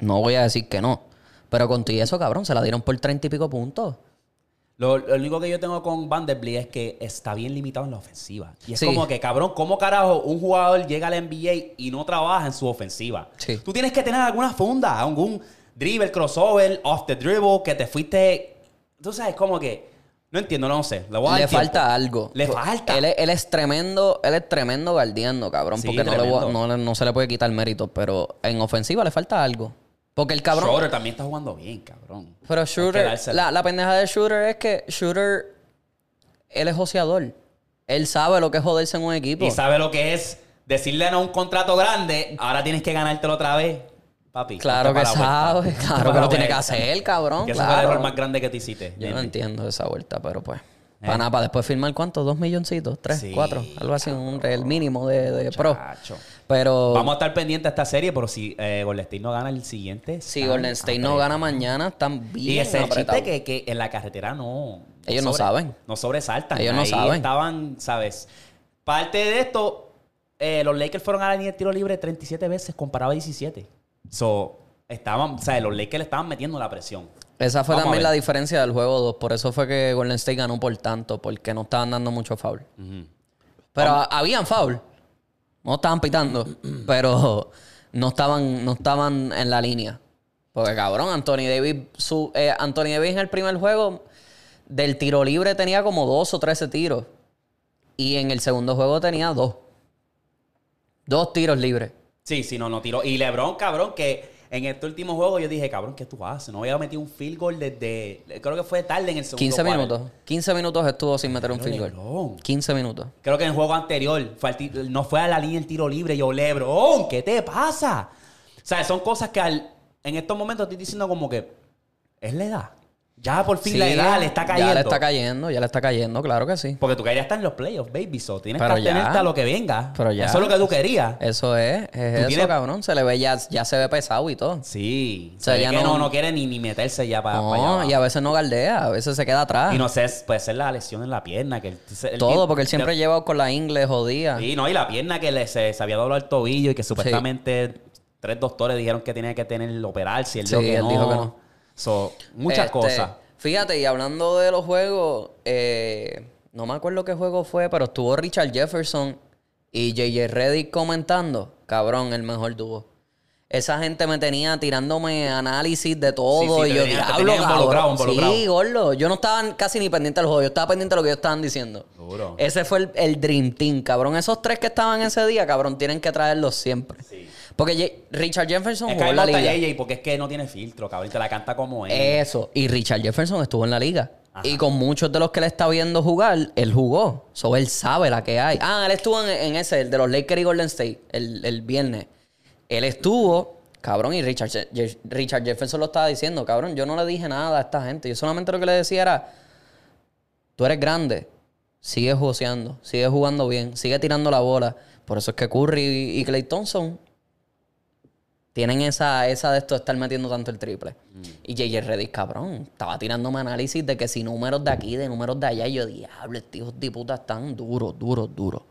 B: No voy a decir que no. Pero con todo y eso, cabrón, se la dieron por treinta y pico puntos.
A: Lo, lo único que yo tengo con Vanderbilt es que está bien limitado en la ofensiva. Y es
B: Sí.
A: como que, cabrón, ¿cómo carajo un jugador llega al NBA y no trabaja en su ofensiva?
B: Sí.
A: Tú tienes que tener alguna funda, algún dribble, crossover, off the dribble, que te fuiste. Tú sabes, como que. No entiendo, no sé. Le, voy a dar
B: Le
A: tiempo.
B: falta algo.
A: Le falta.
B: Él es, él es tremendo, él es tremendo guardiando, cabrón.
A: Sí,
B: porque no, le voy a-
A: tremendo.
B: no le- no se le puede quitar mérito. Pero en ofensiva le falta algo. Porque el cabrón.
A: Schroeder también está jugando bien, cabrón.
B: Pero
A: Hay que
B: Shooter,
A: dársela.
B: la, la pendeja de Shooter es que Shooter, él es joseador. Él sabe lo que es joderse en un equipo.
A: Y sabe lo que es decirle no a un contrato grande, ahora tienes que ganártelo otra vez, papi.
B: Claro
A: ponte
B: que
A: para la vuelta.
B: sabe,
A: Ponte
B: claro
A: para
B: que
A: la
B: lo tiene que
A: vuelta.
B: hacer, cabrón,
A: Que ese fue el
B: claro.
A: error más grande que te hiciste.
B: Yo no
A: Nene.
B: entiendo esa vuelta, pero pues. Para nada, para después firmar cuánto, dos milloncitos, tres,
A: Eh. Sí,
B: cuatro, algo así, un, el mínimo de, de pro.
A: Chacho.
B: Pero
A: Vamos a estar pendientes a esta serie, pero si eh, Golden State no gana el siguiente.
B: si
A: están
B: Golden State no
A: apretados.
B: gana mañana, están bien
A: Y ese es el
B: apretados.
A: chiste que, que en la carretera no.
B: Ellos no saben.
A: No sobresaltan.
B: Ellos no
A: Ahí
B: saben.
A: Estaban, ¿sabes? Parte de esto, eh, los Lakers fueron a la línea de tiro libre 37 veces comparado a 17. So, estaban, o sea, los Lakers le estaban metiendo la presión.
B: Esa fue
A: Vamos a
B: también
A: ver.
B: la diferencia del juego 2. Por eso fue que Golden State ganó por tanto, porque no estaban dando mucho foul. Pero habían foul. No estaban pitando, pero no estaban, no estaban en la línea. Porque cabrón, Anthony Davis, su- eh, Anthony Davis en el primer juego del tiro libre tenía como dos o 13 tiros. Y en el segundo juego tenía dos. Dos tiros libres.
A: Sí, sí, no, no tiró. Y LeBron, cabrón, que en este último juego yo dije, cabrón, ¿qué tú haces? No había metido un field goal desde. Creo que fue tarde en el segundo
B: 15
A: cuarto.
B: minutos. 15 minutos estuvo sin meter un
A: Pero
B: field goal.
A: LeBron.
B: 15 minutos.
A: Creo que en el juego anterior fue al ti- no fue a la línea el tiro libre. Yo, Lebron, ¿qué te pasa? O sea, son cosas que al- en estos momentos estoy diciendo como que es la edad. Ya por fin la
B: Sí,
A: edad le está cayendo.
B: Ya le está cayendo, ya le está cayendo, claro que sí.
A: Porque tú querías estar en los playoffs, baby. So tienes
B: Pero
A: que
B: ya.
A: tenerte a lo que venga.
B: Pero ya. Eh,
A: Eso es lo que tú querías.
B: Eso es, es eso,
A: tienes-
B: cabrón. Se le ve ya, ya se ve pesado y todo.
A: Sí. O
B: sea,
A: sea, ya
B: ya
A: que
B: no-
A: no, no quiere ni, ni meterse ya para, allá.
B: No,
A: abajo.
B: y a veces no galdea, a veces se queda atrás.
A: Y no sé, puede ser la lesión en la pierna. que él- él-
B: todo,
A: él-
B: porque él siempre ha llevado con la ingle jodida.
A: Sí, no, y la pierna que le se, se había doblado el tobillo y que supuestamente tres doctores dijeron que tenía que tener operarse y él,
B: Sí,
A: dijo, que
B: él
A: no.
B: dijo que no.
A: So, muchas
B: Este,
A: cosas.
B: Fíjate, y hablando de los juegos, eh, no me acuerdo qué juego fue, pero estuvo Richard Jefferson y JJ Reddick comentando. Cabrón, el mejor dúo. Esa gente me tenía tirándome análisis de todo
A: Sí, sí,
B: y
A: te
B: yo
A: tenía- te
B: diablo,
A: tenía involucrado,
B: cabrón.
A: involucrado".
B: Sí, gordo. Yo no estaba casi ni pendiente del juego, yo estaba pendiente de lo que ellos estaban diciendo.
A: Duro.
B: Ese fue el, el Dream Team, cabrón. Esos tres que estaban ese día, cabrón, tienen que traerlos siempre. Porque Ye- Richard Jefferson
A: Es que
B: jugó
A: ahí
B: en la
A: no está
B: liga. Eh,
A: JJ porque es que no tiene filtro, cabrón. Te la canta como es.
B: Eso. Y Richard Jefferson estuvo en la liga.
A: Ajá.
B: Y con muchos de los que le está viendo jugar, él jugó. So, él sabe la que hay. Ah, él estuvo en, en ese, el de los Lakers y Golden State, el, el viernes. Él estuvo, cabrón, y Richard, Je- Je- Richard Jefferson lo estaba diciendo, cabrón, yo no le dije nada a esta gente. Yo solamente lo que le decía era, tú eres grande, sigue joseando, sigue jugando bien, sigue tirando la bola. Por eso es que Curry y Clay Thompson tienen esa, esa de esto de estar metiendo tanto el triple.
A: Mm.
B: Y JJ Reddick, cabrón, estaba tirándome análisis de que si números de aquí, de números de allá, y yo, diablo, estos hijos de puta están duros, duros, duros.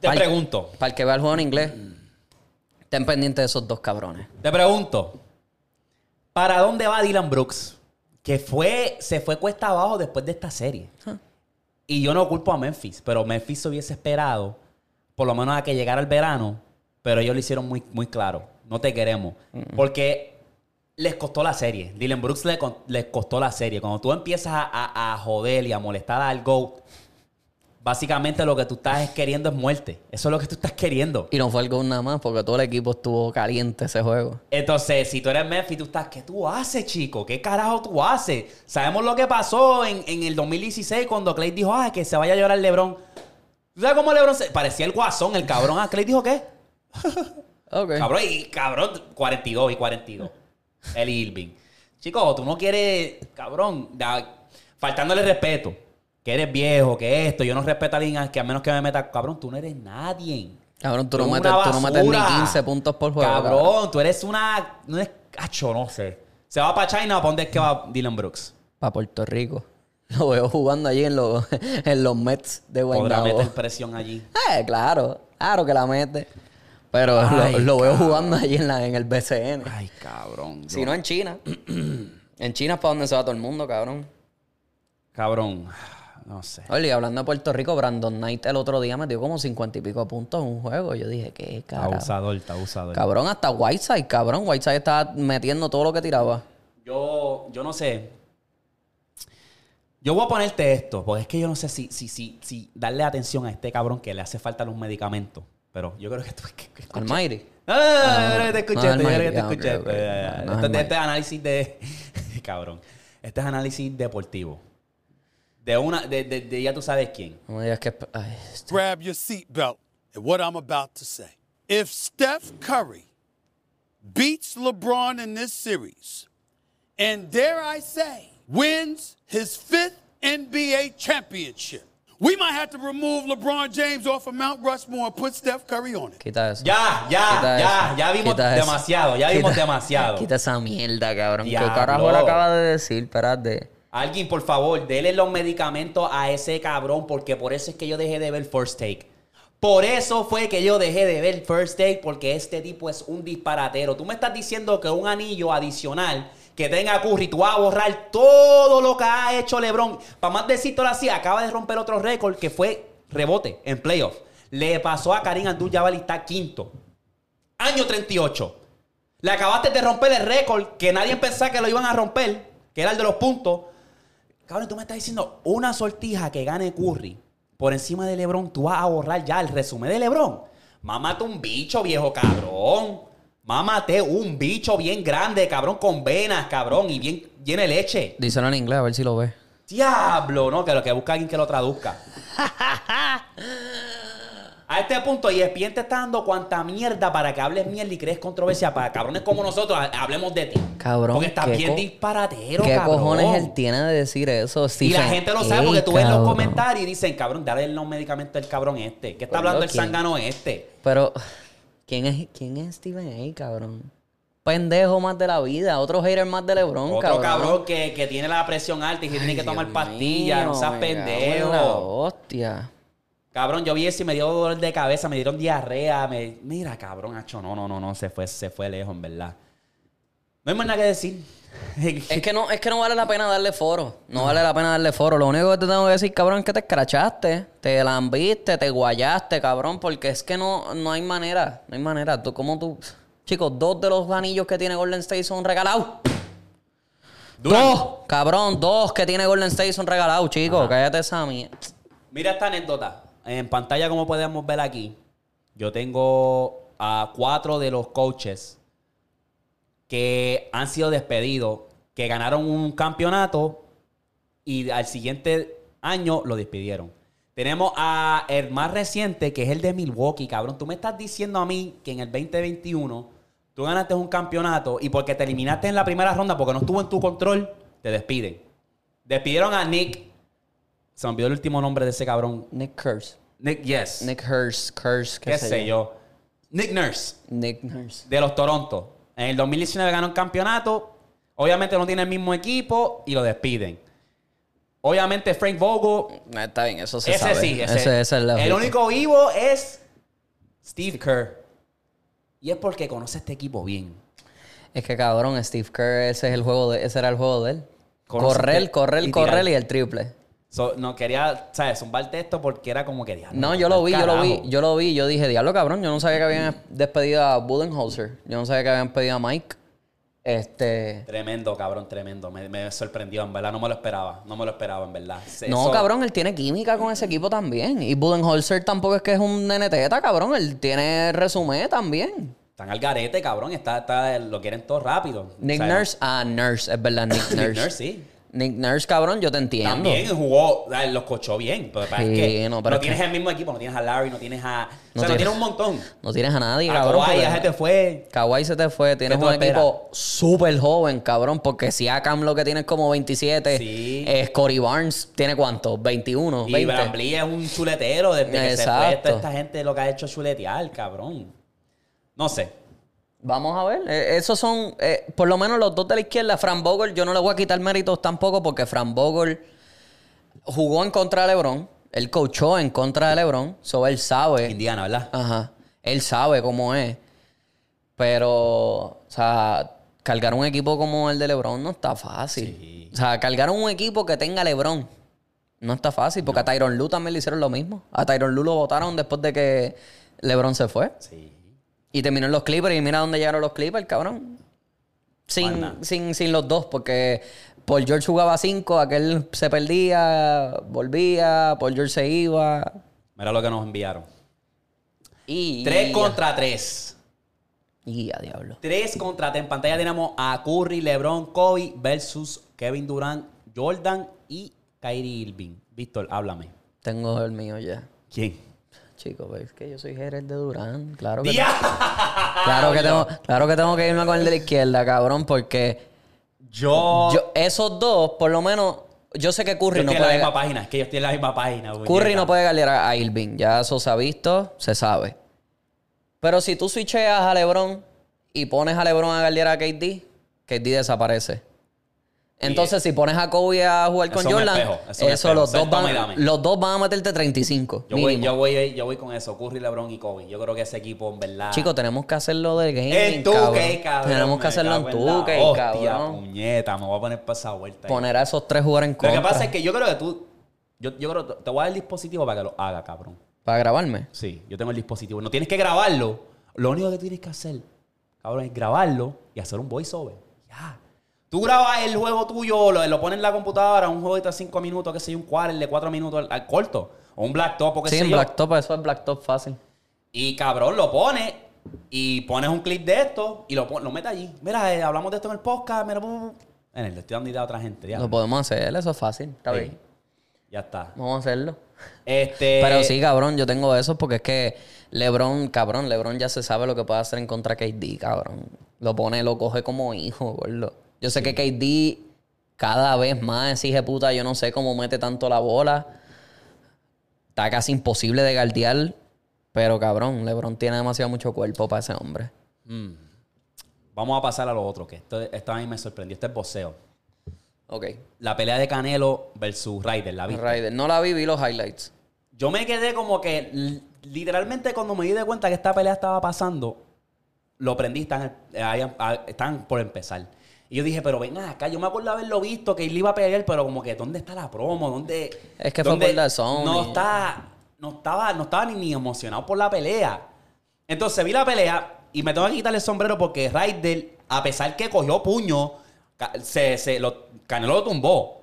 A: Te
B: Pal-
A: pregunto,
B: Para el que vea el juego en inglés,
A: Mm.
B: estén pendientes de esos dos cabrones.
A: te pregunto. ¿Para dónde va Dylan Brooks? Que fue, se fue cuesta abajo después de esta serie. Y yo no culpo a Memphis, pero Memphis se hubiese esperado, por lo menos a que llegara el verano, pero ellos lo hicieron muy, muy claro. No te queremos. Porque les costó la serie. Dylan Brooks le con- les, costó la serie. Cuando tú empiezas a, a- a joder y a molestar al GOAT, básicamente lo que tú estás queriendo es muerte. Eso es lo que tú estás queriendo.
B: Y no fue el gol nada más, porque todo el equipo estuvo caliente ese juego.
A: Entonces, si tú eres Memphis, tú estás, ¿qué tú haces, chico? ¿Qué carajo tú haces? Sabemos lo que pasó en, en el 2016 cuando Clay dijo, ah, que se vaya a llorar LeBron. ¿Tú sabes cómo LeBron se... Parecía el guasón, el cabrón. Ah, Clay dijo, ¿qué?
B: Ok.
A: Cabrón, y cabrón, 42 y 42. El Irving. Chico, tú no quieres, cabrón, da- faltándole respeto. Que eres viejo, que esto, yo no respeto a alguien que a menos que me meta, cabrón, tú no eres nadie.
B: Cabrón, tú no,
A: Una
B: metes, tú no metes ni
A: basura.
B: 15 puntos por juego.
A: Cabrón, tú eres una, no es cacho, no sé. Se va para China, ¿para dónde es que va Dylan Brooks?
B: Para Puerto Rico. Lo veo jugando allí en los, en los Mets de
A: Podrá meter
B: Guaynabo.
A: presión allí.
B: Eh, claro. Claro que la mete. Pero lo-
A: Ay,
B: lo, veo jugando allí en, la, en el BCN.
A: Ay, cabrón.
B: Si no en China. en China es para donde se va todo el mundo, cabrón.
A: Cabrón, no sé.
B: Oye, y hablando de Puerto Rico, Brandon Knight el otro día metió como 50 y pico puntos en un juego. Yo dije, qué carajo.
A: Abusador, está abusador.
B: Cabrón, hasta Whiteside, cabrón. Whiteside estaba metiendo todo lo que tiraba.
A: Yo, yo no sé. Yo voy a ponerte esto, porque es que yo no sé si, si, si, si darle atención a este cabrón que le hace falta los medicamentos. Pero yo creo que tú... que- que-
B: Almighty.
A: No, no, no, no, yo creo que te escuché,
B: Ah, no,
A: esto, yo creo
B: Mike,
A: que te
B: ya, ok,
A: escuché.
B: ok.
A: esto, ya, ya.
B: No, no,
A: Esto-
B: Mike.
A: Este es análisis de... Cabrón. Este es análisis deportivo. De una... De, de- de ya tú sabes quién.
B: No me digas que. ay, este-
C: grab your seatbelt at what I'm about to say. If Steph Curry beats LeBron in this series, and dare I say, wins his fifth NBA championship, we might have to remove LeBron James off of Mount Rushmore and put Steph Curry on it.
B: Quita eso.
A: Ya, ya,
B: Quita
A: ya,
B: eso.
A: ya vimos
B: Quita eso.
A: demasiado, ya vimos
B: Quita-
A: demasiado.
B: Quita esa mierda, cabrón. ¿Qué
A: Diablo.
B: carajo le acaba de decir? Espérate.
A: Alguien, por favor, dele los medicamentos a ese cabrón, porque por eso es que yo dejé de ver First Take. Por eso fue que yo dejé de ver First Take, porque este tipo es un disparatero. Tú me estás diciendo que un anillo adicional que tenga Curry, tú vas a borrar todo lo que ha hecho LeBron. Para más decirlo así, acaba de romper otro récord que fue rebote en playoff. Le pasó a Karim Abdul-Jabbar y está quinto. Año 38. Le acabaste de romper el récord que nadie pensaba que lo iban a romper, que era el de los puntos. Cabrón, tú me estás diciendo una sortija que gane Curry por encima de LeBron, tú vas a borrar ya el resumen de LeBron. Mámate un bicho, viejo cabrón. Mámate un bicho bien grande, cabrón, con venas, cabrón, y bien llena de leche.
B: Díselo en inglés, a ver si lo ves.
A: Diablo, no, que lo que busca alguien que lo traduzca. A este punto, y ESPN te está dando cuanta mierda para que hables mierda y crees controversia para cabrones como nosotros, ha- hablemos de ti.
B: Cabrón,
A: Porque estás
B: qué
A: bien
B: co-
A: disparatero,
B: ¿Qué
A: cabrón.
B: cojones él tiene de decir eso?
A: Y la
B: Stephen
A: gente lo
B: A,
A: sabe porque tú ves los
B: cabrón.
A: comentarios y dicen, cabrón, dale los medicamentos al cabrón este. ¿Qué está
B: Por
A: hablando el
B: loquín.
A: zángano este?
B: Pero, ¿quién es, ¿quién es Stephen A, cabrón? Pendejo más de la vida, otro hater más de LeBron,
A: Otro cabrón que, que tiene la presión alta y que tiene que
B: Dios
A: tomar pastillas, no
B: mío,
A: seas
B: me cago en la
A: pendejo.
B: Hostia.
A: Cabrón, yo vi eso y me dio dolor de cabeza, me dieron diarrea. me- Mira, cabrón, hacho, no, no, no, no, se fue, se fue lejos, en verdad. No hay más nada que decir.
B: Es que, no, es que no vale la pena darle foro. No vale la pena darle foro. Lo único que te tengo que decir, cabrón, es que te escrachaste, te lambiste, te guayaste, cabrón, porque es que no, no hay manera. No hay manera. Tú, como tú. Chicos, dos de los anillos que tiene Golden State son regalados.
A: Durant,
B: Dos, cabrón, dos que tiene Golden State son regalados, chicos. Cállate esa mierda.
A: Mira esta anécdota. En pantalla, como podemos ver aquí, yo tengo a cuatro de los coaches que han sido despedidos, que ganaron un campeonato y al siguiente año lo despidieron. Tenemos a el más reciente, que es el de Milwaukee, cabrón. Tú me estás diciendo a mí que en el 2021 tú ganaste un campeonato y porque te eliminaste en la primera ronda, porque no estuvo en tu control, te despiden. Despidieron a Nick. Se me olvidó el último nombre de ese cabrón.
B: Nick Curse.
A: Nick, yes.
B: Nick Curse, Curse, qué,
A: qué sé yo. Nick Nurse
B: Nick Nurse.
A: de los Toronto. En el 2019 ganó un campeonato. Obviamente no tiene el mismo equipo y lo despiden. Obviamente Frank Vogel,
B: Ah, Está bien, eso se
A: ese
B: sabe.
A: sí, ese,
B: ese es el lógico.
A: único vivo es Steve Kerr. Y es porque conoce este equipo bien.
B: Es que cabrón, Steve Kerr, ese es el juego de, ese era el juego de él.
A: Conoce
B: Correr,
A: este- y
B: correr, correr
A: tirar.
B: y el triple.
A: So, no quería, ¿sabes? Zumbarte esto porque era como que... diablo,
B: No, yo lo vi, yo lo vi,
A: carajo.
B: yo lo vi, yo dije, diablo cabrón, yo no sabía que habían despedido a Budenholzer, yo no sabía que habían pedido a Mike. Este.
A: Tremendo, cabrón, tremendo. Me, me sorprendió, en verdad. No me lo esperaba. No me lo esperaba, en verdad. Se-
B: No,
A: eso-
B: cabrón, él tiene química con ese equipo también. Y Budenholzer tampoco es que es un nene teta, cabrón. Él tiene resumen también.
A: Están al garete, cabrón. Está, está- lo quieren todo rápido.
B: Nick
A: O sea,
B: Nurse. Ah, Nurse, es verdad, Nick
A: Nick
B: Nurse.
A: Nurse, sí.
B: Nick Nurse, cabrón, yo te entiendo.
A: También jugó, o sea, los cochó bien. Pero para
B: Sí,
A: que
B: no,
A: no,
B: pero es
A: tienes
B: que-
A: el mismo equipo, no tienes a Larry, no tienes a. o sea,
B: tiene-
A: no tienes un montón.
B: No tienes a nadie,
A: A
B: cabrón.
A: Kawhi,
B: porque-
A: Ah, ya se te fue.
B: Kawhi se te fue. Tienes
A: ¿Qué tú
B: un
A: esperas?
B: equipo súper joven, cabrón. Porque si Akam lo que tiene es como 27,
A: Sí.
B: es Cory Barnes tiene cuánto? 21,
A: Y
B: 20.
A: Brambley es un chuletero desde que se fue.
B: Exacto.
A: Esta, esta gente lo que ha hecho es chuletear, cabrón. No sé.
B: Vamos a ver. Eh, esos son, eh, por lo menos los dos de la izquierda. Fran Vogel, yo no le voy a quitar méritos tampoco porque Fran Vogel jugó en contra de LeBron. Él coachó en contra de LeBron. So, él sabe.
A: Indiana, ¿verdad?
B: Ajá. Él sabe cómo es. Pero, o sea, cargar un equipo como el de LeBron no está fácil.
A: Sí.
B: O sea, cargar un equipo que tenga LeBron no está fácil. Porque a Tyron Lue también le hicieron lo mismo. A Tyron Lue lo votaron después de que LeBron se fue.
A: Sí.
B: Y terminó en los Clippers. Y mira dónde llegaron los Clippers, cabrón.
A: Para
B: Sin,
A: nada.
B: sin, sin los dos, porque Paul George jugaba cinco, aquel se perdía, volvía, Paul George se iba.
A: Mira lo que nos enviaron.
B: Y.
A: Tres contra tres.
B: Y a diablo.
A: Tres contra tres. En pantalla tenemos a Curry, LeBron, Kobe versus Kevin Durant, Jordan y Kyrie Irving. Víctor, háblame.
B: Tengo el mío ya.
A: ¿Quién?
B: Chico, pero es que yo soy Jerez de Durán. Claro que,
A: ¡Dia!
B: claro, que tengo, claro que tengo que irme con el de la izquierda, cabrón, porque
A: Yo.
B: yo, esos dos, por lo menos, yo sé que
A: Yo
B: Curry no
A: estoy en la
B: puede,
A: misma página, es que yo estoy en la misma página.
B: Curry
A: puñeta.
B: no puede galear a a Irving. Ya eso se ha visto, se sabe. Pero si tú switcheas a LeBron y pones a LeBron a galear a KD, KD desaparece. Entonces, si pones a Kobe a jugar con
A: Eso es un
B: Jordan,
A: espejo, eso es
B: eso,
A: un espejo.
B: los,
A: Eso es
B: dos
A: toma y dame.
B: van, los dos van a meterte 35.
A: Yo voy,
B: mínimo.
A: yo, voy, yo voy con eso, Curry, LeBron y Kobe. Yo creo que ese equipo, en verdad.
B: Chicos, Ah. tenemos que hacerlo del game.
A: en 2K, cabrón.
B: Tenemos que
A: me
B: hacerlo en
A: cago la
B: 2K,
A: hostia,
B: cabrón.
A: puñeta, me voy a poner para esa vuelta. ahí.
B: Poner a esos tres jugar en
A: Lo
B: contra.
A: que pasa es que yo creo que tú. Yo, yo creo te voy a dar el dispositivo para que lo haga, cabrón.
B: Para grabarme.
A: Sí, yo tengo el dispositivo. No tienes que grabarlo. Lo único que tienes que hacer, cabrón, es grabarlo y hacer un voiceover. Ya. Tú grabas el juego tuyo, lo, lo pones en la computadora, un juego de 5 minutos, qué sé yo, un quarter de 4 minutos al, al corto. O un blacktop, o qué
B: Sí,
A: sé pues
B: en
A: yo.
B: Blacktop, eso es Blacktop fácil.
A: Y cabrón, lo pones y pones un clip de esto y lo, pon- lo metes allí. Mira, eh, hablamos de esto en el podcast. Mira, bu- bu- bu. en el, le estoy dando idea a otra gente. Ya,
B: Lo podemos hacer, eso es fácil. pues, Está
A: Sí.
B: bien.
A: ya está.
B: Vamos a hacerlo.
A: Este,
B: Pero sí, cabrón, yo tengo eso porque es que LeBron, cabrón, LeBron ya se sabe lo que puede hacer en contra de KD, cabrón. Lo pone, lo coge como hijo, gordo. Yo sé que KD cada vez más es hija de puta, yo no sé cómo mete tanto la bola. Está casi imposible de guardiar. Pero cabrón, LeBron tiene demasiado mucho cuerpo para ese hombre.
A: Vamos a pasar a lo otro, que esto, esto a mí me sorprendió. Este es boxeo.
B: Ok.
A: La pelea de Canelo versus Ryder, la viste.
B: Ryder. No la vi, vi los highlights.
A: Yo me quedé como que li- literalmente cuando me di de cuenta que esta pelea estaba pasando, lo prendí, están, eh, ahí, ah, están por empezar. Y yo dije, pero ven acá, yo me acuerdo haberlo visto, que él iba a pelear, pero como que, ¿dónde está la promo? ¿Dónde?
B: Es que fue
A: dónde-
B: por la zona
A: No
B: y-
A: está, no estaba, no estaba ni, ni emocionado por la pelea. Entonces vi la pelea y me tengo que quitar el sombrero porque Ryder, a pesar que cogió puño, ca- se, se, lo, Canelo lo tumbó.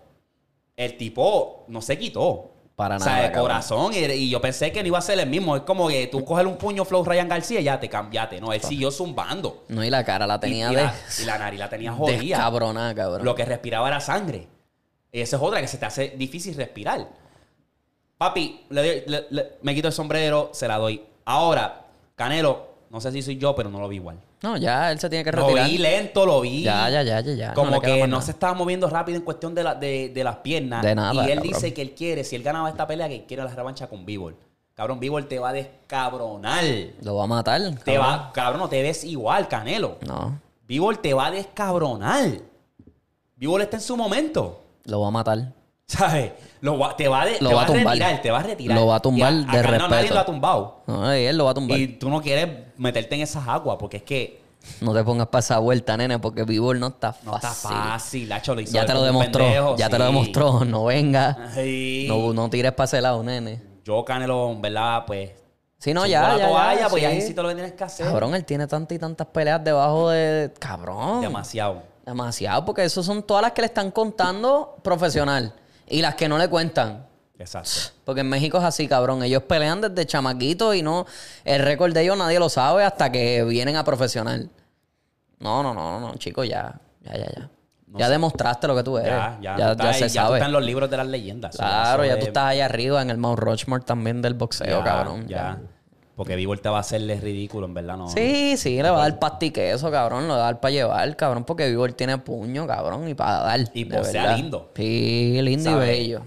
A: El tipo no se quitó.
B: Para
A: O
B: nada,
A: sea, de
B: cabrón.
A: corazón. Y, y yo pensé que no iba a ser el mismo. Es como que tú coges un puño flow Ryan García y ya te cambiaste. No, él siguió zumbando.
B: No, y la cara la tenía
A: y, y
B: de.
A: la, y la nariz la tenía jodida.
B: Descabronada, cabrón.
A: Lo que respiraba era sangre. Y esa es otra que se te hace difícil respirar. Papi, le doy- le- le- me quito el sombrero, se la doy. Ahora, Canelo, no sé si soy yo, pero no lo vi igual.
B: No, ya él se tiene que
A: Lo
B: retirar.
A: vi lento, lo vi.
B: Ya, ya, ya, ya, ya.
A: Como
B: le queda
A: que
B: más
A: no
B: nada.
A: se estaba moviendo rápido en cuestión de, la- de- de las piernas.
B: De nada,
A: Y él
B: cabrón.
A: dice que él quiere, si él ganaba esta pelea, que quiere la revancha con Víbor. Cabrón, Víbor te va a descabronar.
B: Lo va a matar.
A: Te
B: cabrón.
A: va, cabrón, no te ves igual, Canelo.
B: No,
A: Víbor te va a descabronar. Víbor está en su momento.
B: lo va a matar.
A: ¿Sabes? Lo va- te va, a de-
B: Lo
A: te
B: va a
A: va a
B: tumbar.
A: retirar, te va a retirar.
B: Lo va a tumbar
A: Y
B: de
A: Canelo nadie
B: respeto.
A: lo ha tumbado.
B: No, y él lo va a tumbar.
A: Y tú no quieres meterte en esas aguas porque es que
B: No te pongas para esa vuelta, nene, porque Vivol no está fácil.
A: no está fácil. Hacho, lo hizo
B: Ya
A: él
B: te lo
A: como un
B: demostró.
A: pendejo,
B: ya te lo
A: sí.
B: demostró. No venga.
A: Sí.
B: No, no tires para ese lado, nene.
A: Yo, Canelo, en verdad, pues
B: Si no,
A: Su
B: ya,
A: la
B: ya,
A: toalla,
B: ya,
A: pues
B: sí.
A: ya sí te lo que tienes que hacer.
B: Cabrón, él tiene tantas y tantas peleas debajo de... Cabrón.
A: Demasiado.
B: Demasiado, porque esas son todas las que le están contando profesional. Y las que no le cuentan.
A: Exacto.
B: Porque en México es así, cabrón. Ellos pelean desde chamaquitos y no. El récord de ellos nadie lo sabe hasta que vienen a profesional. No, no, no, no, chico, ya. Ya, ya, ya. ya demostraste lo que tú eres.
A: Ya,
B: Ya,
A: ya.
B: eh, ya,
A: no está ahí,
B: se
A: ya tú
B: sabe.
A: estás en los libros de las leyendas.
B: Claro,
A: Eso
B: ya
A: es-
B: tú estás allá arriba en el Mount Rushmore también del boxeo,
A: ya,
B: cabrón.
A: Ya.
B: ya.
A: Porque Víbor te va a hacerle ridículo, en verdad, no.
B: Sí, sí, le va a dar pastique eso, cabrón. Lo va a dar para llevar, cabrón, porque Vivor tiene puño, cabrón, y para dar.
A: Y
B: de
A: posea
B: verdad.
A: lindo.
B: Sí, lindo
A: ¿Sabes?
B: y bello.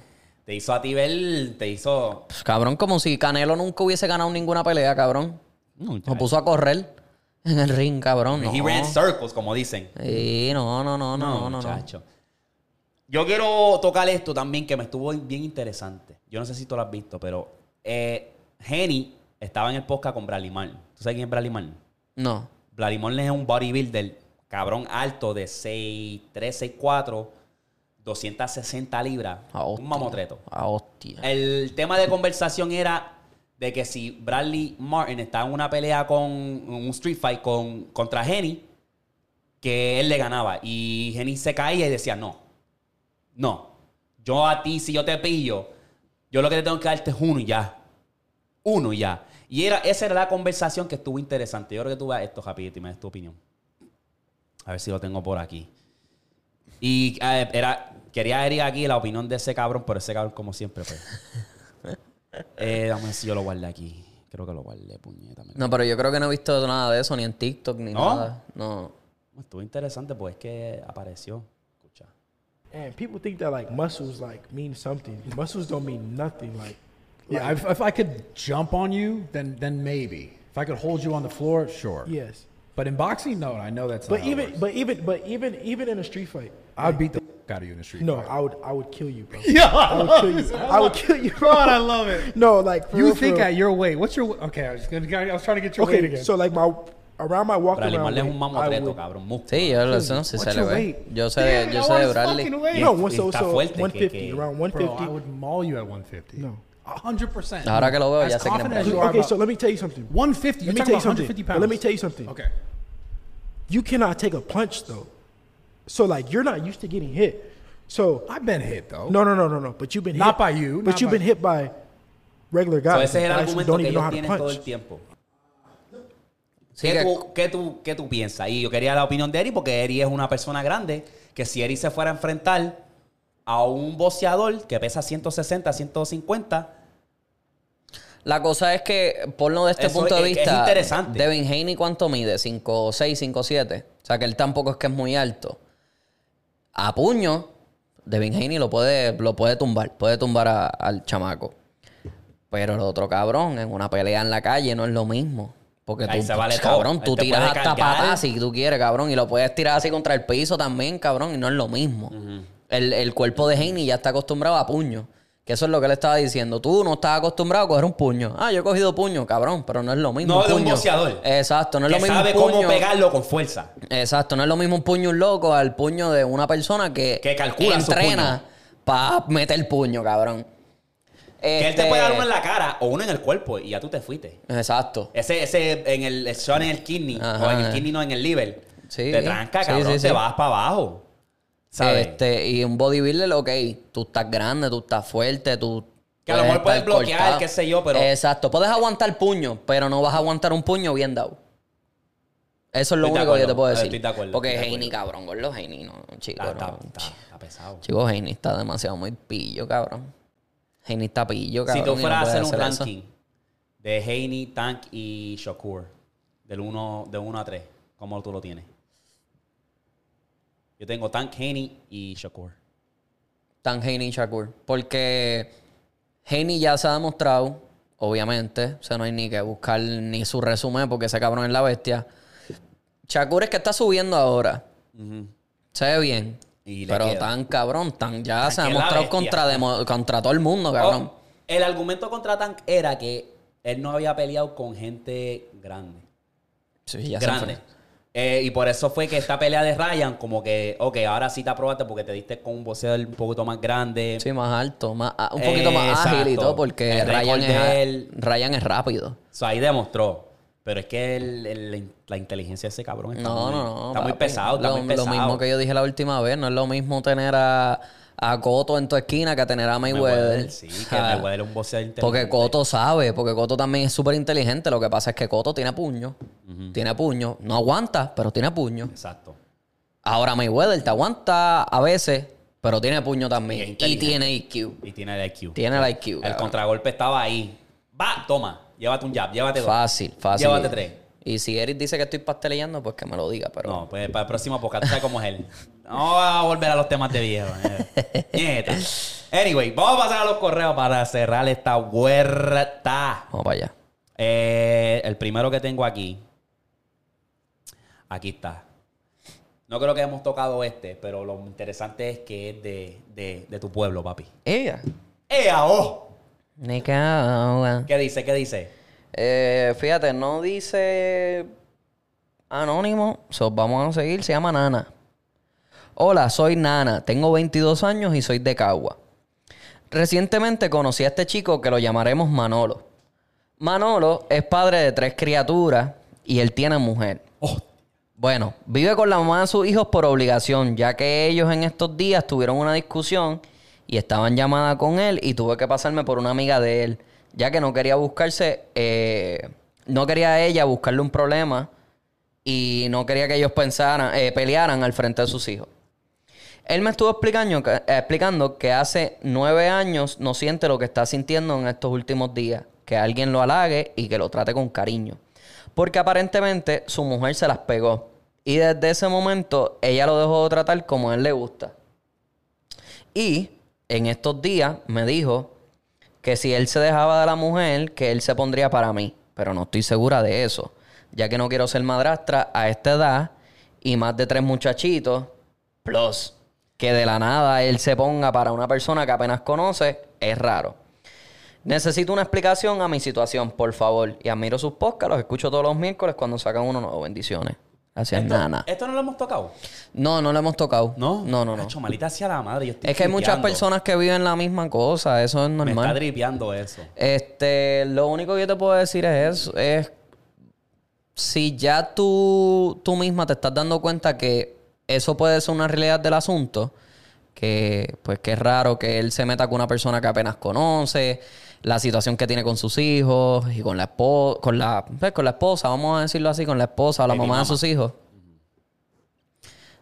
A: Te hizo a ti ver, te hizo.
B: Pues, cabrón, como si Canelo nunca hubiese ganado ninguna pelea, cabrón.
A: No,
B: Nos puso a correr en el ring, cabrón. No.
A: He ran circles, como dicen.
B: Sí, no, no, no, no, no, no.
A: muchacho. Yo quiero tocar esto también que me estuvo bien interesante. Yo no sé si tú lo has visto, pero eh, Henny estaba en el podcast con Bradley Mann. ¿Tú sabes quién es Bradley Mann?
B: No.
A: Bradley Mann es un bodybuilder, cabrón alto de 6'3, 6'4, 260 libras.
B: A hostia.
A: un mamotreto.
B: Ah, hostia.
A: El tema de conversación era de que si Bradley Martin está en una pelea con un street fight con, contra Henny, que él le ganaba. Y Henny se caía y decía, no, no, yo a ti, si yo te pillo, yo lo que te tengo que darte es uno y ya. Uno y ya. Y era, esa era la conversación que estuvo interesante. Yo creo que tú veas esto, rapidito y me des tu opinión. A ver si lo tengo por aquí. Y eh, era, quería herir aquí la opinión de ese cabrón, pero ese cabrón, como siempre, pues. eh, dame si yo lo guardé aquí. Creo que lo guardé, puñeta. me-
B: No, pero yo creo que no he visto nada de eso, ni en TikTok, ni
A: ¿No?
B: nada. No.
A: Estuvo interesante, pues es que apareció. Escucha.
D: And people think that like muscles like mean something. Muscles don't mean nothing. Like,
E: Yeah, if, if I could jump on you, then then maybe. If I could hold you on the floor, sure.
D: yes.
E: But in boxing, no, I know that's.
D: But
E: not how it
D: even,
E: works.
D: but even, but even, even in a street fight,
E: I would beat the f- out of you in the street.
D: no,
E: fight.
D: I would, I would kill you, bro.
E: yeah,
D: I would kill you. I would kill you, bro.
E: God, I love it.
D: No, like for
E: You
D: real, for
E: think
D: real.
E: at your weight? What's your? Okay, I was gonna. I was trying to get your weight
D: okay?
E: again.
D: So like my around my walk
A: Bradley
D: around,
A: Marley es
D: weight,
A: un
D: I
A: mamotreto,
D: would-
A: cabrón. músculo.
B: Sí, yo lo sé, no sé si se
E: What's
B: le
E: your
B: ve.
E: weight?
B: eh? Yo sé,
E: Damn,
B: de-
E: I
B: yo sé
E: want
B: de
E: his
B: Bradley.
E: fucking weight.
D: No, one so
A: está
D: so
A: fuerte, que-
D: 150
A: que-
D: around
E: bro,
D: 150.
E: I would maul you at 150.
D: No.
E: 100. percent
B: Ahora que lo veo,
E: as
B: ya sé que
E: confident
B: no
E: as you are
D: okay,
E: about-
D: so let me tell you something.
E: 150. You're
D: Let me
E: talking
D: tell you
E: about 150
D: something.
E: pounds.
D: Let me tell you something.
E: Okay.
D: You cannot take a punch though. So like you're not used to getting hit. So
E: I've been hit though.
D: no, no, no, no, no. But you've been
E: Not
D: hit,
E: by you,
D: But
E: not
D: you've
E: by-
D: been hit by regular
A: So,
D: guys.
A: ese es el
D: guys who
A: argumento
D: don't
A: que
D: even
A: ellos
D: know how to
A: tienen todo el
D: punch.
A: tiempo.
B: Sí,
A: ¿Qué,
B: que-
A: tú, qué tú- qué tú piensas? Y yo quería la opinión de Eri porque Eri es una persona grande que si Eri se fuera a enfrentar a un boxeador que pesa 160, 150,
B: La cosa es que, ponlo de este
A: Eso
B: punto de
A: es- es
B: vista.
A: interesante.
B: Devin Haney, ¿cuánto mide? 5, 6, 5, 7. O sea, que él tampoco es que es muy alto. A puño, Devin Haney lo puede, lo puede tumbar. Puede tumbar a- al chamaco. Pero el otro cabrón, en una pelea en la calle, no es lo mismo. Porque
A: Ahí
B: tú,
A: se vale
B: cabrón,
A: todo.
B: tú
A: Él te
B: tiras
A: puede
B: hasta
A: cargar.
B: patas si tú quieres, cabrón. Y lo puedes tirar así contra el piso también, cabrón. Y no es lo mismo. el, el cuerpo de Haney ya está acostumbrado a puño. Que eso es lo que él estaba diciendo. Tú no estás acostumbrado a coger un puño. Ah, yo he cogido puño, cabrón. Pero no es lo mismo.
A: No, de un
B: puño.
A: boxeador.
B: Exacto, no es
A: que
B: lo mismo.
A: sabe
B: un puño.
A: cómo pegarlo con fuerza.
B: Exacto, no es lo mismo un puño un loco al puño de una persona que,
A: Que calcula su
B: entrena para meter el puño, cabrón. Este,
A: Que él te puede dar uno en la cara o uno en el cuerpo y ya tú te fuiste.
B: Exacto.
A: Ese, ese en el el shot en el kidney,
B: Ajá.
A: o en el kidney no en el liver,
B: Sí.
A: te tranca,
B: Sí,
A: cabrón,
B: sí, sí.
A: te vas para abajo. Eh, ¿Sabes?
B: Este, y un bodybuilder, ok, tú estás grande, tú estás fuerte, tú.
A: Que a lo mejor
B: estar
A: puedes bloquear, qué sé yo, pero-
B: Exacto, puedes aguantar puño, pero no vas a aguantar un puño bien dado. Eso
A: Estoy
B: es lo
A: de
B: único que yo
A: acuerdo,
B: te puedo
A: eh,
B: decir.
A: estoy de acuerdo,
B: Porque
A: estoy de
B: Heini, cabrón, gordo, Heini, no, chico.
A: Está, está-
B: no.
A: está- está pesado.
B: Chico, Heini está demasiado muy pillo, cabrón. Heini está pillo,
A: si
B: cabrón.
A: tú
B: y no
A: fueras a
B: puede
A: hacer un
B: eso.
A: ranking de Haney, Tank y Shakur, del 1 de uno a 3, ¿cómo tú lo tienes? Yo tengo Tank, Haney y Shakur.
B: tan Haney y Shakur. Porque Haney ya se ha demostrado, obviamente, o sea, no hay ni que buscar ni su resumen porque ese cabrón es la bestia. Shakur es que está subiendo ahora. Se ve bien.
A: Y le
B: pero
A: queda.
B: tan cabrón, tan ya se ha
A: que es la
B: mostrado
A: bestia.
B: contra, demo- contra todo el mundo, cabrón.
A: Oh, el argumento contra Tank era que él no había peleado con gente grande.
B: Sí, ya se
A: grande.
B: enfrentó.
A: Eh, y por eso fue que esta pelea de Ryan, como que, ok, ahora sí te aprobaste porque te diste con un boxeador un poquito más grande.
B: Sí, más alto, más, a- un poquito más ágil y
A: Exacto.
B: todo, porque
A: El
B: Ryan
A: récord
B: es, a-
A: de él.
B: Ryan es rápido.
A: O sea, ahí demostró. Pero es que el- el- la inteligencia de ese cabrón está,
B: No,
A: muy,
B: no, no.
A: está muy
B: papi.
A: pesado. Está
B: lo,
A: muy pesado.
B: Lo mismo que yo dije la última vez, no es lo mismo tener a, a Coto en tu esquina que tener a Mayweather.
A: Mayweather, Sí,
B: O
A: que
B: sea,
A: Mayweather es un boxeador
B: Porque
A: inteligente.
B: Coto sabe, porque Coto también es súper inteligente. Lo que pasa es que Coto tiene puño. Tiene puño. No aguanta, pero tiene puño.
A: Exacto.
B: Ahora Mayweather te aguanta a veces, pero tiene puño también.
A: Y es
B: Y tiene IQ.
A: Y tiene el IQ.
B: Tiene el IQ.
A: El
B: cabrón.
A: contragolpe estaba ahí. Va, toma. Llévate un jab, llévate dos.
B: Fácil, fácil.
A: Llévate tres.
B: Y si Eric dice que estoy pasteleando, pues que me lo diga, pero.
A: No, pues para el próximo podcast, tú sabes cómo es él. No va a volver a los temas de viejo. eh. Nieta. Anyway, vamos a pasar a los correos para cerrar esta huerta.
B: Vamos para allá.
A: Eh, el primero que tengo aquí. Aquí está. No creo que hemos tocado este, pero lo interesante es que es de, de- de tu pueblo, papi.
B: Ella.
A: ¡Ea, oh!
B: Nicaragua.
A: ¿Qué dice? ¿Qué dice?
B: Eh, fíjate, no dice anónimo, so, vamos a seguir, se llama Nana. Hola, soy Nana, tengo 22 años y soy de Cagua. Recientemente conocí a este chico que lo llamaremos Manolo. Manolo es padre de tres criaturas y él tiene mujer. Bueno, vive con la mamá de sus hijos por obligación, ya que ellos en estos días tuvieron una discusión y estaban llamada con él y tuve que pasarme por una amiga de él, ya que no quería buscarse, eh, no quería ella buscarle un problema y no quería que ellos pensaran, eh, pelearan al frente de sus hijos. Él me estuvo explicando, que- eh, explicando que hace nueve años no siente lo que está sintiendo en estos últimos días. Que alguien lo halague y que lo trate con cariño. Porque aparentemente su mujer se las pegó. Y desde ese momento ella lo dejó de tratar como a él le gusta. Y en estos días me dijo que si él se dejaba de la mujer, que él se pondría para mí. Pero no estoy segura de eso, ya que no quiero ser madrastra a esta edad y más de tres muchachitos. Plus, que de la nada él se ponga para una persona que apenas conoce, es raro. Necesito una explicación a mi situación, por favor. Y admiro sus podcasts, los escucho todos los miércoles cuando sacan uno nuevo. Bendiciones. Gracias,
A: Esto,
B: Nana.
A: esto no lo hemos tocado.
B: No, no lo hemos tocado.
A: ¿No?
B: No, no, no.
A: Hacho, malita sea la madre. yo estoy
B: Es que hay muchas
A: tripeando.
B: personas que viven la misma cosa, eso es
A: Me está
B: normal.
A: dripeando eso.
B: Este, lo único que yo te puedo decir es eso, es si ya tú, tú misma te estás dando cuenta que eso puede ser una realidad del asunto, que pues que es raro que él se meta con una persona que apenas conoce, la situación que tiene con sus hijos y con la esposa, con la, pues, con la esposa, vamos a decirlo así, con la esposa o la
A: Baby
B: mamá,
A: mama.
B: de sus hijos.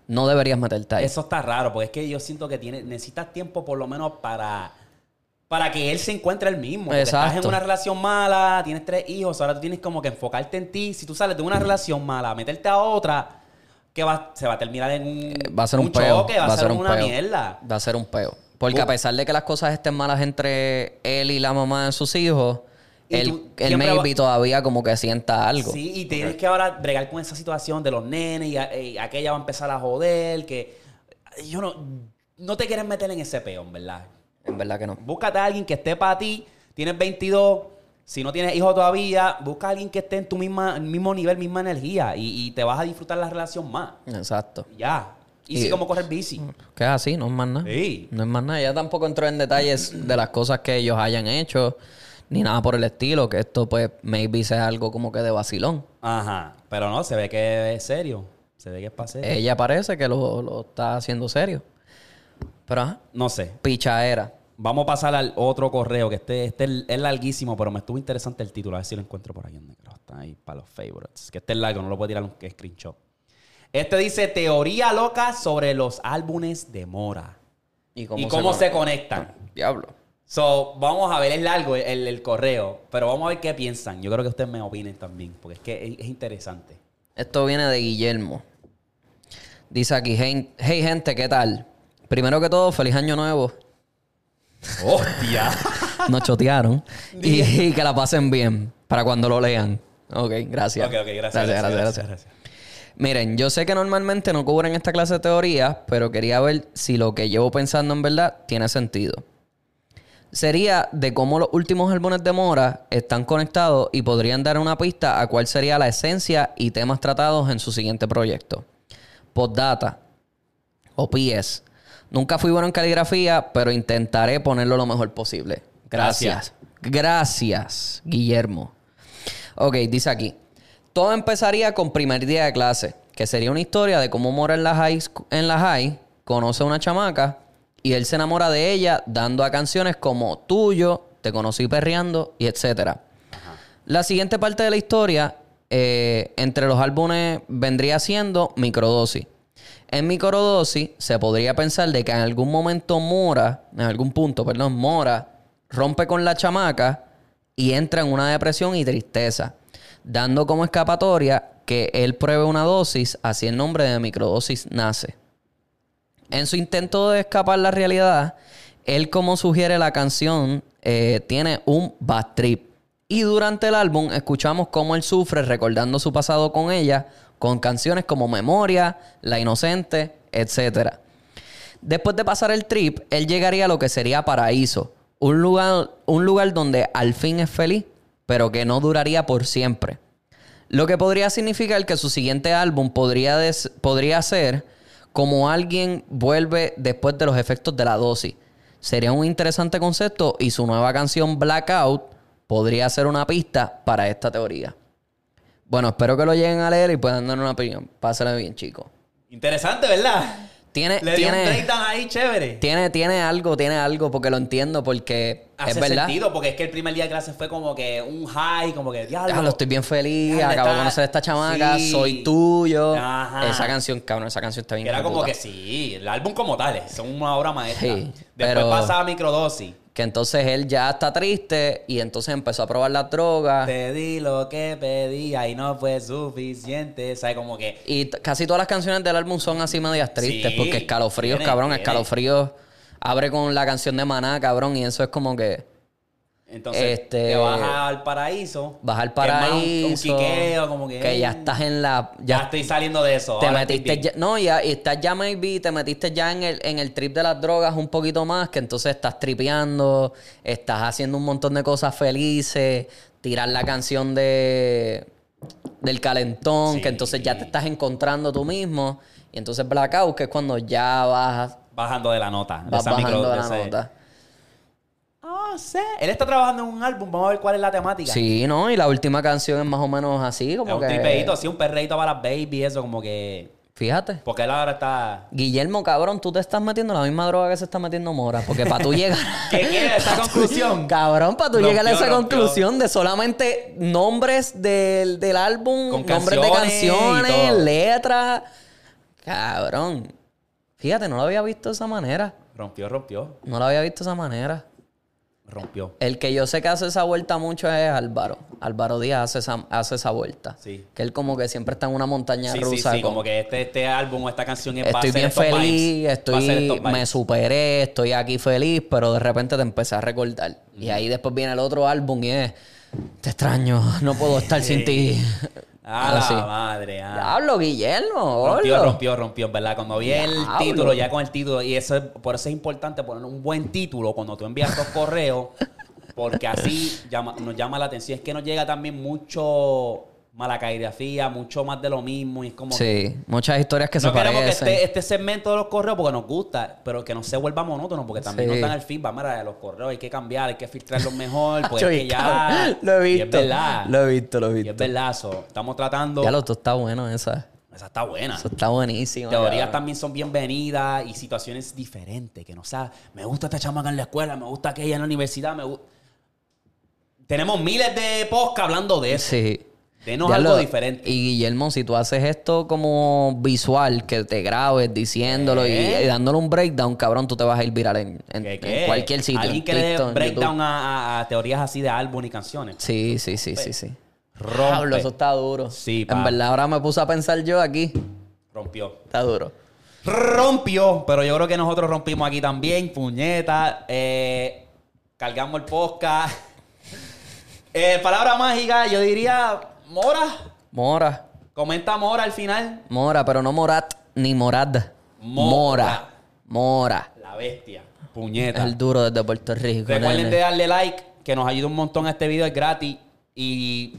B: No deberías meterte ahí.
A: Eso está raro, porque es que yo siento que tiene, necesitas tiempo por lo menos para, para que él se encuentre él mismo. Porque Estás en
B: Exacto.
A: una relación mala, tienes tres hijos, ahora tú tienes como que enfocarte en ti. Si tú sales de
B: Mm.
A: una relación mala, a meterte a otra, que va, se va a terminar en un,
B: Eh, va a ser un, peo.
A: choque, va, a ser, una
B: peo.
A: mierda.
B: Va a ser un peo. Porque a
A: Uh.
B: pesar de que las cosas estén malas entre él y la mamá de sus hijos,
A: Y
B: él,
A: tú
B: él
A: siempre
B: maybe
A: va-
B: todavía como que sienta algo.
A: Sí, y tienes que ahora bregar con esa situación de los nenes y, a- y aquella va a empezar a joder, que yo no, no te quieres meter en ese peón, ¿verdad?
B: En verdad que no.
A: Búscate a alguien que esté para ti. Tienes 22. Si no tienes hijos todavía, busca a alguien que esté en tu misma, mismo nivel, misma energía. Y, y te vas a disfrutar la relación más.
B: Exacto.
A: Ya. Y sí,
B: Y-
A: como correr bici.
B: Que es así, no es más nada.
A: Sí.
B: No es más nada. Ella tampoco entró en detalles de las cosas que ellos hayan hecho, ni nada por el estilo, que esto pues maybe sea algo como que de vacilón.
A: Ajá. Pero no, se ve que es serio. Se ve que es para serio.
B: Ella parece que lo, lo está haciendo serio. Pero ajá,
A: No sé.
B: pichaera.
A: Vamos a pasar al otro correo, que este, este es larguísimo, pero me estuvo interesante el título. A ver si lo encuentro por aquí. ¿Dónde creo? Está ahí para los favorites. Que este es largo, no lo puedo tirar un screenshot. Este dice teoría loca sobre los álbumes de Mora.
B: ¿Y
A: y cómo se, conectan.
B: Diablo.
A: So, vamos a ver, es largo el, el correo, pero vamos a ver qué piensan. Yo creo que ustedes me opinen también, porque es que es, es interesante.
B: Esto viene de Guillermo. Dice aquí, hey, hey, gente, ¿qué tal? Primero que todo, feliz año nuevo.
A: ¡Hostia!
B: Nos chotearon. y, y que la pasen bien para cuando lo lean. Ok, gracias.
A: ok, ok, gracias.
B: Gracias, gracias, gracias. Miren, yo sé que normalmente no cubren esta clase de teorías, pero quería ver si lo que llevo pensando en verdad tiene sentido. sería de cómo los últimos álbumes de Mora están conectados y podrían dar una pista a cuál sería la esencia y temas tratados en su siguiente proyecto. Postdata o PS. Nunca fui bueno en caligrafía, pero intentaré ponerlo lo mejor posible. Gracias. Gracias, Guillermo. Ok, dice aquí. Todo empezaría con primer día de clase, que sería una historia de cómo Mora en la high, sc- en la high conoce a una chamaca y él se enamora de ella dando a canciones como Tuyo, Te conocí perreando y etcétera. La siguiente parte de la historia, eh, entre los álbumes, vendría siendo Microdosis. En Microdosis se podría pensar de que en algún momento Mora, en algún punto, perdón, Mora rompe con la chamaca y entra en una depresión y tristeza, dando como escapatoria que él pruebe una dosis, así el nombre de Microdosis nace. En su intento de escapar la realidad, él, como sugiere la canción, eh, tiene un bad trip. Y durante el álbum escuchamos cómo él sufre recordando su pasado con ella, con canciones como Memoria, La Inocente, etc. Después de pasar el trip, él llegaría a lo que sería Paraíso, un lugar, un lugar donde al fin es feliz, pero que no duraría por siempre. Lo que podría significar que su siguiente álbum podría, des- podría ser como alguien vuelve después de los efectos de la dosis. Sería un interesante concepto y su nueva canción Blackout podría ser una pista para esta teoría. Bueno, espero que lo lleguen a leer y puedan dar una opinión. Pásenlo bien, chicos.
A: Interesante, ¿verdad?
B: Tiene,
A: Le dio un
B: Eh, tiene,
A: breakdown ahí chévere.
B: tiene, tiene algo, tiene algo, porque lo entiendo, porque
A: Hace
B: es verdad.
A: sentido, porque es que el primer día de clase fue como que un high, como que diablo.
B: Ah, lo estoy bien feliz,
A: Diablo,
B: acabo de
A: está-
B: conocer a esta chamaca,
A: Sí.
B: soy tuyo.
A: Ajá.
B: Esa canción, cabrón, esa canción está bien.
A: Que Era como
B: puta.
A: que sí, el álbum como tal, es una obra maestra.
B: Sí,
A: Después
B: pero-
A: pasa a microdosis.
B: Que entonces él ya está triste y entonces empezó a probar las drogas.
A: Te di lo que pedía y no fue suficiente. ¿Sabes? Como que
B: Y t- casi todas las canciones del álbum son así medias tristes,
A: Sí,
B: porque escalofríos,
A: tiene-
B: cabrón,
A: tiene.
B: escalofríos. Abre con la canción de Maná, cabrón, y eso es como que.
A: Entonces,
B: Este-
A: te vas al paraíso.
B: Vas al
A: que es más
B: paraíso.
A: un- Un quiqueo, como que.
B: ya
A: eh,
B: estás en la.
A: Ya
B: Ya
A: estoy saliendo de eso.
B: te
A: ahora estoy
B: metiste.
A: bien.
B: ya- no, ya y estás ya maybe, te metiste ya en el, en el trip de las drogas un poquito más, que entonces estás tripeando, estás haciendo un montón de cosas felices, tirar la canción de. del calentón, que entonces ya te estás encontrando tú mismo. Y entonces Blackout, que es cuando ya bajas
A: Bajando de la nota. de
B: Vas
A: esa
B: bajando
A: micro-
B: la
A: de ese-
B: nota.
A: No sé. Él está trabajando en un álbum. Vamos a ver cuál es la temática.
B: Sí, ¿no? Y la última canción es más o menos así,
A: Es
B: como
A: un
B: que...
A: tripeíto, así, un perreíto para las baby, eso, como que.
B: Fíjate.
A: Porque él ahora está.
B: Guillermo, cabrón, tú te estás metiendo la misma droga que se está metiendo Mora. Porque para tú llegar...
A: ¿Qué quieres? Esa
B: Pa' tú-
A: conclusión.
B: Cabrón, para tú
A: Rompió,
B: llegar a esa
A: rompió.
B: conclusión de solamente nombres del, del álbum,
A: Con
B: nombres de
A: canciones y
B: canciones,
A: todo.
B: letras. Cabrón. Fíjate, no lo había visto de esa manera.
A: Rompió, rompió.
B: No lo había visto de esa manera.
A: Rompió.
B: El que yo sé que hace esa vuelta mucho es Álvaro. Álvaro Díaz hace esa, hace esa vuelta.
A: Sí.
B: Que él como que siempre está en una montaña
A: Sí, sí,
B: rusa.
A: sí. Como
B: con-
A: que este, este álbum o esta canción es va a
B: Estoy
A: ser
B: bien
A: estos
B: feliz,
A: vibes, va a ser
B: estoy,
A: estos
B: me
A: vibes.
B: superé, estoy aquí feliz, pero de repente te empecé a recordar. Y ahí después viene el otro álbum y es, te extraño, no puedo estar sin ti.
A: Ah,
B: Así.
A: la madre. ah.
B: Hablo, Guillermo.
A: Rompió,
B: hablo.
A: rompió, rompió, ¿verdad? Cuando vi el
B: Diablo.
A: título, ya con el título, y eso es- por eso es importante poner un buen título cuando tú envías los correos, porque así llama- nos llama la atención. Es que nos llega también mucho mala caligrafía, mucho más de lo mismo, y es como que
B: Sí, muchas historias que se
A: no queremos que
B: parecen.
A: este, este segmento de los correos, porque nos gusta, pero que no se vuelva monótono, porque también
B: Sí.
A: nos dan el feedback, mira, de los correos hay que cambiar, hay que filtrarlos mejor, pues
B: Yo,
A: es que ya...
B: cabrón, lo he
A: y
B: visto.
A: es verdad.
B: Lo he visto, lo he
A: y es
B: visto.
A: verdad, so, estamos tratando...
B: Ya lo tú está bueno esa.
A: Esa está buena.
B: Eso está buenísimo.
A: Teorías
B: cabrón.
A: también son bienvenidas y situaciones diferentes, que no sea, me gusta esta chamaca en la escuela, me gusta aquella en la universidad, me gusta... Tenemos miles de podcasts hablando de eso.
B: Sí.
A: Denos
B: Ya
A: algo
B: lo-
A: diferente.
B: Y Guillermo, si tú haces esto como visual, que te grabes diciéndolo y,
A: ¿Eh?
B: y dándole un breakdown, cabrón, tú te vas a ir viral en, en-
A: ¿Qué,
B: en
A: qué?
B: cualquier sitio.
A: Alguien
B: en
A: que le dé
B: TikTok, en
A: breakdown
B: YouTube.
A: a, a- a teorías así de álbum y canciones.
B: Sí, sí, sí, sí, sí.
A: Rompe.
B: Pablo, eso está duro.
A: Sí, pa.
B: En verdad, ahora me puse a pensar yo aquí.
A: Rompió.
B: Está duro.
A: Rompió, pero yo creo que nosotros rompimos aquí también, puñeta. Eh, cargamos el podcast. Eh, palabra mágica, yo diría Mora.
B: Mora.
A: Comenta Mora al final.
B: Mora, pero no Morat ni Morad.
A: Mora.
B: Mora. Mora.
A: La bestia. Puñeta.
B: El duro desde Puerto Rico.
A: Recuerden
B: nene.
A: de darle like, que nos ayuda un montón a este video, es gratis. Y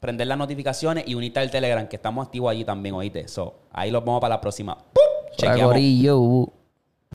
A: prender las notificaciones y unirte al Telegram, que estamos activos allí también, oíste. So, ahí los vemos para la próxima. ¡Pum! Chequeamos.
B: Gorillo.